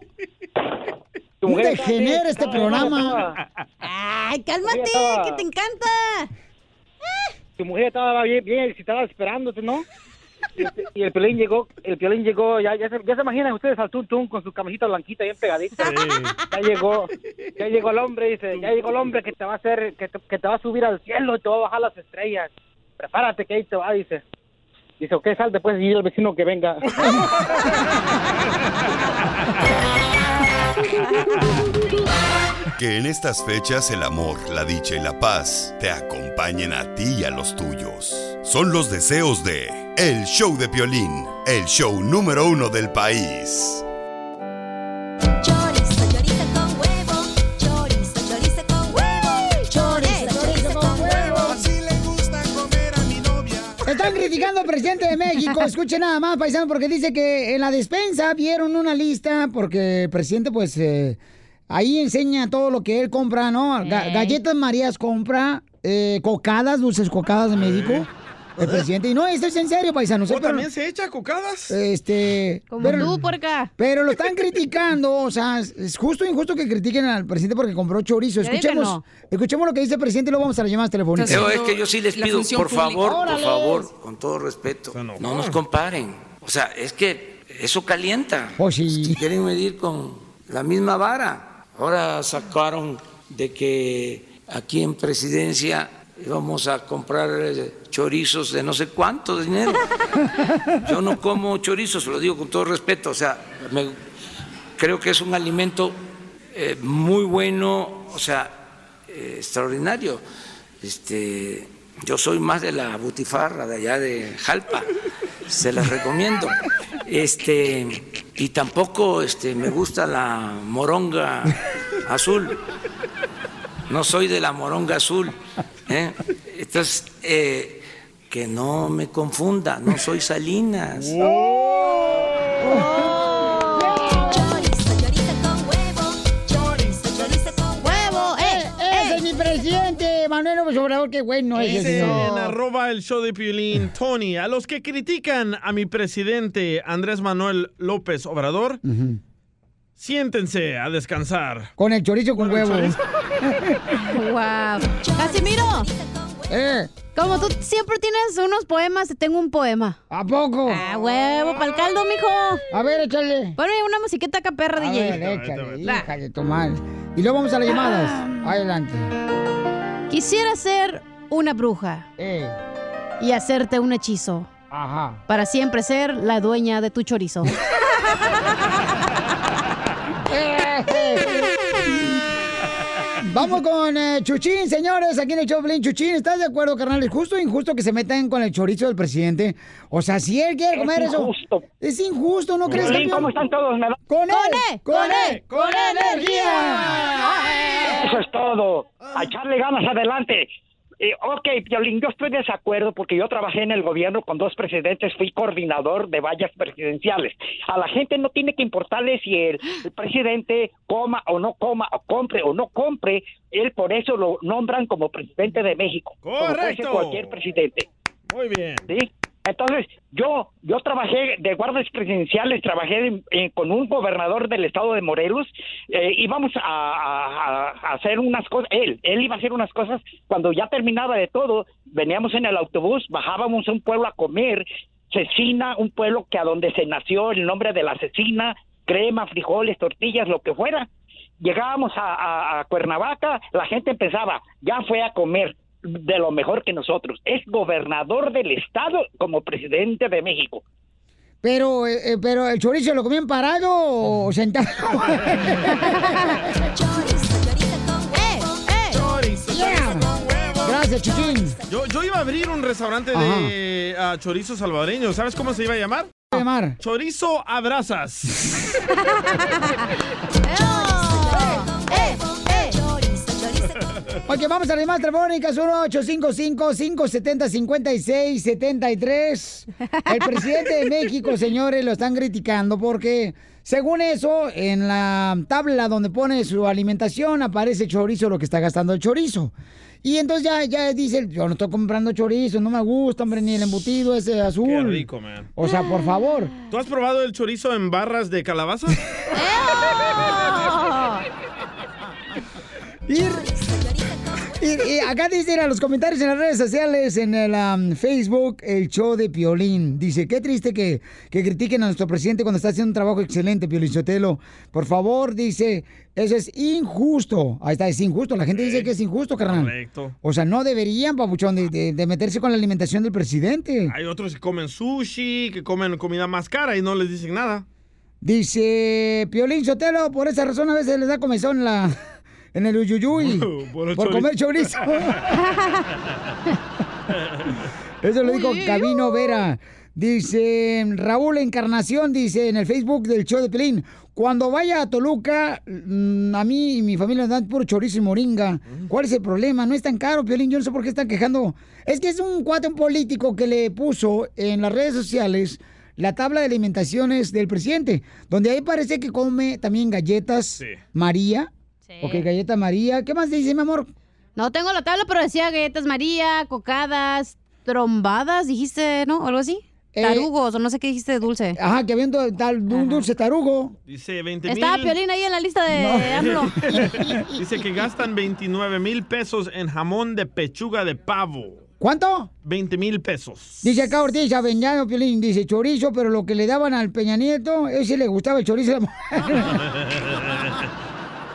Speaker 18: Tu
Speaker 5: Un
Speaker 18: mujer estaba
Speaker 5: degenera
Speaker 18: bien,
Speaker 5: este
Speaker 18: estaba bien,
Speaker 5: programa.
Speaker 18: estaba-
Speaker 7: Ay, cálmate,
Speaker 18: Estaba-
Speaker 7: que te encanta.
Speaker 18: Tu mujer estaba bien, bien excitada esperándote, ¿no? Y el- Y el Piolín llegó, el Piolín llegó, ya, ya, se, ya se imaginan ustedes al Tuntún con su camisita blanquita bien pegadita. Ya llegó, ya llegó el hombre, dice, ya llegó el hombre que te va a hacer, que te, que te va a subir al cielo, te va a bajar las estrellas. Prepárate que ahí te va, dice. Dice, ok, salte pues, y el vecino que venga.
Speaker 2: Que en estas fechas el amor, la dicha y la paz te acompañen a ti y a los tuyos. Son los deseos de El Show de Piolín, el show número uno del país.
Speaker 5: Están criticando al presidente de México. Escuchen nada más, paisano, porque dice que en la despensa vieron una lista, porque el presidente, pues, eh, ahí enseña todo lo que él compra, ¿no? Ga-
Speaker 3: Ey.
Speaker 5: Galletas Marías compra, eh, cocadas, dulces cocadas de México. El presidente, y no, esto es en serio, paisano.
Speaker 6: ¿O también se echa cocadas?
Speaker 5: Este.
Speaker 6: Como tú,
Speaker 5: porca. Pero lo están criticando, o sea, es- es justo o injusto que critiquen al presidente porque compró chorizo.
Speaker 4: Ya digan
Speaker 5: Escuchemos,
Speaker 4: no.
Speaker 5: escuchemos lo que dice el presidente y luego vamos a las llamadas telefónicas.
Speaker 4: Yo, es que yo sí les
Speaker 5: la
Speaker 4: pido,
Speaker 5: función
Speaker 4: por
Speaker 5: pública.
Speaker 4: favor, por
Speaker 5: Órale.
Speaker 4: favor, con todo respeto, no nos comparen. O sea, es que eso calienta.
Speaker 5: Si
Speaker 4: quieren medir con la misma vara. Ahora sacaron de que aquí en presidencia íbamos a comprar eh, chorizos de no sé cuánto dinero. Yo no como chorizos, lo digo con todo respeto. O sea, me- creo que es un alimento eh, muy bueno, o sea, eh, extraordinario. Este, yo soy más de la butifarra de allá de Jalpa, se las recomiendo. Este, y tampoco este, me gusta la moronga azul. No soy de la moronga azul. ¿eh? Entonces, eh, que no me confunda, no soy Salinas.
Speaker 5: ¡Huevo! ¡Eh! ¡Ese es mi presidente! Manuel López Obrador, qué bueno es
Speaker 6: Dice
Speaker 5: ese
Speaker 6: en
Speaker 5: señor.
Speaker 6: arroba el show de Piolín, Tony, a los que critican a mi presidente Andrés Manuel López Obrador, siéntense a descansar.
Speaker 5: Con el chorizo con huevo.
Speaker 7: Guau. ¡Casimiro!
Speaker 5: Eh.
Speaker 7: Como tú siempre tienes unos poemas, te tengo un poema.
Speaker 5: ¿A poco?
Speaker 7: ¡Ah, huevo! ¡Pal caldo, mijo!
Speaker 5: A ver, échale.
Speaker 7: Ponme una musiquita acá, perra,
Speaker 5: A
Speaker 7: DJ.
Speaker 5: ver, échale, hija de tu madre. Y luego vamos a las llamadas. Adelante.
Speaker 7: Ah. Quisiera ser una bruja y hacerte un hechizo.
Speaker 5: Eh, Ajá.
Speaker 7: Para siempre ser la dueña de tu chorizo. Eh,
Speaker 5: Vamos con eh, Chuchín, señores, aquí en el Choplin. Chuchín, ¿estás de acuerdo, carnal? ¿Es justo o injusto que se metan con el chorizo del presidente? O sea, si él quiere
Speaker 25: Es
Speaker 5: comer eso.
Speaker 25: injusto.
Speaker 5: Es injusto, ¿no crees,
Speaker 25: Piolín,
Speaker 5: campeón?
Speaker 25: ¿cómo están todos? ¿Me va-
Speaker 5: ¡Con él!
Speaker 25: ¡Con
Speaker 14: E,
Speaker 25: él!
Speaker 5: ¡Con energía!
Speaker 25: Eso es todo. A echarle ganas adelante. Eh, ok, Piolín, yo estoy de desacuerdo porque yo trabajé en el gobierno con dos presidentes, fui coordinador de vallas presidenciales. A la gente no tiene que importarle si el, el presidente coma o no coma, o compre o no compre, él por eso lo nombran como presidente de México. como puede ser
Speaker 6: Correcto.
Speaker 25: cualquier presidente.
Speaker 6: Muy bien.
Speaker 25: ¿sí? Entonces, yo, yo trabajé de guardias presidenciales, trabajé en- en- con un gobernador del estado de Morelos, eh, íbamos a, a- a- a hacer unas cosas, él, él iba a hacer unas cosas, cuando ya terminaba de todo, veníamos en el autobús, bajábamos a un pueblo a comer, Cecina, un pueblo que a donde se nació el nombre de la Cecina, crema, frijoles, tortillas, lo que fuera, llegábamos a, a- a Cuernavaca, la gente empezaba, ya fue a comer de lo mejor que nosotros. Es gobernador del estado como presidente de México.
Speaker 5: Pero, eh, eh, pero el chorizo lo comían parado o sentado. Gracias, Chichín.
Speaker 6: Yo, yo iba a abrir un restaurante de ah, chorizo salvadoreño. ¿Sabes cómo se iba a llamar?
Speaker 5: a llamar?
Speaker 6: Chorizo Abrazas.
Speaker 7: eh.
Speaker 5: Ok, vamos a las más telefónicas, 1-855-570-5673. El presidente de México, señores, lo están criticando porque, según eso, en la tabla donde pone su alimentación aparece chorizo, lo que está gastando el chorizo. Y entonces ya, ya dice, yo no estoy comprando chorizo, no me gusta, hombre, ni el embutido ese azul.
Speaker 6: Qué rico, man.
Speaker 5: O sea, por favor.
Speaker 6: ¿Tú has probado el chorizo en barras de calabaza?
Speaker 5: Y, Y, y acá dicen a los comentarios en las redes sociales, en el am, Facebook, el show de Piolín. Dice, qué triste que, que critiquen a nuestro presidente cuando está haciendo un trabajo excelente, Piolín Sotelo. Por favor, dice, eso es injusto. Ahí está, es injusto. La gente dice que es injusto, carnal.
Speaker 6: Correcto.
Speaker 5: O sea, no deberían, papuchón, de, de- de meterse con la alimentación del presidente.
Speaker 6: Hay otros que comen sushi, que comen comida más cara y no les dicen nada.
Speaker 5: Dice Piolín Sotelo, por esa razón a veces les da comezón la, en el uyuyuy
Speaker 6: Por
Speaker 5: por,
Speaker 6: el
Speaker 5: comer chorizo.
Speaker 6: chorizo.
Speaker 5: Eso lo dijo Camino Vera. Dice Raúl Encarnación, dice en el Facebook del show de Piolín, cuando vaya a Toluca, mm, a mí y mi familia nos dan puro chorizo y moringa. ¿Cuál es el problema? No es tan caro, Piolín, yo no sé por qué están quejando. Es que es un cuate, un político que le puso en las redes sociales la tabla de alimentaciones del presidente, donde ahí parece que come también galletas María. Ok, galleta María. ¿Qué más dice, mi amor?
Speaker 7: No tengo la tabla, pero decía galletas María, cocadas, trombadas, dijiste, ¿no? O algo así. Tarugos, o no sé qué dijiste de dulce.
Speaker 5: Eh, Ajá, que había un, do- tal- un dulce tarugo.
Speaker 6: Dice 20 mil.
Speaker 7: Estaba Piolín ahí en la lista de AMLO.
Speaker 6: Dice que gastan 29 mil pesos en jamón de pechuga de pavo.
Speaker 5: ¿Cuánto?
Speaker 6: 20 mil pesos.
Speaker 5: Dice acá Ortiz, Aveñano Piolín, dice chorizo, pero lo que le daban al Peña Nieto, ese le gustaba el chorizo. a la mujer.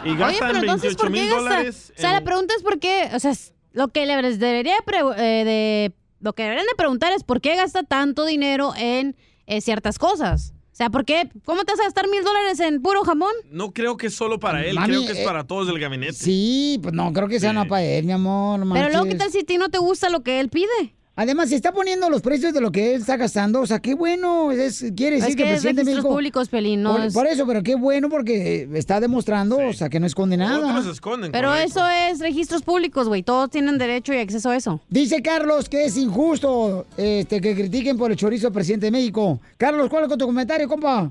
Speaker 6: y
Speaker 7: Oye,
Speaker 6: gastan
Speaker 7: pero entonces,
Speaker 6: 28
Speaker 7: ¿por qué
Speaker 6: mil
Speaker 7: gastan? O
Speaker 6: dólares.
Speaker 14: Eh,
Speaker 7: sea, la pregunta es por qué, o sea, s- lo que le les debería pre- eh, de, lo que deberían de preguntar es por qué gasta tanto dinero en eh, ciertas cosas. O sea, ¿por qué? ¿Cómo te vas a gastar mil dólares en puro jamón?
Speaker 6: No creo que es solo para él,
Speaker 5: Mami,
Speaker 6: creo que es
Speaker 5: eh,
Speaker 6: para todos del gabinete.
Speaker 5: Sí, pues no, creo que sea no para él, mi amor. no
Speaker 7: Pero luego, ¿qué
Speaker 5: marches.
Speaker 7: tal si a ti no te gusta lo que él pide?
Speaker 5: Además, se está poniendo los precios de lo que él está gastando. O sea, qué bueno. Es, quiere
Speaker 7: Es
Speaker 5: decir
Speaker 7: que
Speaker 5: el
Speaker 7: es
Speaker 5: presidente de
Speaker 7: registros
Speaker 5: México-
Speaker 7: públicos, Pelín, no
Speaker 5: por,
Speaker 7: es-
Speaker 5: por eso, pero qué bueno porque eh, está demostrando, o sea, que no esconde nada.
Speaker 6: Otros esconden.
Speaker 7: Pero eso es registros públicos, güey. Todos tienen derecho y acceso a eso.
Speaker 5: Dice Carlos que es injusto este, que critiquen por el chorizo al presidente de México. Carlos, ¿cuál es tu comentario, compa?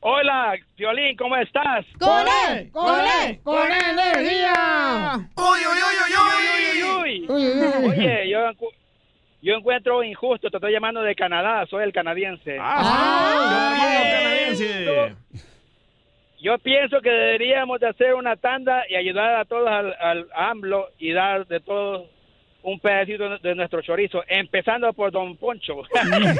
Speaker 3: Hola, Violín, ¿cómo estás?
Speaker 5: ¡Con
Speaker 14: E,
Speaker 3: E,
Speaker 5: él! ¡Con él! ¡Con energía!
Speaker 3: ¡Uy, uy, uy, uy, uy, uy,
Speaker 5: uy!
Speaker 3: Oye, yo, encu- yo encuentro injusto, te estoy llamando de Canadá, soy el canadiense.
Speaker 5: Ah,
Speaker 14: Ah.
Speaker 3: Yo pienso que deberíamos de hacer una tanda y ayudar a todos al, al AMLO y dar de todos un pedacito de nuestro chorizo, empezando por Don Poncho.
Speaker 2: Ríete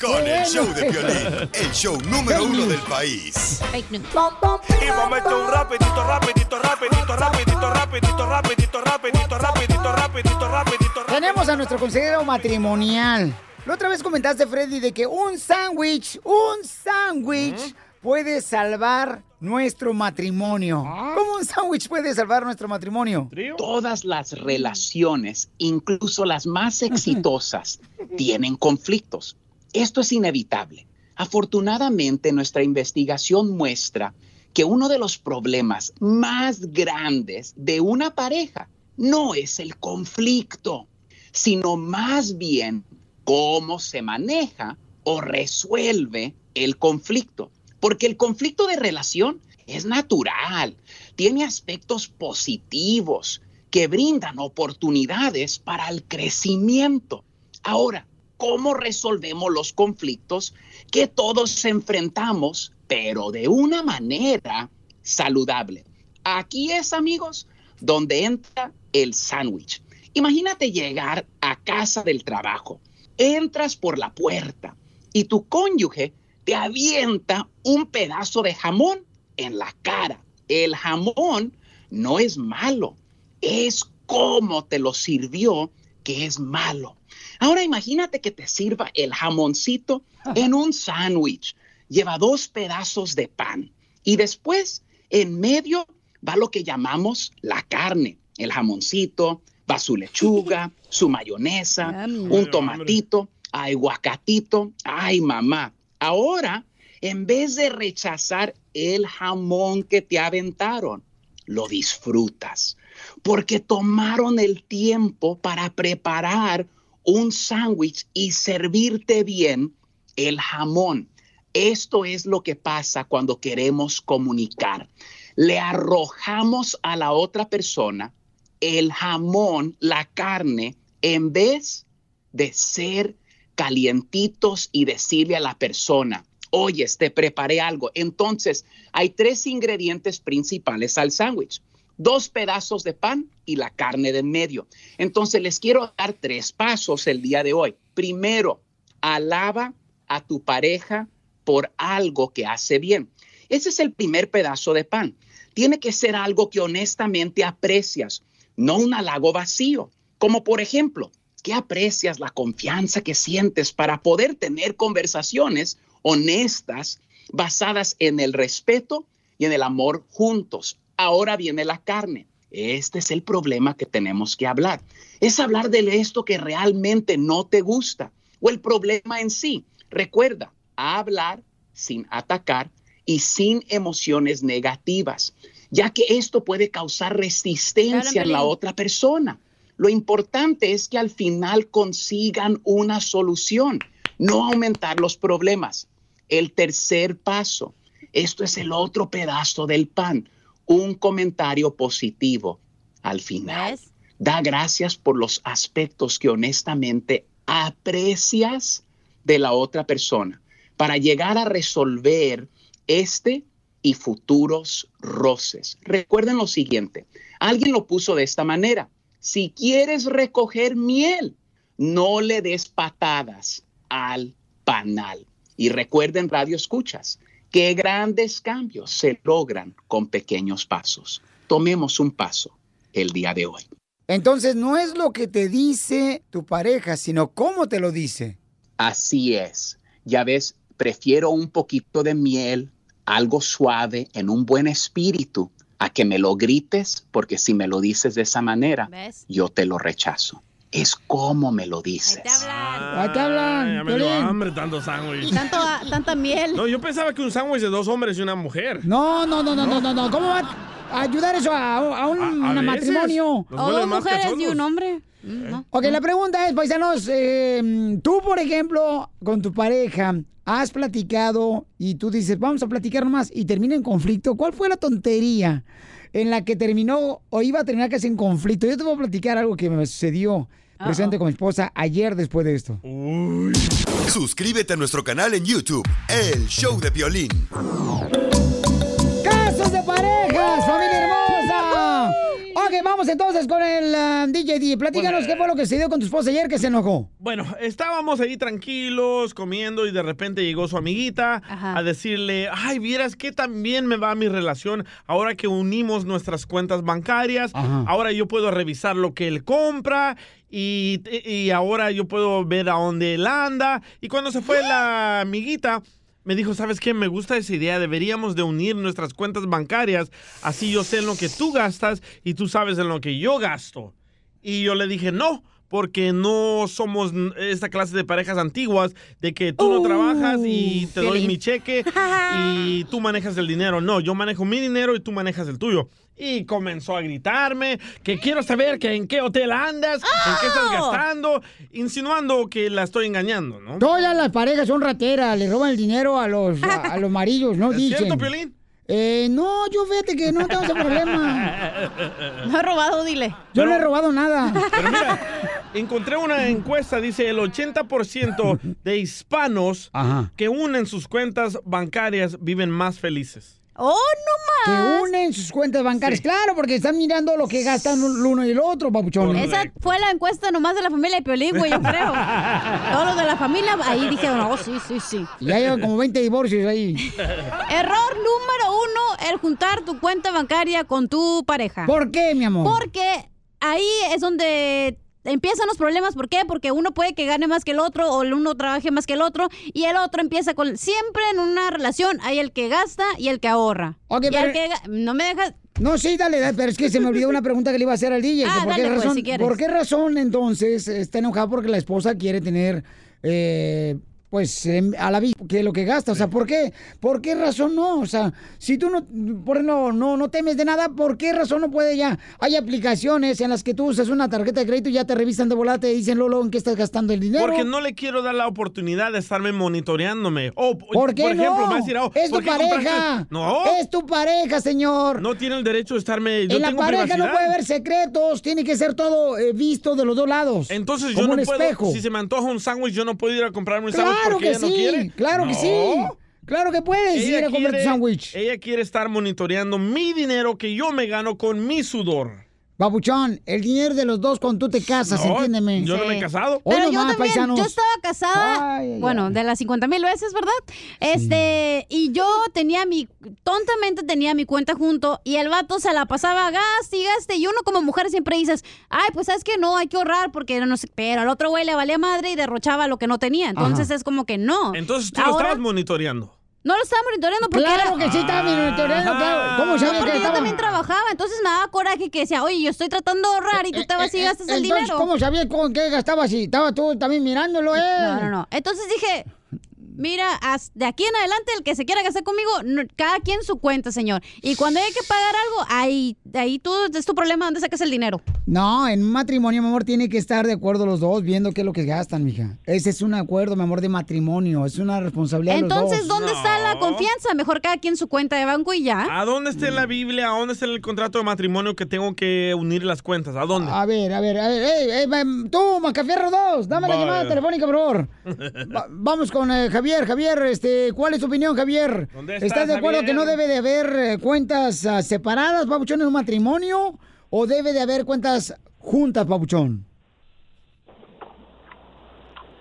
Speaker 2: con el show de Piolín, el show número uno del país.
Speaker 14: Y momento un rapidito, rapidito, rapidito, rapidito, rapidito, rapidito, rapidito, rapidito, rapidito, rapidito.
Speaker 5: Tenemos a nuestro consejero matrimonial. La otra vez comentaste, Freddy, de que un sándwich, un sándwich puede salvar nuestro matrimonio.
Speaker 6: Ah.
Speaker 5: ¿Cómo un sándwich puede salvar nuestro matrimonio?
Speaker 27: Todas las relaciones, incluso las más exitosas, tienen conflictos. Esto es inevitable. Afortunadamente, nuestra investigación muestra que uno de los problemas más grandes de una pareja no es el conflicto, sino más bien cómo se maneja o resuelve el conflicto. Porque el conflicto de relación es natural, tiene aspectos positivos que brindan oportunidades para el crecimiento. Ahora, ¿cómo resolvemos los conflictos que todos enfrentamos, pero de una manera saludable? Aquí es, amigos, donde entra el sándwich. Imagínate llegar a casa del trabajo, entras por la puerta y tu cónyuge te avienta un pedazo de jamón en la cara. El jamón no es malo, es cómo te lo sirvió que es malo. Ahora imagínate que te sirva el jamoncito en un sándwich. Lleva dos pedazos de pan y después en medio va lo que llamamos la carne, el jamoncito, va su lechuga, su mayonesa, un tomatito, aguacatito. Ay, mamá. Ahora, en vez de rechazar el jamón que te aventaron, lo disfrutas, porque tomaron el tiempo para preparar un sándwich y servirte bien el jamón. Esto es lo que pasa cuando queremos comunicar. Le arrojamos a la otra persona el jamón, la carne, en vez de ser calientitos y decirle a la persona, oyes, te preparé algo. Entonces, hay tres ingredientes principales al sándwich. Dos pedazos de pan y la carne de en medio. Entonces, les quiero dar tres pasos el día de hoy. Primero, alaba a tu pareja por algo que hace bien. Ese es el primer pedazo de pan. Tiene que ser algo que honestamente aprecias, no un halago vacío. Como por ejemplo, que aprecias la confianza que sientes para poder tener conversaciones honestas basadas en el respeto y en el amor juntos. Ahora viene la carne. Este es el problema que tenemos que hablar. Es hablar de esto que realmente no te gusta o el problema en sí. Recuerda, hablar sin atacar y sin emociones negativas, ya que esto puede causar resistencia en la otra persona. Lo importante es que al final consigan una solución, no aumentar los problemas. El tercer paso, esto es el otro pedazo del pan, un comentario positivo al final. Da gracias por los aspectos que honestamente aprecias de la otra persona para llegar a resolver este y futuros roces. Recuerden lo siguiente, alguien lo puso de esta manera, si quieres recoger miel, no le des patadas al panal. Y recuerden, radio escuchas, que grandes cambios se logran con pequeños pasos. Tomemos un paso el día de hoy.
Speaker 5: Entonces, no es lo que te dice tu pareja, sino cómo te lo dice.
Speaker 27: Así es. Ya ves, prefiero un poquito de miel, algo suave, en un buen espíritu, a que me lo grites, porque si me lo dices de esa manera,
Speaker 7: ¿Ves?
Speaker 27: yo te lo rechazo. Es como me lo dices.
Speaker 7: Ahí te hablan,
Speaker 6: Ya me dio
Speaker 7: Piolín.
Speaker 6: hambre tanto sándwich.
Speaker 7: Tanto, ah, tanta miel.
Speaker 6: No, yo pensaba que un sándwich de dos hombres y una mujer.
Speaker 5: No, no, no, no, no, no, no. ¿Cómo va a ayudar eso a, a un
Speaker 6: A- a veces
Speaker 5: matrimonio?
Speaker 6: nos O
Speaker 7: Oh,
Speaker 6: vuelve dos más mujeres y cachondos. Eh, un
Speaker 7: hombre. Mm,
Speaker 5: Ok, la pregunta es, paisanos, eh, tú, por ejemplo, con tu pareja, has platicado y tú dices, vamos a platicar nomás y termina en conflicto. ¿Cuál fue la tontería en la que terminó o iba a terminar casi en conflicto? Yo te voy a platicar algo que me sucedió presente con mi esposa ayer después de esto.
Speaker 2: Suscríbete a nuestro canal en YouTube, El Show de Violín.
Speaker 5: ¡Casos de parejas, familia hermosa! Ok, vamos entonces con el ah, DJ. DJ. Platícanos qué fue lo que se dio con tu esposa ayer que se enojó.
Speaker 6: Bueno, estábamos ahí tranquilos, comiendo, y de repente llegó su amiguita a decirle, ay, vieras que también me va mi relación ahora que unimos nuestras cuentas bancarias,
Speaker 9: Ajá.
Speaker 6: ahora yo puedo revisar lo que él compra y, y ahora yo puedo ver a dónde él anda. Y cuando se fue la amiguita... Me dijo, ¿sabes qué? Me gusta esa idea. Deberíamos de unir nuestras cuentas bancarias. Así yo sé en lo que tú gastas y tú sabes en lo que yo gasto. Y yo le dije, no, porque no somos n- esta clase de parejas antiguas de que tú no trabajas
Speaker 5: Uh,
Speaker 6: y te doy
Speaker 9: Piolín.
Speaker 6: mi cheque y tú manejas el dinero. No, yo manejo mi dinero y tú manejas el tuyo. Y comenzó a gritarme que quiero saber que en qué hotel andas, en qué
Speaker 5: ¡Oh!
Speaker 6: estás gastando, insinuando que la estoy engañando, ¿no?
Speaker 5: Todas las parejas son rateras, le roban el dinero a los, a, a los maridos, ¿no?
Speaker 6: ¿Es
Speaker 5: dicen.
Speaker 6: cierto, Piolín?
Speaker 5: Eh, no, yo fíjate que no tengo ese problema.
Speaker 7: No he robado, dile.
Speaker 5: Yo no he robado nada.
Speaker 6: Encontré una encuesta, dice el 80% de hispanos que unen sus cuentas bancarias viven más felices.
Speaker 5: ¡Oh, no más! Que unen sus cuentas bancarias. Claro, porque están mirando lo que gastan el uno y el otro,
Speaker 6: pues,
Speaker 5: papuchón.
Speaker 7: Esa fue la encuesta nomás de la familia de Piolín, güey, yo creo. Todos los de la familia, ahí dijeron, oh, sí, sí, sí.
Speaker 5: Y ya llevan como 20 divorcios ahí.
Speaker 7: Error número uno, el juntar tu cuenta bancaria con tu pareja.
Speaker 5: ¿Por qué, mi amor?
Speaker 7: Porque ahí es donde empiezan los problemas. ¿Por qué? Porque uno puede que gane más que el otro o el uno trabaje más que el otro y el otro empieza con... Siempre en una relación hay el que gasta y el que ahorra.
Speaker 5: Ok,
Speaker 7: Y el
Speaker 5: pero-
Speaker 7: que ga- No me dejas...
Speaker 5: No, sí, dale, dale, pero es que se me olvidó una pregunta que le iba a hacer al DJ. que
Speaker 7: Ah,
Speaker 5: ¿por, qué
Speaker 7: dale, pues,
Speaker 5: razón,
Speaker 7: si quieres.
Speaker 5: ¿Por qué razón entonces está enojado porque la esposa quiere tener, eh, pues, em, a la vista que lo que gasta? O sea, ¿por qué? ¿Por qué razón no? O sea, si tú no, por ejemplo, no, no temes de nada, ¿por qué razón no puede ya? Hay aplicaciones en las que tú usas una tarjeta de crédito y ya te revisan de volada, te dicen, Lolo, ¿en qué estás gastando el dinero?
Speaker 6: Porque no le quiero dar la oportunidad de estarme monitoreándome. O,
Speaker 5: ¿Por qué no?
Speaker 6: ejemplo, va a decir, oh,
Speaker 5: es tu
Speaker 6: ¿por qué compraste?
Speaker 5: pareja.
Speaker 6: No,
Speaker 5: Es tu pareja, señor.
Speaker 6: no tiene el derecho de estarme. Yo
Speaker 5: en la
Speaker 6: tengo
Speaker 5: pareja no
Speaker 6: privacidad.
Speaker 5: puede haber secretos, tiene que ser todo eh, visto de los dos lados.
Speaker 6: Entonces yo
Speaker 5: como
Speaker 6: no
Speaker 5: un
Speaker 6: puedo.
Speaker 5: espejo.
Speaker 6: Si se me antoja un sándwich, yo no puedo ir a comprarme un sándwich
Speaker 5: claro
Speaker 6: porque
Speaker 5: que
Speaker 6: ella
Speaker 5: sí,
Speaker 6: no quiere.
Speaker 5: claro que sí.
Speaker 6: No.
Speaker 5: Claro que puedes ir a comer tu sándwich.
Speaker 6: ella quiere estar monitoreando mi dinero que yo me gano con mi sudor.
Speaker 5: Babuchón, el dinero de los dos cuando tú te casas,
Speaker 6: No,
Speaker 5: entiéndeme.
Speaker 6: yo no me he casado.
Speaker 5: Hoy
Speaker 7: Pero yo
Speaker 5: nomás,
Speaker 7: también,
Speaker 5: paisanos.
Speaker 7: yo estaba casada, bueno, de las 50 mil veces, ¿verdad? Este, y yo tenía mi, tontamente tenía mi cuenta junto y el vato se la pasaba gaste y gaste. Y uno como mujer siempre dices, ay, pues sabes que no, hay que ahorrar porque no sé, pero al otro güey le valía madre y derrochaba lo que no tenía. Entonces
Speaker 6: Ajá.
Speaker 7: es como que no.
Speaker 6: Entonces tú lo
Speaker 7: Ahora,
Speaker 6: estabas monitoreando.
Speaker 7: No lo estaba monitoreando porque
Speaker 5: Claro
Speaker 7: era-
Speaker 5: que sí estaba monitoreando, claro. ¿Cómo
Speaker 7: No,
Speaker 5: sabes
Speaker 7: porque
Speaker 5: que
Speaker 7: yo
Speaker 5: estaba?
Speaker 7: también trabajaba, entonces me daba coraje que decía, oye, yo estoy tratando de ahorrar y tú te vas y gastas el
Speaker 5: Eh, Entonces,
Speaker 7: dinero.
Speaker 5: ¿cómo sabías con qué gastabas si estabas tú también mirándolo, eh?
Speaker 7: No, no, no. Entonces dije, mira, as- de aquí en adelante el que se quiera casar conmigo, no- cada quien su cuenta, señor. Y cuando hay que pagar algo, ahí, ahí tú es tu problema dónde sacas el dinero.
Speaker 5: No, en un matrimonio, mi amor, tiene que estar de acuerdo los dos viendo qué es lo que gastan, mija. Ese es un acuerdo, mi amor, de matrimonio. Es una responsabilidad
Speaker 7: Entonces,
Speaker 5: de los dos.
Speaker 7: ¿dónde está la confianza? Mejor cada quien su cuenta de banco y ya.
Speaker 6: ¿A dónde está en
Speaker 5: Mm.
Speaker 6: la Biblia? ¿A dónde está en el contrato de matrimonio que tengo que unir las cuentas? ¿A dónde?
Speaker 5: A ver, a ver, a ver. ey, ey, va- tú, Mascafierro 2, dame la
Speaker 6: Vaya.
Speaker 5: llamada telefónica, por favor. Va- vamos con eh, Javier. Javier, este, ¿cuál es tu opinión, Javier?
Speaker 6: ¿Dónde
Speaker 5: ¿Estás,
Speaker 6: estás,
Speaker 5: de acuerdo
Speaker 6: Javier?
Speaker 5: que no debe de haber eh, cuentas ah, separadas, Papuchón, en un matrimonio? ¿O debe de haber cuentas juntas, Papuchón?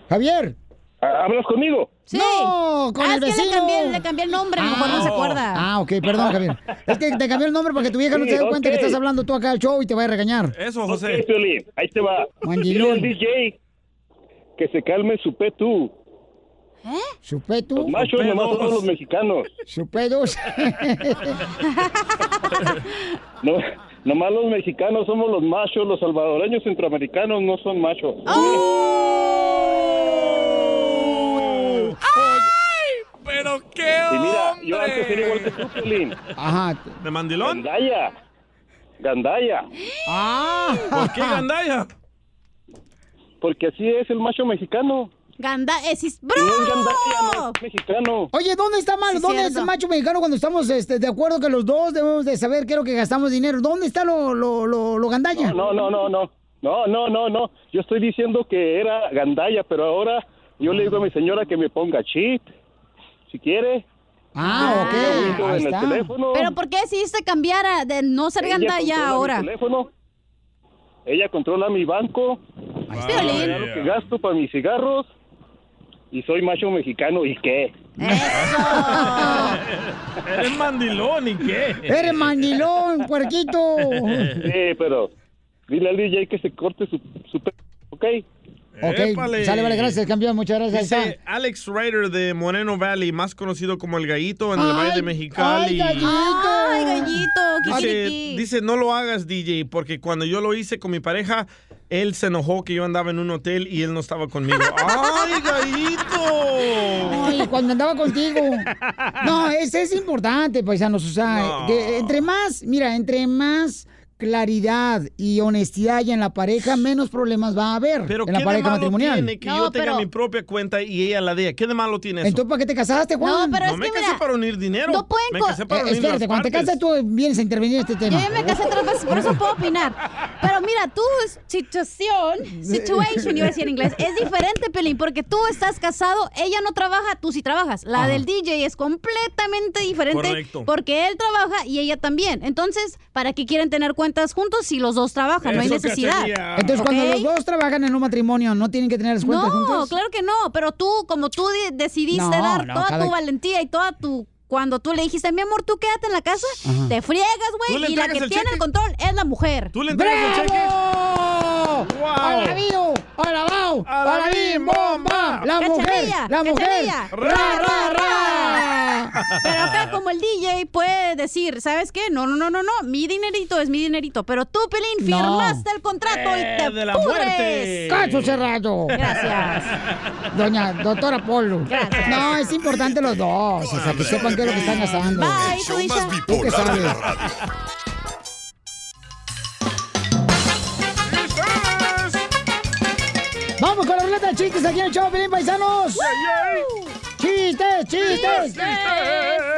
Speaker 5: Javier.
Speaker 9: Ah, ¿Hablas conmigo?
Speaker 7: Sí.
Speaker 5: No, con
Speaker 7: Ah,
Speaker 5: el
Speaker 7: es que
Speaker 5: vecino.
Speaker 7: le cambié, le cambié el nombre, a lo mejor no se acuerda.
Speaker 5: Ah, ok, perdón, Javier. Es que te cambié el nombre porque tu vieja no
Speaker 9: Sí,
Speaker 5: te da cuenta
Speaker 9: ok.
Speaker 5: que estás hablando tú acá al show y te va a regañar.
Speaker 6: Eso,
Speaker 9: José. ahí te va. Dile al DJ que se calme su petú.
Speaker 5: Chupé tú.
Speaker 9: Los machos nomás son los mexicanos.
Speaker 5: Chupé dos.
Speaker 9: No, nomás los mexicanos somos los machos. Los salvadoreños centroamericanos no son machos.
Speaker 6: ¡Ay! ¡Pero qué
Speaker 9: Y mira,
Speaker 6: hombre!
Speaker 9: yo antes era igual que tú, Piolín.
Speaker 5: Ajá.
Speaker 6: ¿De mandilón?
Speaker 9: Gandaya. Gandaya.
Speaker 5: Ah.
Speaker 6: ¿Por qué Gandaya?
Speaker 9: Porque así es el macho mexicano.
Speaker 7: Ganda, es is-
Speaker 9: Y
Speaker 7: ¡Bro!
Speaker 9: no es Gandaya, no es mexicano.
Speaker 5: Oye, ¿dónde está mal?
Speaker 9: Sí,
Speaker 5: ¿Dónde
Speaker 9: cierto.
Speaker 5: está el macho mexicano cuando estamos este, de acuerdo que los dos debemos de saber qué es lo que gastamos dinero? ¿Dónde está lo, lo, lo, lo gandalla?
Speaker 9: No, no, no, no. No, no, no, no. Yo estoy diciendo que era gandalla, pero ahora yo le digo a mi señora que me ponga chip, si quiere.
Speaker 5: Ah,
Speaker 9: ok. en el teléfono.
Speaker 7: Pero ¿por qué decidiste cambiar a- de no ser
Speaker 9: Ella
Speaker 7: ganda ya
Speaker 9: controla mi
Speaker 7: ahora?
Speaker 9: teléfono. Ella controla mi banco.
Speaker 7: Piolín.
Speaker 9: Me da lo que gasto para mis cigarros. Y soy macho mexicano, ¿y qué?
Speaker 6: Eres mandilón y qué.
Speaker 5: Eres mandilón, puerquito.
Speaker 9: Sí, pero dile al DJ que se corte su, su pe- ¿ok?
Speaker 5: Ok, sale, vale, gracias, campeón, muchas gracias. ahí
Speaker 6: Dice Alex Ryder de Moreno Valley, más conocido como El Gallito en el
Speaker 5: Ay,
Speaker 6: Valle de
Speaker 5: ay,
Speaker 6: Mexicali.
Speaker 5: gallito. Ay,
Speaker 7: gallito,
Speaker 6: Dice, dice, no lo hagas, DJ, porque cuando yo lo hice con mi pareja, él se enojó que yo andaba en un hotel y él no estaba conmigo. Ah, ¡Ay, gallito!
Speaker 5: Ay, cuando andaba contigo. No, ese es importante, paisanos. O sea,
Speaker 6: No.
Speaker 5: que entre más, mira, entre más claridad y honestidad haya en la pareja, menos problemas va a haber
Speaker 6: Pero
Speaker 5: en
Speaker 6: ¿qué
Speaker 5: la
Speaker 6: de
Speaker 5: pareja
Speaker 6: malo
Speaker 5: matrimonial.
Speaker 6: tiene que yo tenga mi propia cuenta y ella la de ella? ¿Qué de malo tiene eso?
Speaker 5: Entonces, ¿para qué te casaste, Juan?
Speaker 7: No, pero
Speaker 6: no me casé para unir dinero.
Speaker 7: no pueden
Speaker 6: Me
Speaker 7: co-
Speaker 6: casé para
Speaker 5: Eh,
Speaker 6: unir
Speaker 5: espérate,
Speaker 6: las
Speaker 5: cuando te
Speaker 6: partes.
Speaker 5: casas tú vienes a intervenir en este tema.
Speaker 7: Yo ya me casé tres veces, por eso puedo opinar. Pero mira, tu situación, situation, iba a decir en inglés, es diferente, Pelín, porque tú estás casado, ella no trabaja, tú sí trabajas. La
Speaker 21: Ajá.
Speaker 7: del DJ es completamente diferente
Speaker 21: Correcto.
Speaker 7: porque él trabaja y ella también. Entonces, ¿para qué quieren tener cuentas juntos si los dos trabajan? no hay necesidad.
Speaker 5: Entonces, cuando
Speaker 7: ¿Ok?
Speaker 5: los dos trabajan en un matrimonio, ¿no tienen que tener las cuentas
Speaker 7: no,
Speaker 5: juntas?
Speaker 7: claro que no, pero tú, como tú de- decidiste
Speaker 5: No,
Speaker 7: dar
Speaker 5: no,
Speaker 7: toda
Speaker 5: cada-
Speaker 7: tu valentía y toda tu... Cuando tú le dijiste, mi amor, tú quédate en la casa,
Speaker 5: Ajá.
Speaker 7: te friegas,
Speaker 5: ¿Tú le
Speaker 7: güey, y la
Speaker 5: entregas
Speaker 7: que
Speaker 5: el
Speaker 7: tiene el control es la mujer.
Speaker 6: ¿Tú le
Speaker 5: entregas el cheque?
Speaker 7: ¡Wow!
Speaker 5: ¡Alabío! ¡Alabao!
Speaker 7: ¡A la
Speaker 5: ¡Alabim! ¡Bomba! ¡La mujer!
Speaker 7: ¡Cachanilla!
Speaker 5: ¡La mujer!
Speaker 7: ¡Cachanilla!
Speaker 5: ¡Ra, ra, ra!
Speaker 7: Pero acá como el DJ puede decir, ¿sabes qué? No, no, no, no, no, mi dinerito es mi dinerito, pero tú, Pelín,
Speaker 5: No.
Speaker 7: firmaste el contrato y te
Speaker 5: Eh, de
Speaker 6: la
Speaker 7: pudres.
Speaker 6: muerte.
Speaker 5: ¡Cacho cerrado!
Speaker 7: Gracias.
Speaker 5: Doña, doctora Polo. No, es importante los dos. O sea, que sepan qué es lo que están gastando.
Speaker 2: El show
Speaker 5: ¿Tú
Speaker 2: más
Speaker 5: qué
Speaker 2: bipolar de la
Speaker 5: sabes?
Speaker 2: radio.
Speaker 5: Vamos con la ruleta de chistes aquí en el show, Pelín Paisanos. ¡Chistes, chistes!
Speaker 7: ¡Chistes!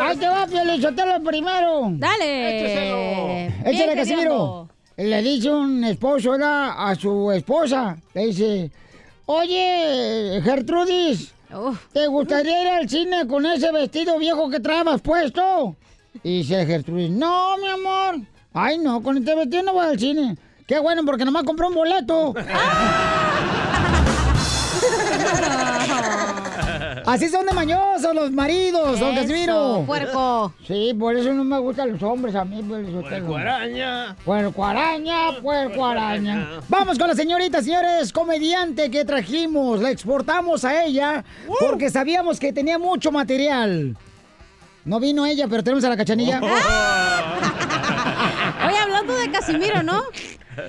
Speaker 5: Ahí te va, Piolín Sotelo, el primero.
Speaker 7: Dale. Écheselo.
Speaker 5: Échale,
Speaker 7: Bien,
Speaker 5: Casimiro.
Speaker 7: Casimiro.
Speaker 5: Le dice un esposo ¿verdad? a su esposa, le dice, oye, Gertrudis, ¿Te gustaría ir al cine con ese vestido viejo que traebas puesto? Y dice Gertrudis, no, mi amor. Ay, no, con este vestido no voy al cine. Qué bueno, porque nomás compró un boleto.
Speaker 7: Ah.
Speaker 5: Así son de mañosos los maridos, don
Speaker 7: Eso,
Speaker 5: Casimiro.
Speaker 7: puerco.
Speaker 5: Sí, por eso no me gustan los hombres a mí. Puerco
Speaker 6: araña.
Speaker 5: Puerco araña, puerco araña. Vamos con la señorita, señores, comediante que trajimos. La exportamos a ella porque sabíamos que tenía mucho material. No vino ella, pero tenemos a la cachanilla.
Speaker 7: Oye, hablando de Casimiro, ¿no?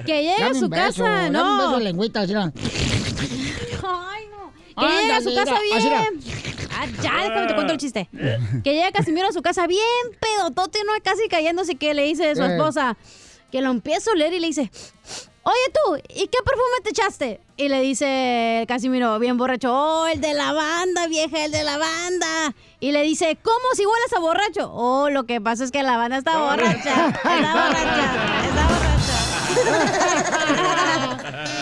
Speaker 7: Que llega a
Speaker 5: Dame
Speaker 7: su
Speaker 5: un beso,
Speaker 7: casa,
Speaker 5: dame un beso
Speaker 7: ¿no?
Speaker 5: de lengüita, así era.
Speaker 7: Ay, no. Que llega a su
Speaker 5: Ándale,
Speaker 7: casa
Speaker 5: mira, así era.
Speaker 7: bien. Ah, ya, déjame te cuento el chiste. Que llega Casimiro a su casa bien pedotote, ¿no? Casi cayéndose, que le dice de su
Speaker 21: Eh.
Speaker 7: esposa. Que lo empieza a oler y le dice, oye tú, ¿y qué perfume te echaste? Y le dice el Casimiro, bien borracho, oh, el de lavanda, vieja, el de lavanda. Y le dice, ¿cómo si hueles a borracho? Oh, lo que pasa es que la lavanda está borracha.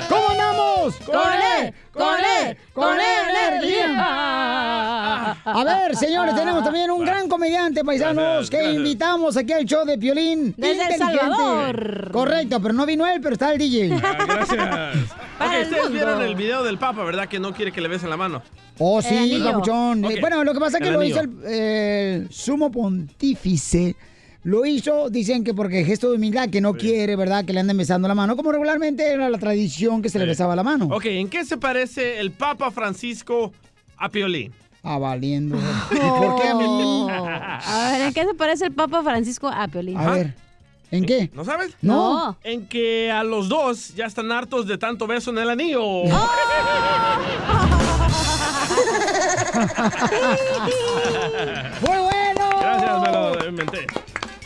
Speaker 5: ¿Cómo andamos?
Speaker 7: Con E, con E, con E, energía.
Speaker 5: A ver,
Speaker 14: Ah.
Speaker 5: señores, tenemos también un gran comediante, paisanos,
Speaker 21: Gracias,
Speaker 5: que
Speaker 21: gracias.
Speaker 5: invitamos aquí al show de Piolín.
Speaker 7: Desde El
Speaker 5: Inteligente.
Speaker 7: Salvador.
Speaker 5: Correcto, pero no vino él, pero está el DJ.
Speaker 6: Ah, Gracias.
Speaker 7: Para
Speaker 6: Ok,
Speaker 7: el
Speaker 6: ustedes
Speaker 7: mundo.
Speaker 6: vieron el video del Papa, ¿verdad? Que no quiere que le besen la mano.
Speaker 5: Oh, sí,
Speaker 6: anillo.
Speaker 5: papuchón. Eh,
Speaker 6: Ok.
Speaker 5: Bueno, lo que pasa es que
Speaker 6: El
Speaker 5: lo
Speaker 6: anillo.
Speaker 5: hizo el, el sumo pontífice. Lo hizo, dicen que porque gesto de humildad, que no quiere, ¿verdad? Que le anden besando la mano, como regularmente era la tradición que se le
Speaker 6: Sí.
Speaker 5: besaba la mano.
Speaker 6: Ok, ¿en qué se parece el Papa Francisco a Piolín?
Speaker 5: Ah, valiendo. ¿Y por qué a mí?
Speaker 7: A ver, ¿en qué se parece el Papa Francisco a Piolín?
Speaker 5: A ver, ¿en qué?
Speaker 6: ¿No sabes?
Speaker 5: No.
Speaker 6: En que a los dos ya están hartos de tanto beso en el anillo.
Speaker 5: ¡Muy bueno!
Speaker 6: Gracias, me lo inventé.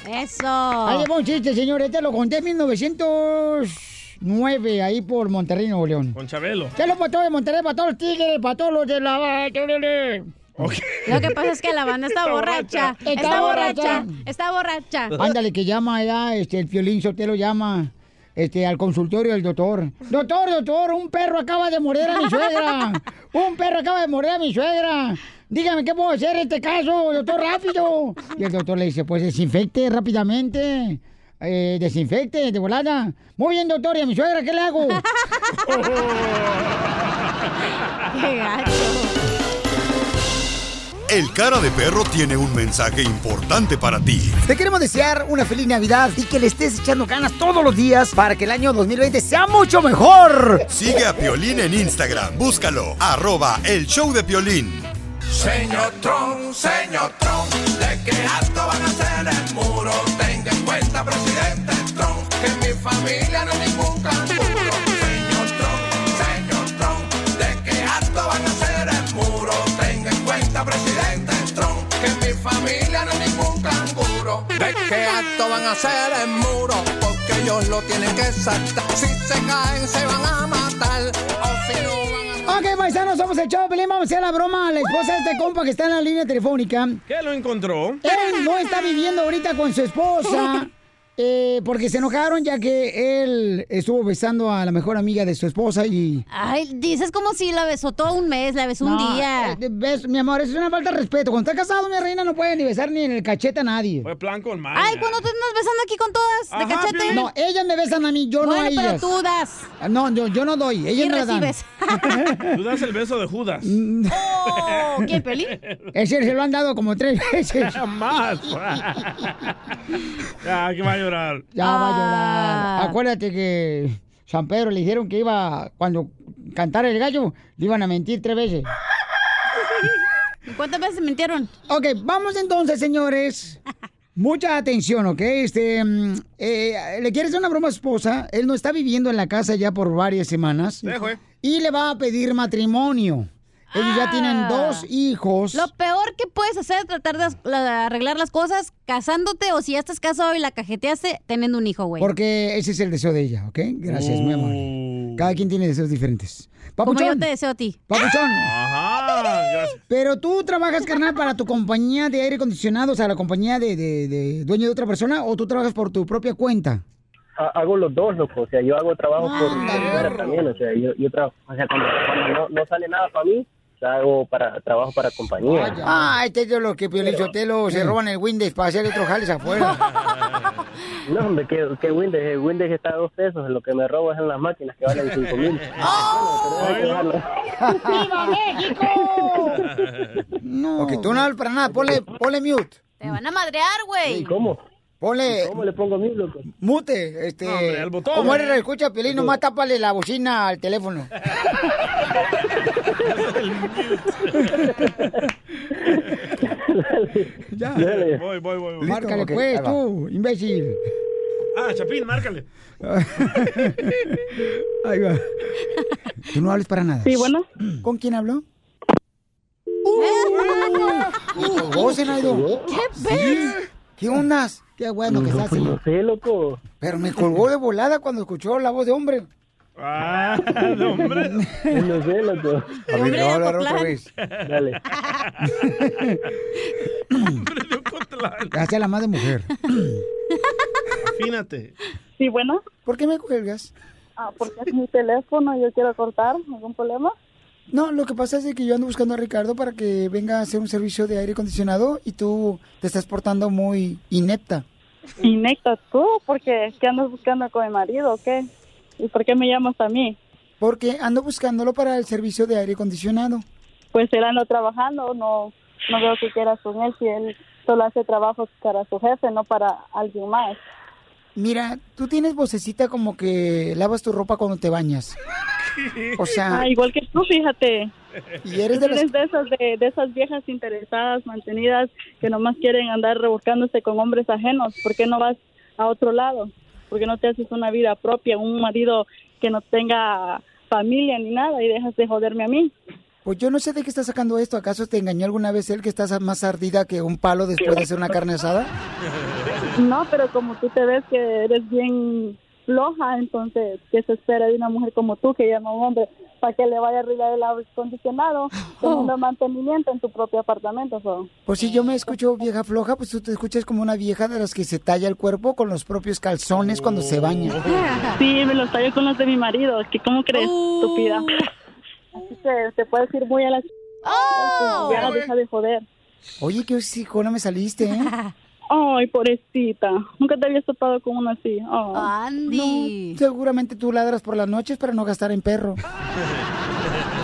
Speaker 7: Eso.
Speaker 5: Ahí lleva un chiste, señor. Este lo conté en 1909, ahí por Monterrey, Nuevo León.
Speaker 6: Con Chabelo.
Speaker 5: Ya lo pató de Monterrey, para todos los tigres, para todos los de la...
Speaker 7: Lo que pasa es que la banda está borracha.
Speaker 5: Está
Speaker 7: Está borracha.
Speaker 5: borracha.
Speaker 7: Está borracha.
Speaker 5: Ándale, que llama allá, este, el Piolín Sotelo llama este, al consultorio del doctor. Doctor, doctor, un perro acaba de morder a mi suegra. Un perro acaba de morder a mi suegra. Dígame, ¿qué puedo hacer en este caso, doctor, rápido? Y el doctor le dice, pues desinfecte rápidamente. Eh, desinfecte, de volada. Muy bien, doctor, ¿y a mi suegra qué le hago?
Speaker 7: Qué gacho.
Speaker 2: El cara de perro tiene un mensaje importante para ti.
Speaker 5: Te queremos desear una feliz Navidad y que le estés echando ganas todos los días para que el año 2020 sea mucho mejor.
Speaker 2: Sigue a Piolín en Instagram, búscalo, arroba el show de Piolín.
Speaker 14: Señor Trump, señor Trump, de qué alto van a hacer el muro. Tenga en cuenta, presidente Trump, que en mi familia no hay ningún canguro. Señor Trump, señor Trump, de qué alto van a hacer el muro. Tenga en cuenta, presidente Trump, que en mi familia no hay ningún canguro. De qué alto van a hacer el muro, porque ellos lo tienen que saltar. Si se caen, se van a matar, o si no van a
Speaker 5: Ok, paisanos, somos el show, Pelín. Vamos a hacer la broma a la esposa de este compa que está en la línea telefónica.
Speaker 6: ¿Qué lo encontró?
Speaker 5: Él no está viviendo ahorita con su esposa eh, porque se enojaron ya que él estuvo besando a la mejor amiga de su esposa y...
Speaker 7: Ay, dices como si la besó todo un mes, la besó
Speaker 5: No,
Speaker 7: un día.
Speaker 5: eh, ves, mi amor, eso es una falta de respeto. Cuando está casado, mi reina, no puede ni besar ni en el cachete a nadie.
Speaker 6: Fue plan con maña.
Speaker 7: Ay, cuando tú andas besando aquí con todas, de cachete.
Speaker 5: No, ellas me besan a mí, yo no
Speaker 7: Bueno,
Speaker 5: a
Speaker 7: pero
Speaker 5: ellas.
Speaker 7: tú das.
Speaker 5: No, yo, yo no doy, ellas
Speaker 7: Y
Speaker 5: me la dan.
Speaker 7: recibes.
Speaker 6: Tú das el beso de Judas.
Speaker 5: Mm.
Speaker 7: Oh, ¿quién, Pelín?
Speaker 5: Ese se lo han dado como tres veces.
Speaker 6: Jamás. Ah, ya, que va a llorar.
Speaker 5: Ya va a
Speaker 7: Ah.
Speaker 5: llorar. Acuérdate que San Pedro le dijeron que iba, cuando cantara el gallo, le iban a mentir tres veces.
Speaker 7: ¿Cuántas veces mintieron?
Speaker 5: Ok, vamos entonces, señores. Mucha atención, ¿ok? Este, mm, eh, le quieres hacer una broma a su esposa. Él no está viviendo en la casa ya por varias semanas.
Speaker 6: güey.
Speaker 5: Y le va a pedir matrimonio. Ellos ya tienen dos hijos.
Speaker 7: Ah. Lo peor que puedes hacer es tratar de as- la- arreglar las cosas casándote o si ya estás casado y la cajeteaste teniendo un hijo, güey.
Speaker 5: Porque ese es el deseo de ella, ¿ok? Gracias, muy amable. Cada quien tiene deseos diferentes.
Speaker 7: Oh. Como yo
Speaker 5: Papuchón,
Speaker 7: te deseo a ti.
Speaker 5: papuchón.
Speaker 6: Ajá, gracias.
Speaker 5: Pero tú trabajas, carnal, para tu compañía de aire acondicionado, o sea, la compañía de, de- de dueño de otra persona, o tú trabajas por tu propia cuenta.
Speaker 28: ha- hago los dos, loco. O sea,
Speaker 8: Ah,
Speaker 28: yo hago trabajo por mi cuenta también. O sea, yo, yo trabajo. O sea, cuando, cuando no, no sale nada para mí, o sea, hago para trabajo para compañía.
Speaker 5: Ay, te digo lo que Piolín Sotelo se roban el Windex para hacer otros jales afuera.
Speaker 28: No, hombre, que, que Windex, el Windex está a dos pesos, lo que me robo es en las máquinas que valen cinco mil.
Speaker 5: ¡Viva México! No. Ok, tú no hablas para nada, ponle, ponle mute.
Speaker 7: Te van a madrear, güey.
Speaker 28: cómo?
Speaker 5: Ponle.
Speaker 28: ¿Cómo le pongo mute, loco?
Speaker 5: Mute, este.
Speaker 28: No, hombre, al botón.
Speaker 5: Como eres, escucha, Piolín, nomás tápale la bocina al teléfono.
Speaker 6: Ya.
Speaker 5: Dale.
Speaker 6: Voy, voy, voy. voy.
Speaker 5: Márcale,
Speaker 6: Ok,
Speaker 5: pues,
Speaker 6: ahí va.
Speaker 5: tú, imbécil.
Speaker 6: Ah, Chapín, márcale.
Speaker 5: Ahí va. Tú no hables para nada.
Speaker 6: Sí, bueno.
Speaker 5: ¿Con quién habló?
Speaker 14: ¡Oh,
Speaker 5: ¿Vos, Zenaido?
Speaker 14: ¿Qué
Speaker 5: Sí. ¿Qué ondas? Qué bueno que estás. No
Speaker 28: pues sé, loco.
Speaker 5: Pero me colgó de volada cuando escuchó la voz de hombre.
Speaker 6: Ah, de hombre.
Speaker 28: No sé, loco.
Speaker 5: A ver, Hombre, voy a hablar otra Ocotlán. vez.
Speaker 28: Dale.
Speaker 5: Gracias a la madre mujer.
Speaker 6: Afínate.
Speaker 21: Sí, bueno.
Speaker 5: ¿Por qué me cuelgas?
Speaker 21: Ah, porque es mi teléfono, yo quiero cortar, ¿algún problema?
Speaker 5: No, lo que pasa es de que yo ando buscando a Ricardo para que venga a hacer un servicio de aire acondicionado y tú te estás portando muy inepta.
Speaker 21: ¿Inepta tú? Porque ¿qué andas buscando con mi marido o qué? ¿Y por qué me llamas a mí?
Speaker 5: Porque ando buscándolo para el servicio de aire acondicionado.
Speaker 21: Pues él anda trabajando, no, no veo que quieras con él, si él solo hace trabajos para su jefe, no para alguien más.
Speaker 5: Mira, tú tienes vocecita como que lavas tu ropa cuando te bañas. O sea-
Speaker 21: Ah, igual que tú, fíjate.
Speaker 5: Y eres de las-
Speaker 21: de esas de, de esas viejas interesadas, mantenidas, que nomás quieren andar revolcándose con hombres ajenos. ¿Por qué no vas a otro lado? ¿Por qué no te haces una vida propia, un marido que no tenga familia ni nada y dejas de joderme a mí?
Speaker 5: Pues yo no sé de qué estás sacando esto. ¿Acaso te engañó alguna vez él que estás más ardida que un palo después de hacer una carne asada?
Speaker 21: No, pero como tú te ves que eres bien floja, entonces, ¿qué se espera de una mujer como tú que llama a un hombre para que le vaya a arreglar el aire acondicionado, teniendo mantenimiento en tu propio apartamento? so?
Speaker 5: Pues si yo me escucho vieja floja, pues tú te escuchas como una vieja de las que se talla el cuerpo con los propios calzones cuando se baña.
Speaker 21: Oh. Sí, me los tallo con los de mi marido. ¿Qué, ¿Cómo crees, estúpida? Así que te puedes ir muy a la... ¡Oh! Ya, deja de joder.
Speaker 5: Oye, qué hocicona me saliste, ¿eh?
Speaker 21: Ay, pobrecita. Nunca te habías topado con una así. Oh.
Speaker 5: No, seguramente tú ladras por las noches para no gastar en perro.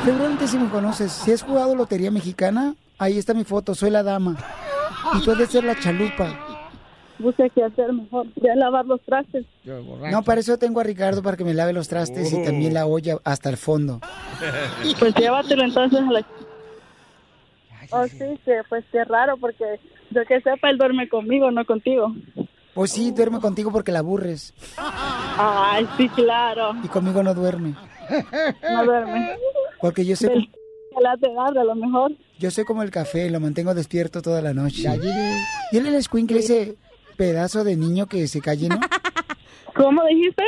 Speaker 5: Seguramente si me conoces, si has jugado Lotería Mexicana, ahí está mi foto, soy la dama. Y tú has de ser la chalupa.
Speaker 21: Busca qué hacer mejor. Ya lavar los trastes.
Speaker 5: No, para eso tengo a Ricardo para que me lave los trastes y también la olla hasta el fondo.
Speaker 21: Pues llévatelo entonces a la... Oh, sí, que, pues qué raro, porque yo que sepa, él duerme conmigo, no contigo.
Speaker 5: Pues sí, duerme contigo porque la aburres.
Speaker 21: Ay, sí, claro.
Speaker 5: Y conmigo no duerme. Eh,
Speaker 21: No duerme.
Speaker 5: Porque yo soy,
Speaker 21: La te da, a lo mejor.
Speaker 5: yo soy como el café, lo mantengo despierto toda la noche. Y él es que ese pedazo de niño que se calle, ¿no?
Speaker 21: ¿Cómo dijiste?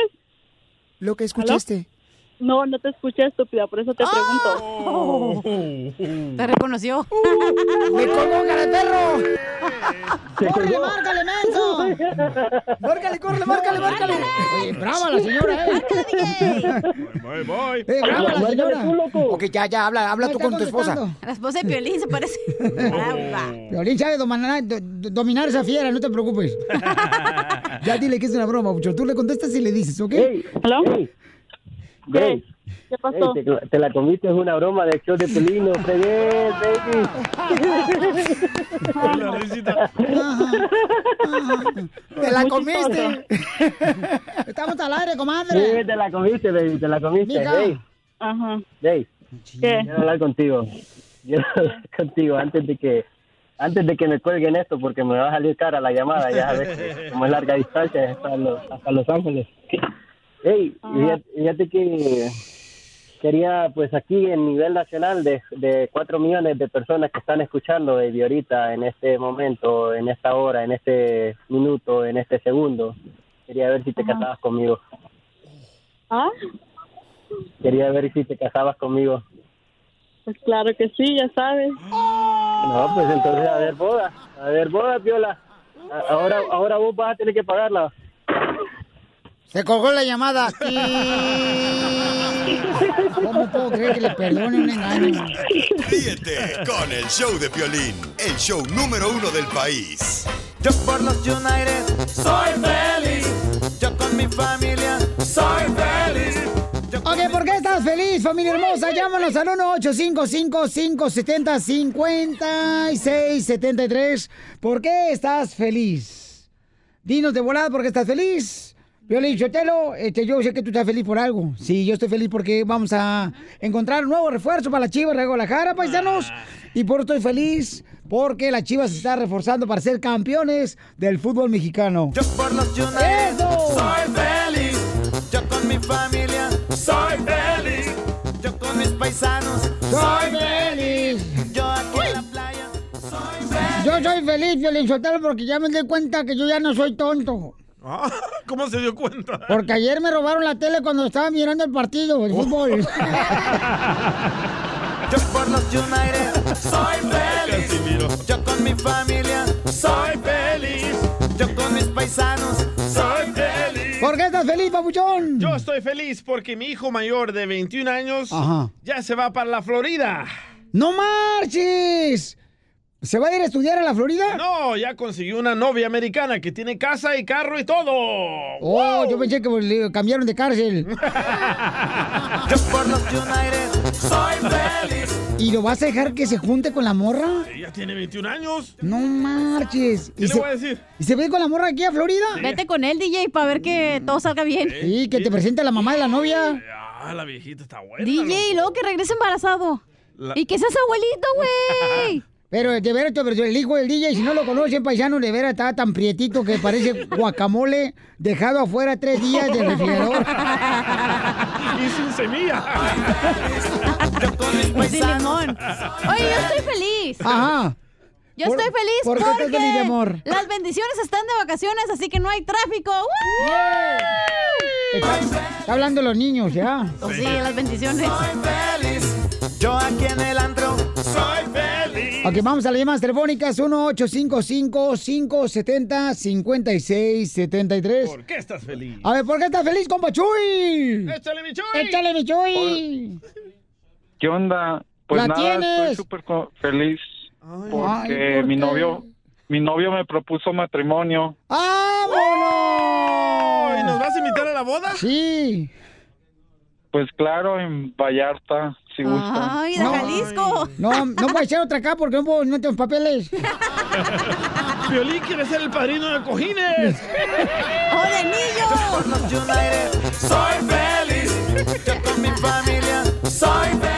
Speaker 5: Lo que escuchaste.
Speaker 21: No, no te escuché, estúpida, por eso te pregunto.
Speaker 7: Te reconoció.
Speaker 5: Uh, ¡Me colgó, cara de perro!
Speaker 21: colgó.
Speaker 5: ¡Córrele, márcale, menso! ¡Márcale, córrele, márcale, márcale! Oye, brava la señora, ¿eh?
Speaker 6: Voy, voy.
Speaker 5: Eh, brava la señora. ok, ya, ya, habla, habla tú con tu esposa.
Speaker 7: La esposa de Piolín se parece. Brava.
Speaker 5: Violín sabe dominar, do- do- dominar esa fiera, no te preocupes. ya dile que es una broma, Pucho. Tú le contestas y le dices, ¿ok?
Speaker 21: ¿Aló?
Speaker 28: Ey,
Speaker 21: ¿Qué
Speaker 28: ey,
Speaker 21: pasó?
Speaker 28: te, te la comiste, es una broma de show de pelino. Fregué, baby.
Speaker 5: ¡Te la comiste! Estamos al aire, comadre.
Speaker 28: Sí, te la comiste, baby, te la comiste.
Speaker 5: Mija.
Speaker 28: Ey,
Speaker 21: Ajá.
Speaker 28: ey,
Speaker 21: ¿Qué?
Speaker 28: quiero hablar contigo. Quiero hablar contigo antes de que antes de que me cuelguen esto porque me va a salir cara la llamada, ya sabes, que como es larga distancia hasta Los, hasta los Ángeles. Ey,
Speaker 21: Ajá.
Speaker 28: fíjate, fíjate que quería pues aquí en nivel nacional de, de 4 millones de personas que están escuchando baby ahorita en este momento, en esta hora, en este minuto, en este segundo. Quería ver si te casabas conmigo.
Speaker 21: ¿Ah?
Speaker 28: Quería ver si te casabas conmigo.
Speaker 21: Pues claro que sí, ya sabes.
Speaker 28: No, pues entonces a ver boda, a ver boda, Piola. A- Ahora, ahora vos vas a tener que pagarla.
Speaker 5: Se colgó la llamada. ¿Cómo puedo creer que le perdone un engaño?
Speaker 2: Ríete con el show de Piolín, el show número uno del país.
Speaker 14: Yo por los United soy feliz. Yo con mi familia soy feliz.
Speaker 5: Ok, ¿por qué estás feliz, familia hermosa? Llámanos al 1-855-570-5673. ¿Por qué estás feliz? Dinos de volada por qué estás feliz. Violín Chotelo, este, yo sé que tú estás feliz por algo. Sí, yo estoy feliz porque vamos a encontrar un nuevo refuerzo para la Chivas de Guadalajara, paisanos. Y por esto estoy feliz porque la Chivas se está reforzando para ser campeones del fútbol mexicano.
Speaker 14: Por los United soy feliz. Yo con mi familia soy feliz. Yo con mis paisanos soy feliz. Yo aquí en la playa soy feliz.
Speaker 5: Yo soy feliz, Violín Sotelo, porque ya me di cuenta que yo ya no soy tonto.
Speaker 6: Ah, ¿Cómo se dio cuenta?
Speaker 5: Porque ayer me robaron la tele cuando estaba mirando el partido, el fútbol.
Speaker 6: Oh.
Speaker 14: Yo por los United soy feliz. Yo con mi familia soy feliz. Yo con mis paisanos soy feliz.
Speaker 5: ¿Por qué estás feliz, papuchón?
Speaker 6: Yo estoy feliz porque mi hijo mayor de 21 años
Speaker 5: Ajá.
Speaker 6: ya se va para la Florida.
Speaker 5: ¡No marches! ¿Se va a ir a estudiar a la Florida? Oh,
Speaker 6: No, ya consiguió una novia americana que tiene casa y carro y todo.
Speaker 5: Oh, yo pensé que le cambiaron de cárcel.
Speaker 14: Yo por los United soy feliz.
Speaker 5: ¿Y lo vas a dejar que se junte con la morra?
Speaker 6: Ella tiene 21 años.
Speaker 5: No marches.
Speaker 6: ¿Qué le voy a decir?
Speaker 5: ¿Y se ve con la morra aquí a Florida?
Speaker 7: Vete con él, DJ, para ver que
Speaker 6: Mm.
Speaker 7: todo salga bien.
Speaker 5: Y que te presente a la mamá de la novia.
Speaker 6: Ah, la viejita está buena.
Speaker 7: DJ, y luego que regrese embarazado.
Speaker 6: La-
Speaker 7: Y que seas abuelito, güey.
Speaker 5: Pero de veras, pero el hijo del DJ, si no lo conocen, paisano, de veras está tan prietito que parece guacamole dejado afuera tres días del refrigerador.
Speaker 6: Y sin semilla.
Speaker 7: Sin Pues limón. Oye, yo estoy feliz.
Speaker 5: Ajá.
Speaker 7: Yo
Speaker 5: Por-
Speaker 7: estoy feliz
Speaker 5: ¿por qué estás
Speaker 7: porque
Speaker 5: feliz, mi amor?
Speaker 7: las bendiciones están de vacaciones, así que no hay tráfico. ¡Woo!
Speaker 5: Está, está hablando los niños, ya.
Speaker 7: Pues sí, las bendiciones.
Speaker 14: Yo aquí en el antro soy feliz.
Speaker 5: Ok, vamos a las llamadas telefónicas 1-855-570-5673.
Speaker 6: ¿Por qué estás feliz?
Speaker 5: A ver, ¿por qué estás feliz, compa Chuy?
Speaker 6: ¡Échale mi Chuy!
Speaker 5: ¡Échale mi Chuy!
Speaker 19: ¿Qué onda? Pues
Speaker 5: ¡La
Speaker 19: nada,
Speaker 5: tienes!
Speaker 19: estoy súper co- feliz porque
Speaker 5: Ay, ¿por
Speaker 19: mi
Speaker 5: qué?
Speaker 19: novio, mi novio me propuso matrimonio.
Speaker 5: ¡Vámonos!
Speaker 6: ¿Y nos vas a invitar a la boda?
Speaker 5: Sí.
Speaker 19: Pues claro, en Vallarta, si gusta.
Speaker 7: Ay, de Jalisco.
Speaker 5: No, no puede ser otra acá porque no, puedo- no tengo papeles.
Speaker 6: Violín quiere ser el padrino de cojines.
Speaker 14: ¡O de niños! Yo por los United soy feliz. Yo con mi familia soy feliz.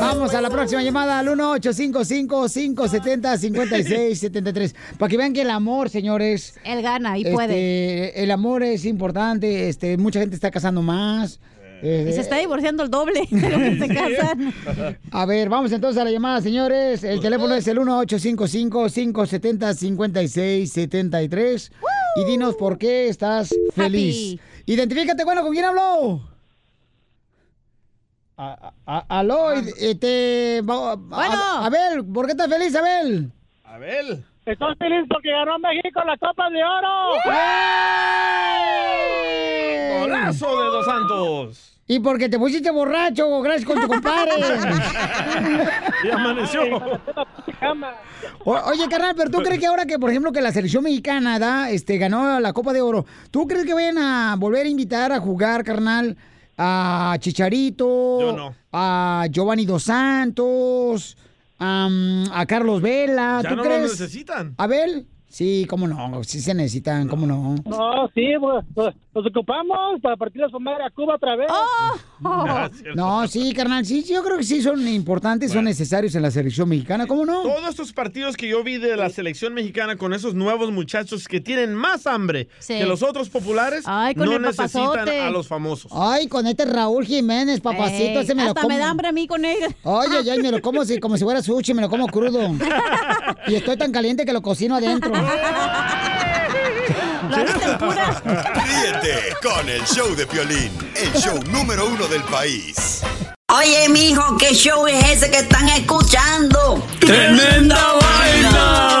Speaker 5: Vamos a la próxima llamada al 1-855-570-5673. Para que vean que el amor, señores.
Speaker 7: Él gana y
Speaker 5: este,
Speaker 7: puede.
Speaker 5: El amor es importante. Este, mucha gente está casando más.
Speaker 7: Y se
Speaker 5: eh,
Speaker 7: está divorciando el doble de lo que se casan.
Speaker 5: A ver, vamos entonces a la llamada, señores. El teléfono es el 1-855-570-5673. Y dinos por qué estás feliz. Identifícate, bueno, ¿con quién habló? A- a- a- aló, y- este, va- a- a- Abel, ¿por qué estás feliz, Abel?
Speaker 6: Abel.
Speaker 18: Estoy feliz porque ganó México la Copa de Oro.
Speaker 6: ¡Golazo de Dos Santos!
Speaker 5: Y porque te pusiste borracho, gracias con tu compadre.
Speaker 6: Y amaneció.
Speaker 5: O- oye, carnal, pero ¿tú crees que ahora que, por ejemplo, que la selección mexicana da, este, ganó la Copa de Oro, ¿tú crees que vayan a volver a invitar a jugar, carnal, a Chicharito,
Speaker 6: Yo no.
Speaker 5: a Giovanni Dos Santos, am, a Carlos Vela?
Speaker 6: Ya
Speaker 5: ¿Tú
Speaker 6: no lo
Speaker 5: crees?
Speaker 6: necesitan.
Speaker 5: ¿Abel? Sí, cómo no, sí se necesitan, cómo no.
Speaker 18: No, sí, pues, pues, nos ocupamos para partir a su madre a Cuba otra
Speaker 7: Oh,
Speaker 18: vez.
Speaker 5: No, sí, carnal, sí, yo creo que sí son importantes, son necesarios en la selección mexicana, ¿cómo no?
Speaker 6: Todos estos partidos que yo vi de la selección mexicana con esos nuevos muchachos que tienen más hambre
Speaker 5: Sí.
Speaker 6: que los otros populares,
Speaker 5: Ay, con
Speaker 6: no
Speaker 5: el
Speaker 6: necesitan
Speaker 5: papazote.
Speaker 6: a los famosos.
Speaker 5: Ay, con este Raúl Jiménez, papacito,
Speaker 7: Ey,
Speaker 5: ese me lo
Speaker 7: hasta
Speaker 5: como.
Speaker 7: me da hambre a mí con él.
Speaker 5: Ay, ay, ay, me lo como si- como si fuera sushi, me lo como crudo. Y estoy tan caliente que lo cocino adentro.
Speaker 2: Ríete con el show de Piolín, el show número uno del país.
Speaker 20: Oye, mijo, ¿qué show es ese que están escuchando?
Speaker 2: ¡Tremenda
Speaker 20: vaina!